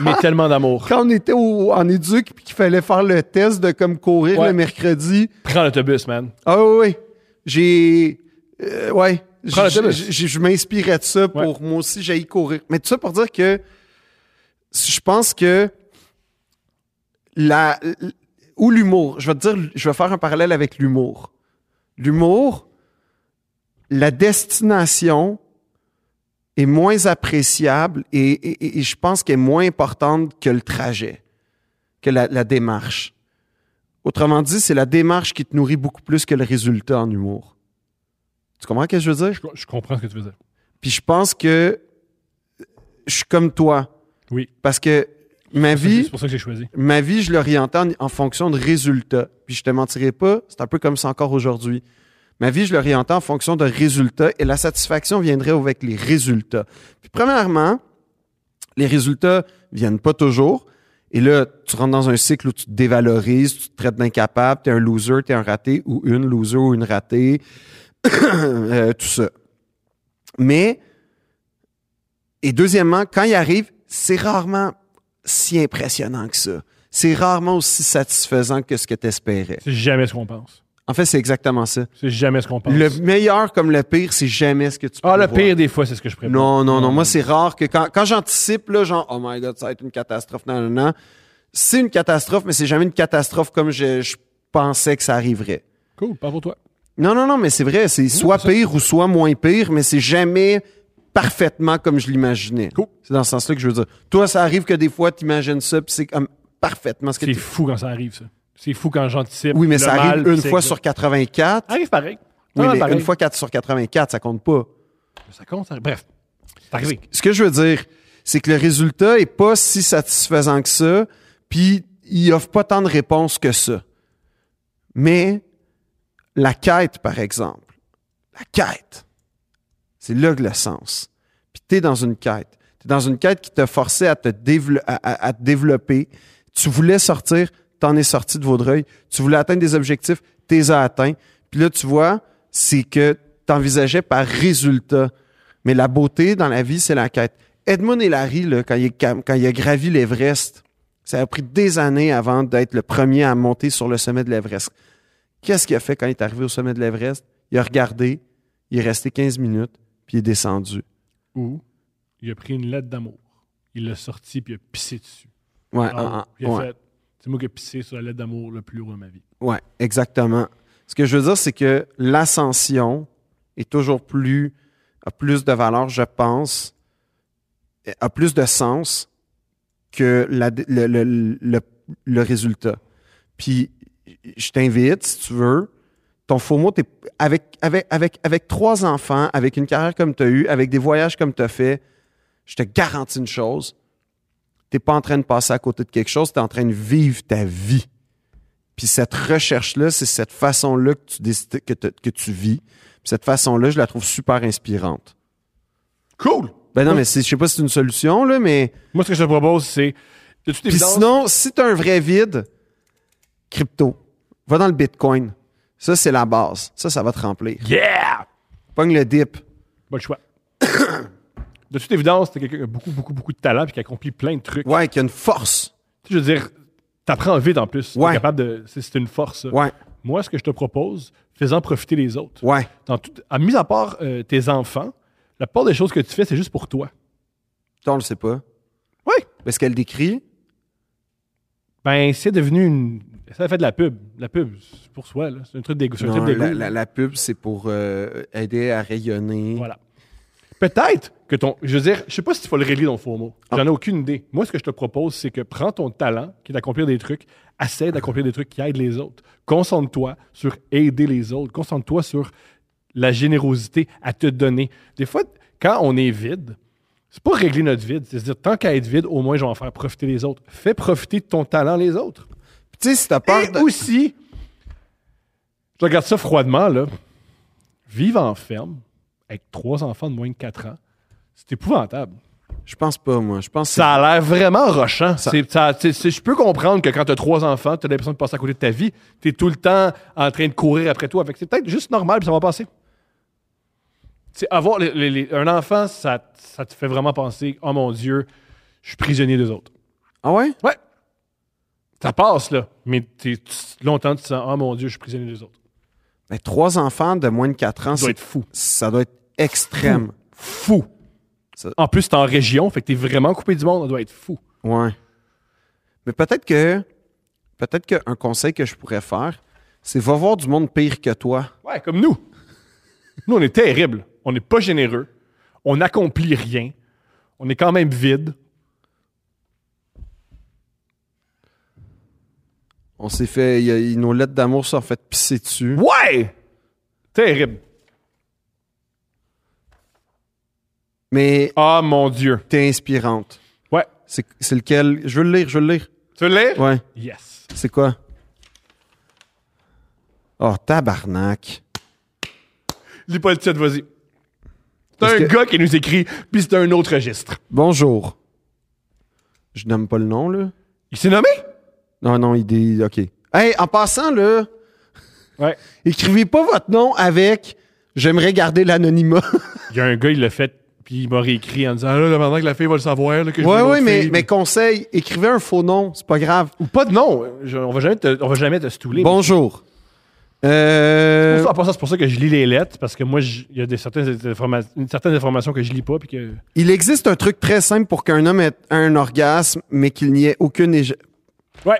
Mais tellement d'amour.
quand on était au- en éduc puis qu'il fallait faire le test de comme courir
Ouais.
le mercredi,
Prends l'autobus, man.
ah oui, oui, j'ai. euh, ouais.
Prends
J'ai-
l'autobus.
j'ai- j'ai- Je m'inspirais de ça pour
Ouais.
moi aussi, j'ai courir. Mais tout ça pour dire que je pense que la. Ou l'humour. Je vais te dire, je vais faire un parallèle avec l'humour. L'humour, la destination est moins appréciable et, et- et- et je pense qu'elle est moins importante que le trajet, que la, la démarche. Autrement dit, c'est la démarche qui te nourrit beaucoup plus que le résultat en humour. Tu comprends ce que je veux dire?
Je, co- je comprends ce que tu veux dire.
Puis je pense que je suis comme toi.
Oui.
Parce que ma vie,
C'est pour ça que j'ai choisi.
ma vie, je l'orientais en, en fonction de résultats. Puis je te mentirai pas, c'est un peu comme ça encore aujourd'hui. Ma vie, je l'orientais en fonction de résultats et la satisfaction viendrait avec les résultats. Puis premièrement, les résultats viennent pas toujours. Et là, tu rentres dans un cycle où tu te dévalorises, tu te traites d'incapable, t'es un loser, t'es un raté ou une loser ou une ratée, [COUGHS] euh, tout ça. Mais, et deuxièmement, quand il arrive, c'est rarement si impressionnant que ça. C'est rarement aussi satisfaisant que ce que t'espérais.
C'est jamais ce qu'on pense.
En fait, c'est exactement ça.
C'est jamais ce qu'on pense.
Le meilleur comme le pire, c'est jamais ce que tu
ah, le
prévois.
pire des fois, c'est ce que je préfère.
Non, non, non. Moi, c'est rare que quand, quand j'anticipe, là, genre, oh my god, ça va être une catastrophe, non, non, non. C'est une catastrophe, mais c'est jamais une catastrophe comme je, je pensais que ça arriverait.
Cool, pas pour toi.
Non, non, non, mais c'est vrai. C'est soit
c'est ça.
pire ou soit moins pire, mais c'est jamais parfaitement comme je l'imaginais.
Cool.
C'est dans ce sens-là que je veux dire. Toi, ça arrive que des fois, t'imagines ça, puis c'est comme parfaitement ce que
C'est
tu-
fou quand ça arrive, ça. C'est fou quand j'anticipe.
Oui, mais
le
ça
mal,
arrive
puis
une
c'est
fois
exact.
sur 84.
Arrive pareil.
Oui,
Ah,
mais
pareil.
une fois 4 sur 84, ça compte pas.
Ça compte, ça... Bref. C'est arrivé.
ce que je veux dire, c'est que le résultat est pas si satisfaisant que ça, puis il offre pas tant de réponses que ça. Mais la quête, par exemple, la quête, c'est là que le sens. Puis t'es dans une quête. T'es dans une quête qui te forçait à te, dévelop- à- à- à te développer. Tu voulais sortir, t'en es sorti de Vaudreuil. Tu voulais atteindre des objectifs, t'es as atteints. Puis là, tu vois, c'est que t'envisageais par résultat. Mais la beauté dans la vie, c'est la quête. Edmund Hillary, là, quand, il, est cam- quand il a gravi l'Everest, ça a pris des années avant d'être le premier à monter sur le sommet de l'Everest. Qu'est-ce qu'il a fait quand il est arrivé au sommet de l'Everest? Il a regardé, il est resté 15 minutes, puis il est descendu.
Ou il a pris une lettre d'amour. Il l'a sortie puis il a pissé dessus.
Ouais,
Ah,
en-
il a
en- ouais,
fait. C'est moi qui ai pissé sur la lettre d'amour le plus haut de ma vie.
ouais, exactement. Ce que je veux dire, c'est que l'ascension est toujours plus, a plus de valeur, je pense, et a plus de sens que la- le, le- le- le résultat. Puis, je t'invite, si tu veux, ton faux mot, t'es- avec, avec, avec, avec trois enfants, avec une carrière comme tu as eue, avec des voyages comme tu as fait, je te garantis une chose, tu pas en train de passer à côté de quelque chose, tu es en train de vivre ta vie. Puis cette recherche-là, c'est cette façon-là que tu, décides, que, te- que tu vis. Puis cette façon-là, je la trouve super inspirante.
Cool!
Ben non, mais c'est- je sais pas si c'est une solution, là, mais...
Moi, ce que je te propose, c'est. De toute
Puis
évidence-
sinon, si t'as un vrai vide, crypto. Va dans le Bitcoin. Ça, c'est la base. Ça, ça va te remplir.
Yeah!
Pogne le dip.
Bon choix. [COUGHS] de toute évidence, t'es quelqu'un qui a beaucoup, beaucoup, beaucoup de talent et qui accomplit plein de trucs.
Ouais, qu'il y a une force.
Tu sais, Je veux dire, t'apprends vite en plus. T'es
Ouais.
capable de. C'est c'est une force. ça.
Ouais.
Moi, ce que je te propose, fais-en profiter les autres.
Ouais.
Dans tout, à mis à part euh, tes enfants, la plupart des choses que tu fais, c'est juste pour toi.
Toi, on le sait pas.
Ouais.
Parce qu'elle décrit.
Ben, c'est devenu une. Ça fait de la pub. La pub, c'est pour soi, là. C'est un truc d'égo. c'est un
Non,
trip d'égo.
la, la- la pub, c'est pour euh, aider à rayonner.
Voilà. Peut-être que ton. Je veux dire, je sais pas si tu vas le régler dans le faux mot. J'en ai aucune idée. Moi, ce que je te propose, c'est que prends ton talent, qui est d'accomplir des trucs, essaie d'accomplir des trucs qui aident les autres. Concentre-toi sur aider les autres. Concentre-toi sur la générosité à te donner. Des fois, quand on est vide, c'est pas régler notre vide. C'est se dire, tant qu'à être vide, au moins, je vais en faire profiter les autres. Fais profiter de ton talent les autres.
Puis Tu sais, si t'as peur
Et
de-
aussi, je regarde ça froidement, là. Vivre en ferme avec trois enfants de moins de 4 ans, c'est épouvantable.
Je pense pas, moi. Je pense que
Ça a l'air vraiment rochant.
Ça-
C'est- ça- c'est- c'est- je peux comprendre que quand tu as trois enfants, tu as l'impression de passer à côté de ta vie. Tu es tout le temps en train de courir après toi. Fait que C'est peut-être juste normal, puis ça va passer. C'est avoir les- les- les- un enfant, ça, ça te fait vraiment penser Oh mon Dieu, je suis prisonnier des autres.
Ah ouais?
Ouais. Ça passe, là. Mais t'es- tu- longtemps, tu te sens, oh mon Dieu, je suis prisonnier des autres.
Ben, trois enfants de moins de 4 ans,
Ça doit
c'est-
être fou.
ça doit être extrême.
Fou.
Ça-
En plus, t'es en région, fait que t'es vraiment coupé du monde. Ça doit être fou.
Ouais. Mais peut-être que peut-être qu'un conseil que je pourrais faire, c'est va voir du monde pire que toi.
Ouais, comme nous. Nous, on est terribles. On n'est pas généreux. On n'accomplit rien. On est quand même vide.
On s'est fait. il y a- il- nos lettres d'amour se sont fait pisser dessus.
Ouais! Terrible.
Mais
Ah, mon Dieu.
t'es inspirante.
Ouais.
C'est c'est lequel? Je veux le lire, je veux le lire.
Tu veux le lire?
Ouais.
Yes.
C'est quoi? Oh, tabarnak.
Lis pas le titre, vas-y. C'est
Est-ce
un
que-
gars qui nous écrit, puis c'est un autre registre.
Bonjour. Je nomme pas le nom, là.
Il s'est nommé?
Non, non, il dit. OK. Hey, en passant, là,
Ouais.
écrivez pas votre nom avec j'aimerais garder l'anonymat.
Il y a un gars, il l'a fait, puis il m'a réécrit en disant Ah là, là, maintenant que la fille va le savoir, là, que [LAUGHS] je veux
Ouais,
une
ouais,
autre
mais,
fille.
mais conseil, écrivez un faux nom, c'est pas grave.
Ou pas de nom. Je- on, va jamais te, on va jamais te stouler.
Bonjour.
Pour
Euh,
ça, en passant, c'est pour ça que je lis les lettres, parce que moi, je- il y a des, certaines, informa- une- certaines informations que je lis pas, puis que.
il existe un truc très simple pour qu'un homme ait un orgasme, mais qu'il n'y ait aucune éje...
Ouais.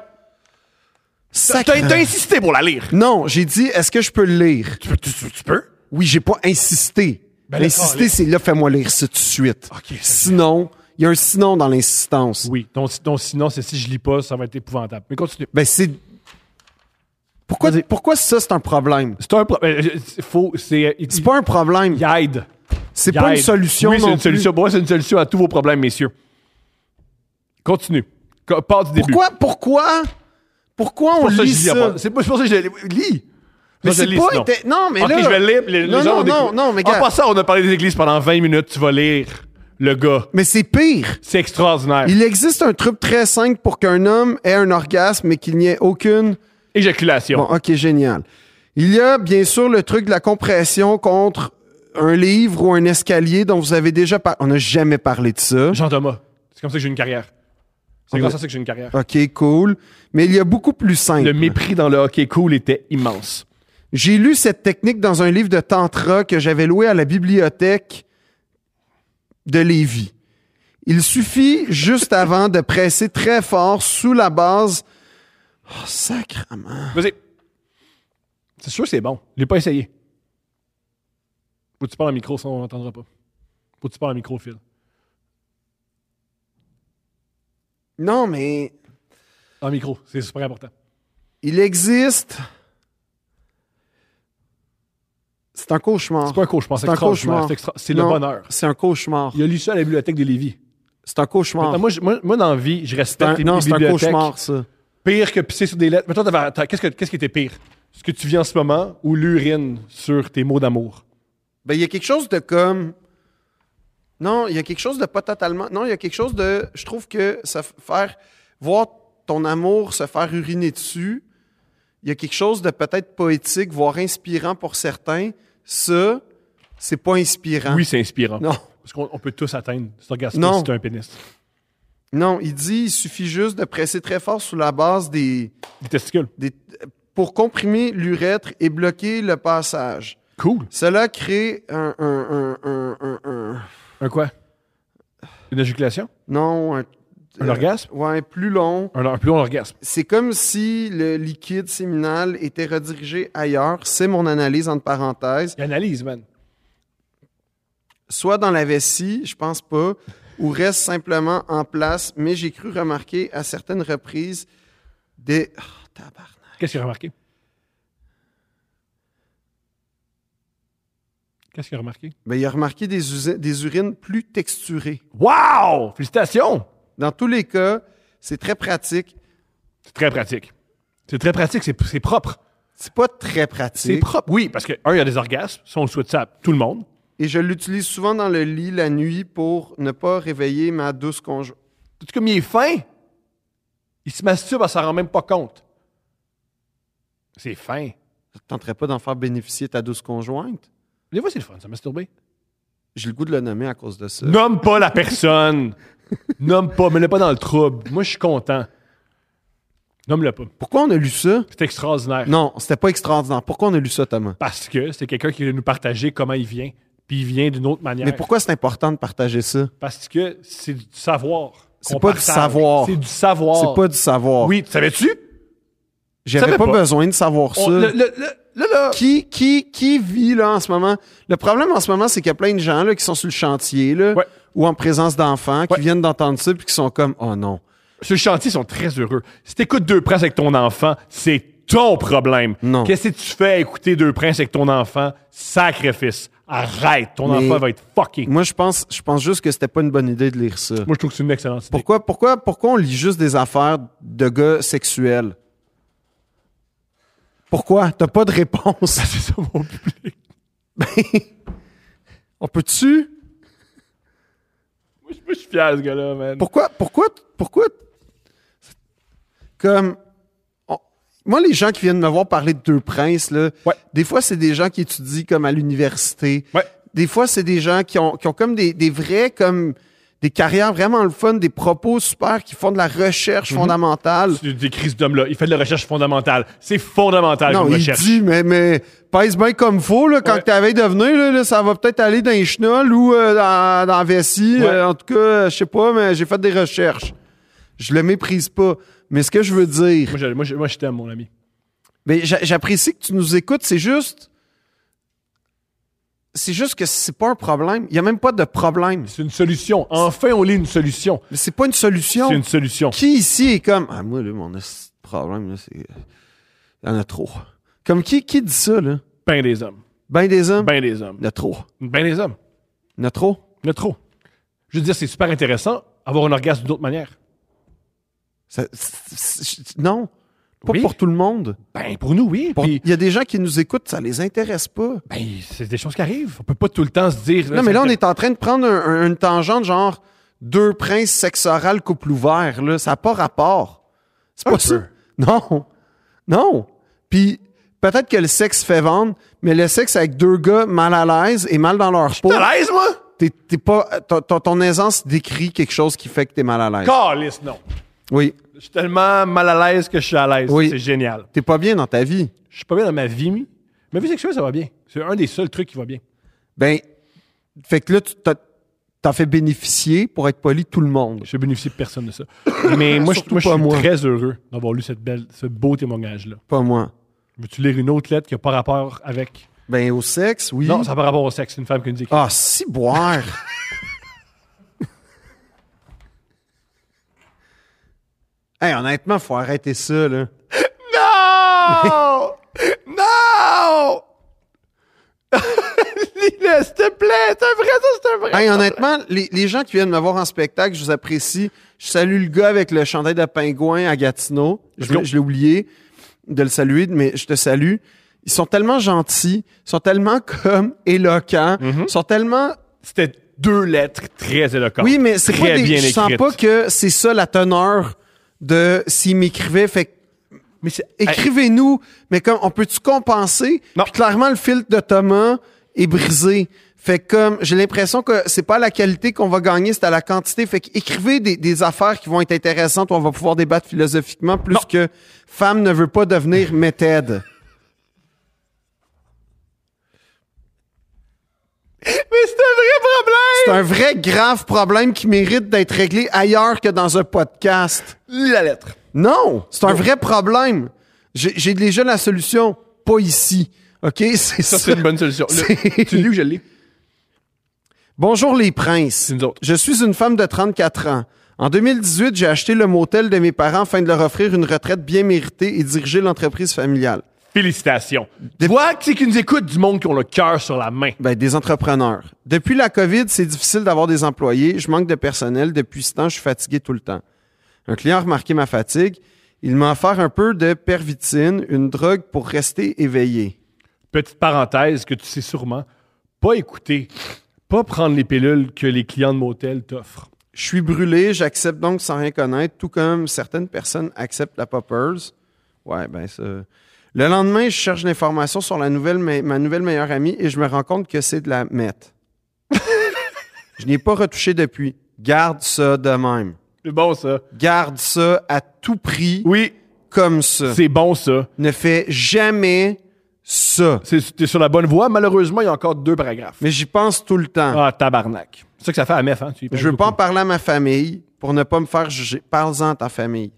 T'as,
Sacre-
t'as insisté pour la lire.
Non, j'ai dit, est-ce que je peux le lire?
Tu peux. Tu, tu- tu peux?
Oui, j'ai pas insisté.
Ben, d'accord,
Insister,
allez.
c'est là, fais-moi lire ça tout de suite.
Ok, ça-
Sinon, il y a un sinon dans l'insistance.
Oui. Donc, si- donc, sinon, c'est si je lis pas, ça va être épouvantable. Mais continue.
Ben, c'est. Pourquoi, pourquoi ça, c'est un problème?
C'est un problème. Faut. C'est. Il,
C'est pas un problème.
il aide.
C'est
Il
pas une
aide.
solution.
Oui, c'est
non
une
plus.
solution. Pour moi, c'est une solution à tous vos problèmes, messieurs. Continue. Co- Part du début.
Pourquoi, pourquoi, pourquoi
C'est
on
pour ça que
lit
je lis à
ça?
part- C'est pas- c'est pour ça que je le- lis. Ça,
Mais
je
c'est
lis,
pas.
sinon.
inté- Non, mais
ok,
là.
je vais lire. Les, les
non,
gens vont
non, non,
découvrir. Ah,
non, mais
En
gars,
passant, on a parlé des églises pendant 20 minutes. Tu vas lire le gars.
mais c'est pire.
C'est extraordinaire.
Il existe un truc très simple pour qu'un homme ait un orgasme mais qu'il n'y ait aucune.
Éjaculation.
Bon, ok, génial. Il y a bien sûr le truc de la compression contre un livre ou un escalier dont vous avez déjà parlé. On n'a jamais parlé de ça.
Jean-Thomas. C'est comme ça que j'ai une carrière. C'est
On
grâce
a-
à ça que j'ai une carrière.
Ok, cool. Mais il y a beaucoup plus simple.
Le mépris dans le hockey cool était immense.
J'ai lu cette technique dans un livre de tantra que j'avais loué à la bibliothèque de Lévis. Il suffit juste avant de presser très fort sous la base. Oh, sacrement.
Vas-y. C'est sûr que c'est bon. Je l'ai pas essayé. Faut que tu parles en micro, sinon on n'entendra pas. Faut que tu parles en micro, Phil.
Non, mais
En micro, c'est super important.
il existe. C'est un cauchemar.
C'est pas un cauchemar, c'est
C'est un
extraordinaire.
cauchemar.
C'est extra- C'est le
Non,
bonheur.
C'est un cauchemar.
Il a lu ça à la bibliothèque de Lévis.
C'est un cauchemar.
Attends, Moi, je- moi, moi, dans la vie, je
Ah. C'est un-
respecte les
non, c'est un
bibliothèques.
cauchemar, ça.
Pire que pisser sur des lettres. Mais toi, t'avais- t'as- qu'est-ce, que- qu'est-ce qui était pire? Ce que tu vis en ce moment ou l'urine sur tes mots d'amour?
Ben, il y a quelque chose de comme. Non, il y a quelque chose de pas totalement. Non, il y a quelque chose de. Je trouve que ça f- faire. Voir ton amour se faire uriner dessus, il y a quelque chose de peut-être poétique, voire inspirant pour certains. Ça, c'est pas inspirant.
Oui, c'est inspirant.
Hein? Non.
Parce qu'on on peut tous atteindre cet orgasme
Non.
si t'as un pénis.
Non, il dit il suffit juste de presser très fort sous la base des.
Des testicules.
des pour comprimer l'urètre et bloquer le passage.
Cool.
Cela crée un, un- un- un- un- un-
Un quoi? Une éjaculation?
non un,
Un
euh,
orgasme?
ouais, plus long.
Un, or- plus long orgasme.
C'est comme si le liquide séminal était redirigé ailleurs. C'est mon analyse entre parenthèses.
Il analyse, man.
Soit dans la vessie, je pense pas, ou reste simplement en place. Mais j'ai cru remarquer à certaines reprises des oh, tabarnak.
Qu'est-ce qu'il a remarqué? Qu'est-ce qu'il a remarqué?
Ben, il a remarqué des, usi- des urines plus texturées.
Wow! Félicitations!
Dans tous les cas, c'est très pratique.
C'est très pratique. C'est très pratique, c'est c'est propre.
C'est pas très
C'est
pratique.
propre. Oui, parce que, un, il y a des orgasmes. Ça, on le souhaite ça à tout le monde.
Et je l'utilise souvent dans le lit la nuit pour ne pas réveiller ma douce conjointe.
Tout comme il est fin, il se masturbe, elle s'en rend même pas compte. C'est fin.
Ça te tenterait pas d'en faire bénéficier ta douce conjointe?
Des fois, c'est le fun, ça masturber.
J'ai le goût de le nommer à cause de ça.
Nomme pas la personne. [LAUGHS] Nomme pas, mets-le pas dans le trouble. Moi, je suis content. Nomme-le pas.
Pourquoi on a lu ça?
C'est extraordinaire.
Non, c'était pas extraordinaire. Pourquoi on a lu ça, Thomas?
Parce que c'est quelqu'un qui veut nous partager comment il vient, puis il vient d'une autre manière.
Mais pourquoi c'est important de partager ça?
Parce que c'est du savoir.
C'est
qu'on
pas du
partage.
savoir.
C'est du savoir.
C'est pas du savoir.
Oh. Oui, savais-tu?
J'avais
savais
pas,
pas.
besoin de savoir ça.
On- le- le- le- là, là.
Qui, qui, qui vit là en ce moment? Le problème en ce moment, c'est qu'il y a plein de gens là, qui sont sur le chantier là,
Ouais.
ou en présence d'enfants qui
Ouais.
viennent d'entendre ça puis qui sont comme Oh non.
Sur le chantier, ils sont très heureux. Si t'écoutes Deux Princes avec ton enfant, c'est ton problème.
Non.
Qu'est-ce que tu fais à écouter Deux Princes avec ton enfant? Sacrifice. Arrête. Ton
Mais-
enfant va être fucking.
Moi, je pense, je pense juste que c'était pas une bonne idée de lire ça.
Moi, je trouve que c'est une excellente idée.
Pourquoi, pourquoi, pourquoi on lit juste des affaires de gars sexuels? Pourquoi? T'as pas
[LAUGHS]
de réponse.
C'est ça mon public.
on peut-tu?
Moi, je moi, je suis fier de ce gars-là, man.
Pourquoi? Pourquoi? Pourquoi? Comme. on- Moi, les gens qui viennent me voir parler de deux princes, là,
Ouais.
des fois, c'est des gens qui étudient comme à l'université.
Ouais.
Des fois, c'est des gens qui ont, qui ont comme des, des vrais, comme des carrières vraiment le fun, des propos super, qui font de la
Mhm.
recherche fondamentale.
Tu décris cet homme-là. Il fait de la recherche fondamentale. C'est fondamental
Non,
comme
il
recherche.
dit, mais, mais pèse bien comme faut, là, quand
Ouais.
tu avais devenu, là, là, ça va peut-être aller dans les chenolles ou euh, dans, dans la vessie.
Ouais.
Euh, en tout cas, euh, je sais pas, mais j'ai fait des recherches. Je le méprise pas. Mais ce que je veux dire,
Moi, je, moi, je- moi, je t'aime, mon ami.
mais j'a- j'apprécie que tu nous écoutes, c'est juste. C'est juste que c'est pas un problème. Il y a même pas de problème.
C'est une solution. Enfin, on lit une solution.
Mais c'est pas une solution.
C'est une solution.
Qui ici est comme. Ah, moi, là, mon esti de problème, là, c'est. Il y en a trop. Comme qui, qui dit ça, là?
Ben des hommes.
Ben des hommes?
Ben des hommes.
Il y en a trop.
Ben des hommes.
Il y en a trop.
Il y en a trop. Je veux dire, c'est super intéressant avoir un orgasme d'une autre manière.
Ça- c- c- c- non. Pas
Oui.
pour tout le monde.
Ben, pour nous, oui.
Pour-
Puis,
Il y a des gens qui nous écoutent, ça les intéresse pas.
ben, c'est des choses qui arrivent. On peut pas tout le temps se dire.
Non, mais là, on est en train de prendre un- un- une tangente genre deux princes sexe oral couple ouvert. Là. Ça n'a pas rapport. C'est
Un
pas
peu.
ça. Non. Non. Puis peut-être que le sexe fait vendre, mais le sexe avec deux gars mal à l'aise et mal dans leur peau,
T'es à l'aise, moi?
t'es- t'es pas, ton, ton- ton aisance décrit quelque chose qui fait que t'es mal à l'aise.
Calisse, non.
Oui.
Je suis tellement mal à l'aise que je suis à l'aise.
Oui.
C'est génial.
T'es pas bien dans ta vie.
Je suis pas bien dans ma vie. mais- Ma vie sexuelle, ça va bien. C'est un des seuls trucs qui va bien.
Ben, fait que là, tu t'as, t'as fait bénéficier, pour être poli, tout le monde.
Je bénéficie de personne
[COUGHS]
de ça. Mais moi, je,
Surtout
moi, je
pas
suis
moi.
très heureux d'avoir lu cette belle, ce beau témoignage-là.
Pas moi.
Veux-tu lire une autre lettre qui n'a pas rapport avec.
Ben, au sexe, oui.
Non, ça n'a pas rapport au sexe. C'est une femme qui nous dit.
Ah, si
[LAUGHS]
boire! hey, honnêtement, faut arrêter ça, là.
Non! [LAUGHS] non! Lis-le, s'il te plaît! C'est un vrai, ça, c'est un vrai!
Hey, honnêtement, les, les gens qui viennent me voir en spectacle, je vous apprécie. Je salue le gars avec le chandail de pingouin à Gatineau. Je, l'ai- je l'ai oublié de le saluer, mais je te salue. Ils sont tellement gentils, ils sont tellement [LAUGHS] comme éloquents,
Mm-hmm.
ils sont tellement
C'était deux lettres très éloquentes.
Oui, mais c'est
très
pas des,
bien
je
écrites.
sens pas que c'est ça la teneur de s'il m'écrivait. Fait que
Mais c'est
écrivez-nous, mais comme on peut-tu compenser
Non.
Puis clairement le filtre de Thomas est brisé. Fait que comme j'ai l'impression que c'est pas à la qualité qu'on va gagner, c'est à la quantité. Fait que écrivez des, des affaires qui vont être intéressantes où on va pouvoir débattre philosophiquement plus
Non.
que femme ne veut pas devenir méthode.
Mais c'est un vrai problème!
C'est un vrai grave problème qui mérite d'être réglé ailleurs que dans un podcast.
Lis la lettre.
Non, c'est un vrai problème. J'ai j'ai déjà la solution, pas ici. OK, [LAUGHS] c'est
Ça,
ça.
c'est une bonne solution. Le-
C'est-
tu lis ou je lis?
Bonjour les princes.
C'est nous autres.
Je suis une femme de 34 ans. En 2018, j'ai acheté le motel de mes parents afin de leur offrir une retraite bien méritée et diriger l'entreprise familiale.
Félicitations. Tu vois que c'est qu'ils nous écoutent du monde qui ont le cœur sur la main.
Ben, des entrepreneurs. Depuis la COVID, c'est difficile d'avoir des employés. Je manque de personnel. Depuis ce temps, je suis fatigué tout le temps. Un client a remarqué ma fatigue. Il m'a offert un peu de pervitine, une drogue pour rester éveillé.
Petite parenthèse que tu sais sûrement, pas écouter, pas prendre les pilules que les clients de motel t'offrent.
Je suis brûlé, j'accepte donc sans rien connaître, tout comme certaines personnes acceptent la poppers. Ouais, ben ça. Le lendemain, je cherche l'information sur la nouvelle, me- ma nouvelle meilleure amie et je me rends compte que c'est de la
[LAUGHS]
meth. je n'ai pas retouché depuis. Garde ça de même.
C'est bon, ça.
Garde ça à tout prix
Oui,
comme ça.
c'est bon, ça.
Ne fais jamais ça.
C'est- T'es sur la bonne voie. Malheureusement, il y a encore deux paragraphes.
Mais j'y pense tout le temps.
Ah, tabarnak. C'est ça que ça fait à MEF, hein? Tu y penses
Je veux pas en
beaucoup.
parler à ma famille pour ne pas me faire juger. Parle-en à ta famille.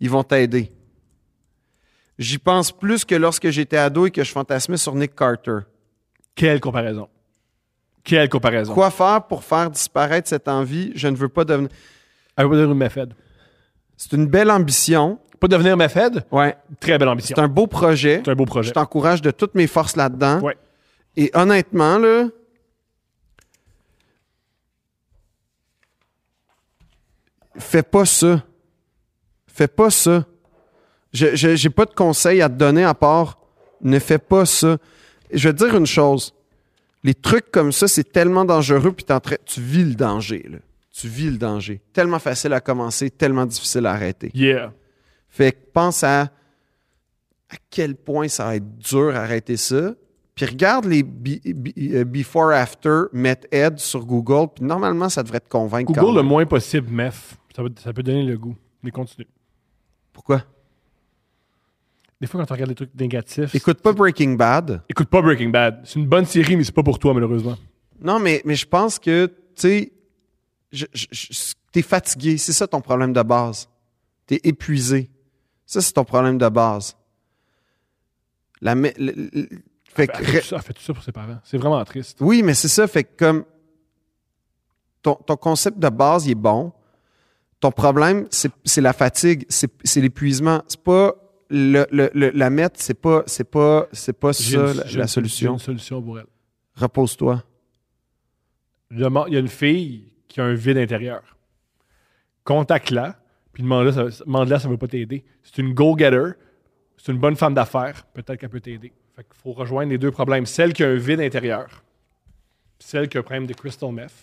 Ils vont t'aider. J'y pense plus que lorsque j'étais ado et que je fantasmais sur Nick Carter.
Quelle comparaison. Quelle comparaison.
Quoi faire pour faire disparaître cette envie? Je ne veux pas devenir...
Elle veut pas devenir MEFED.
C'est une belle ambition.
Pas devenir MEFED,
Ouais.
très belle ambition.
C'est un beau projet.
C'est un beau projet.
Je t'encourage de toutes mes forces là-dedans.
Ouais.
Et honnêtement, là... Fais pas ça. Fais pas ça. Je- je- J'ai pas de conseils à te donner à part ne fais pas ça. Et Je vais te dire une chose. Les trucs comme ça, c'est tellement dangereux, puis t'es en train- tu vis le danger. là. Tu vis le danger. Tellement facile à commencer, tellement difficile à arrêter.
Yeah.
Fait que pense à à quel point ça va être dur d'arrêter ça. Puis regarde les bi- bi- euh, before after met-ed sur Google, puis normalement ça devrait te convaincre. quand
Google le
même.
moins possible MEF. Ça, peut- ça peut donner le goût. Mais continue.
pourquoi
Des fois, quand tu regardes des trucs négatifs, écoute,
Écoute pas Breaking Bad.
écoute pas Breaking Bad. C'est une bonne série, mais c'est pas pour toi, malheureusement.
Non, mais, mais je pense que tu sais, je- je- je- t'es fatigué, c'est ça ton problème de base. T'es épuisé, ça c'est ton problème de base. La, me- le- le- le- fait que
Elle fait,
re-
tout ça, elle fait tout ça pour ses parents. C'est vraiment triste.
Oui, mais c'est ça. Fait que comme ton, ton concept de base, il est bon. Ton problème, c'est c'est la fatigue, c'est c'est l'épuisement. C'est pas le, le- le- la mettre, c'est pas c'est pas c'est pas
J'ai une-
ça la,
j'ai
la
une- j'ai
solution.
une solution pour elle.
Repose-toi.
Demande- Il y a une fille qui a un vide intérieur. Contacte-la, puis demande-la, ça, ça- demande-la, ça ne va pas t'aider. C'est une go-getter, c'est une bonne femme d'affaires, peut-être qu'elle peut t'aider. Fait qu'il faut rejoindre les deux problèmes. Celle qui a un vide intérieur, puis celle qui a un problème de crystal meth,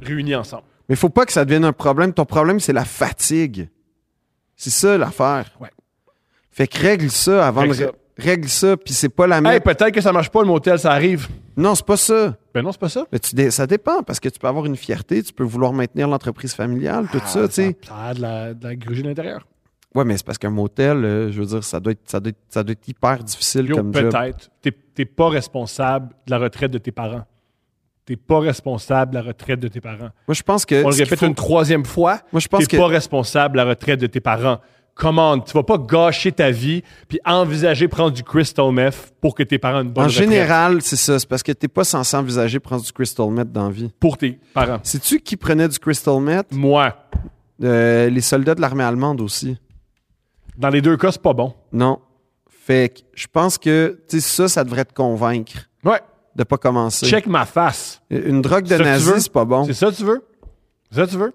réunis ensemble.
Mais faut pas que ça devienne un problème. Ton problème, c'est la fatigue. C'est ça l'affaire.
Ouais.
Fait que règle ça avant
Règle
de
ça.
règle ça. Puis c'est pas la
Hey,
mettre.
peut-être que ça marche pas, le motel, ça arrive.
Non, c'est pas ça.
Ben non, c'est pas ça.
Mais tu dé- ça dépend parce que tu peux avoir une fierté, tu peux vouloir maintenir l'entreprise familiale, tout ça, tu sais.
Ah, Ça a de la, de la grugie de l'intérieur.
Ouais, mais c'est parce qu'un motel, euh, je veux dire, ça doit être, ça doit être, ça doit être hyper difficile
Yo,
comme job.
peut-être. T'es- T'es pas responsable de la retraite de tes parents. T'es pas responsable de la retraite de tes parents.
Moi, je pense que.
On le
Euh, ce qu'il
répète
faut-
une troisième fois.
Moi, je
T'es
pense que.
pas responsable de la retraite de tes parents. Commande, tu vas pas gâcher ta vie puis envisager prendre du crystal meth pour que tes parents aient une bonne
En
retraite
général, c'est ça. C'est parce que t'es pas censé envisager prendre du crystal meth dans la vie.
pour tes parents.
Sais-tu qui prenait du crystal meth?
Moi,
Euh, les soldats de l'armée allemande aussi.
dans les deux cas, c'est pas bon.
Non. Fait que je pense que, tu sais, ça, ça devrait te convaincre
Ouais.
de pas commencer.
Check ma face.
Une drogue de
Ça que tu veux?
nazi, c'est pas bon.
C'est ça que tu veux? C'est ça que tu veux?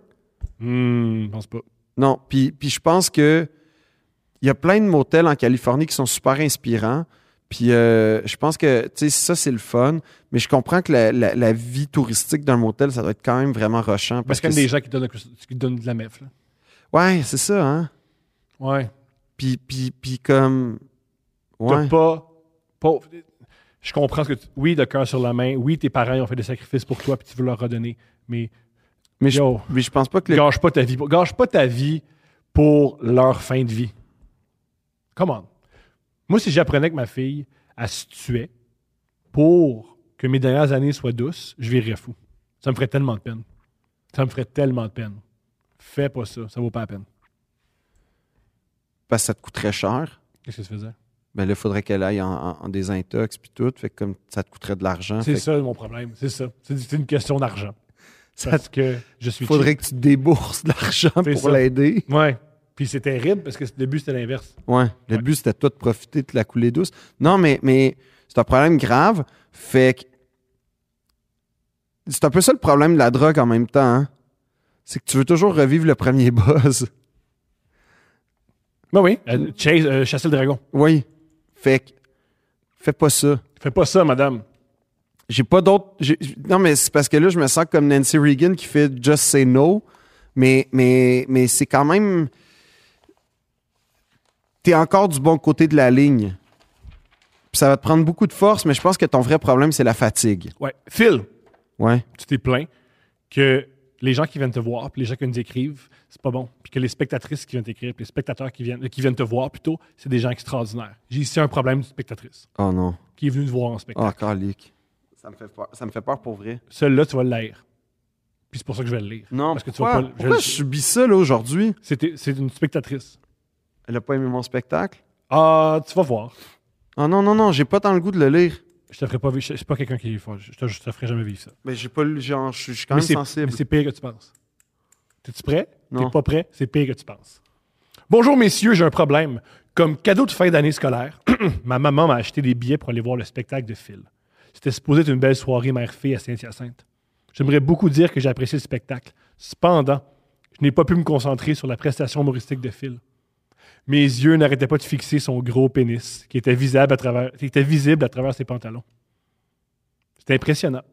Hmm, je pense pas.
Non, puis, puis je pense que il y a plein de motels en Californie qui sont super inspirants. Puis euh, je pense que, tu sais, ça, c'est le fun. Mais je comprends que la, la- la vie touristique d'un motel, ça doit être quand même vraiment rochant.
Parce
Parce
qu'il y a
que
des gens qui donnent, le crystal- qui donnent de la meth. là.
c'est- Ouais, c'est ça, hein.
Ouais.
Puis, puis, puis comme...
T'as
Ouais.
pas, pas- je comprends ce que tu- Oui, le cœur sur la main. Oui, tes parents ils ont fait des sacrifices pour toi puis tu veux leur redonner. Mais
Mais je,
Yo.
mais je pense pas que le-
gâche pas ta vie. pour- Gâche pas ta vie pour leur fin de vie. Come on. Moi, si j'apprenais que ma fille, elle se tuait pour que mes dernières années soient douces, je virerais fou. Ça me ferait tellement de peine. Ça me ferait tellement de peine. Fais pas ça. Ça vaut pas la peine.
parce que ça te coûterait cher.
Qu'est-ce que tu faisais?
Ben là, il faudrait qu'elle aille en, en- en désintox puis tout. Fait que comme ça te coûterait de l'argent.
C'est
fait que
ça mon problème. C'est ça. C'est c'est une question [LAUGHS] d'argent.
ça
Parce que je suis
te- faudrait que tu débourses de l'argent
C'est
pour
ça.
l'aider.
cheap. Ouais. Puis c'est terrible parce que au début, c'était l'inverse.
Ouais. Le
Ouais.
but, c'était toi de profiter de la coulée douce. Non, mais, mais c'est un problème grave. Fait que. C'est un peu ça le problème de la drogue en même temps. hein. C'est que tu veux toujours revivre le premier [LAUGHS] buzz.
Ben oui. Euh, chase, euh, chasser le dragon.
Oui. Fait que. Fais pas ça.
Fais pas ça, madame.
J'ai pas d'autres. j'ai- Non, mais c'est parce que là, je me sens comme Nancy Reagan qui fait Just Say No. Mais, mais, mais c'est quand même. T'es encore du bon côté de la ligne. Puis ça va te prendre beaucoup de force, mais je pense que ton vrai problème, c'est la fatigue.
Ouais. Phil.
Ouais.
tu t'es plaint que les gens qui viennent te voir, puis les gens qui nous écrivent, c'est pas bon. Puis que les spectatrices qui viennent t'écrire, puis les spectateurs qui viennent, qui viennent te voir plutôt, c'est des gens extraordinaires. J'ai ici un problème d'une spectatrice
Oh non.
qui est venue te voir en spectacle.
Oh, calique. Ça me fait peur. Ça me fait peur pour vrai.
Celle-là, tu vas le lire. Puis c'est pour ça que je vais le lire.
Ah. Non,
Parce que tu vas
pourquoi,
pas le- je
pourquoi
le-
je subis ça, là, aujourd'hui?
C'était- C'est une spectatrice.
Elle a pas aimé mon spectacle?
Ah, tu vas voir.
Oh non, non, non, j'ai pas tant le goût de le lire.
Je te ferai pas vivre. Je je suis pas quelqu'un qui est fort. Je te, je te ferai jamais vivre ça.
Mais Ben, j'ai pas lu. Genre, je suis- je suis quand
Mais
même
c'est-
sensible.
mais c'est pire que tu penses. T'es-tu prêt?
Non.
T'es pas prêt? C'est pire que tu penses. Bonjour messieurs, j'ai un problème. Comme cadeau de fin d'année scolaire, [CLEARS THROAT] ma maman m'a acheté des billets pour aller voir le spectacle de Phil. C'était supposé être une belle soirée mère-fille à Saint-Hyacinthe. J'aimerais beaucoup dire que j'ai apprécié le spectacle. Cependant, je n'ai pas pu me concentrer sur la prestation humoristique de Phil. Mes yeux n'arrêtaient pas de fixer son gros pénis, qui était visible à travers, qui était visible à travers ses pantalons. C'était impressionnant.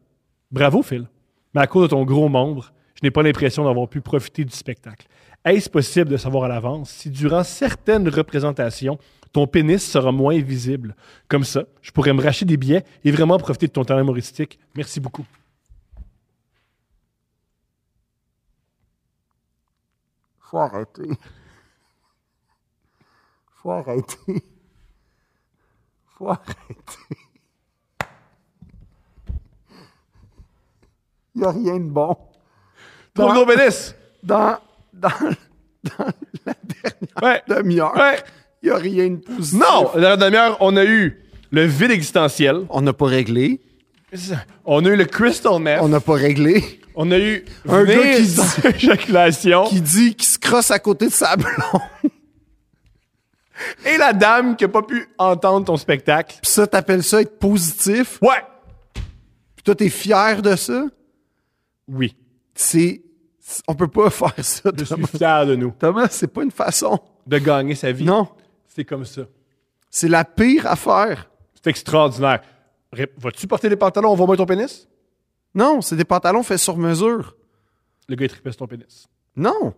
Bravo, Phil. Mais à cause de ton gros membre, je n'ai pas l'impression d'avoir pu profiter du spectacle. Est-ce possible de savoir à l'avance si, durant certaines représentations, ton pénis sera moins visible? Comme ça, je pourrais me racheter des billets et vraiment profiter de ton talent humoristique. Merci beaucoup.
Faut arrêter. Faut arrêter. Faut arrêter. Il n'y a rien de bon.
Ton
Ouais.
gros pénis!
Dans, dans, dans la
Ouais!
dernière demi-heure, il
Ouais!
n'y a rien de positif.
Non! Dans la demi-heure, on a eu le vide existentiel.
On n'a pas réglé.
On a eu le crystal meth.
On n'a pas réglé.
On a eu
Un gars
venir
qui-
[LAUGHS] sans éjaculation.
Qui dit qu'il se crosse à côté de sa [LAUGHS] blonde.
Et la dame qui n'a pas pu entendre ton spectacle.
Puis ça, t'appelles ça être positif.
Ouais!
Puis toi, t'es fier de ça.
Oui.
C'est. c'est- On peut pas faire ça,
Je suis
Thomas.
fier de nous.
Thomas, c'est pas une façon.
De gagner sa vie.
Non.
C'est comme ça.
C'est la pire affaire.
C'est extraordinaire. Ré- Vas-tu porter des pantalons? On va mettre ton pénis?
Non, c'est des pantalons faits sur mesure.
Le gars, il tripait sur ton pénis.
Non.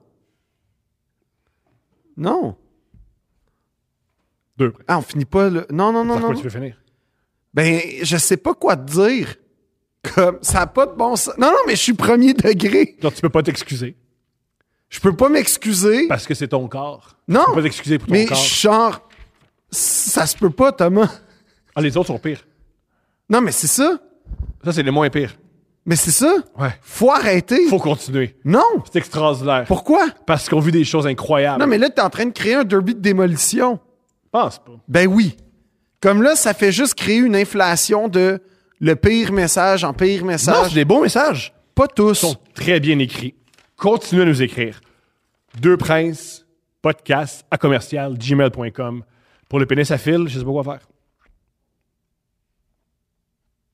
Non.
Deux près.
Ah, on finit pas le. Non, non, non,
Par
non.
quoi tu veux finir?
Ben, je sais pas quoi te dire. Comme, ça a pas de bon sens. Non, non, mais je suis premier degré.
Genre, tu peux pas t'excuser
Je peux pas m'excuser.
parce que c'est ton corps.
Non.
Tu peux pas t'excuser pour ton
Mais
corps.
genre, ça se peut pas, Thomas.
Ah, les autres sont pires.
Non, mais c'est ça.
Ça, c'est les moins pires.
Mais c'est ça.
Ouais.
Faut arrêter.
Faut continuer.
Non.
C'est extraordinaire.
Pourquoi?
Parce qu'on vit des choses incroyables.
Non, mais là, t'es en train de créer un derby de démolition.
pense pas.
Ben oui. Comme là, ça fait juste créer une inflation de le pire message en pire
Non,
message.
c'est des beaux messages.
pas tous.
sont très bien écrits. Continuez à nous écrire. Deux princes, podcast à commercial, gmail.com. Pour le pénis à fil, je sais pas quoi faire.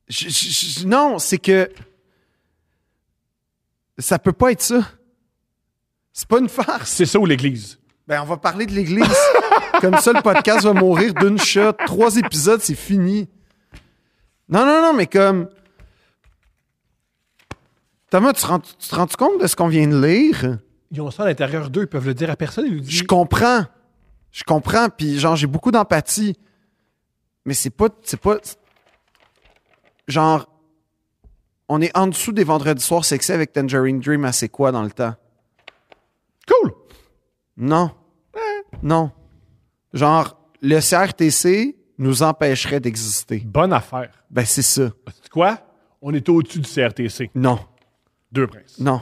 Je- je- je- non, c'est que ça peut pas être ça. C'est pas une farce.
C'est ça ou l'église?
Ben, on va parler de l'Église. [LAUGHS] Comme ça, le podcast va mourir d'une shot. Trois épisodes, c'est fini. Non, non, non, mais comme... Thomas, tu, te rends- tu te rends compte de ce qu'on vient de lire?
Ils ont ça à l'intérieur d'eux, ils peuvent le dire à personne. Ils nous disent,
je comprends. Je comprends, puis genre, j'ai beaucoup d'empathie. Mais c'est pas, c'est pas, genre, on est en dessous des vendredis soirs sexy avec Tangerine Dream à c'est quoi dans le temps?
Cool!
Non. Non. Genre, le CRTC nous empêcherait d'exister.
Bonne affaire.
Ben, c'est ça.
Sais-tu Quoi? On est au-dessus du CRTC.
Non.
Deux princes.
Non.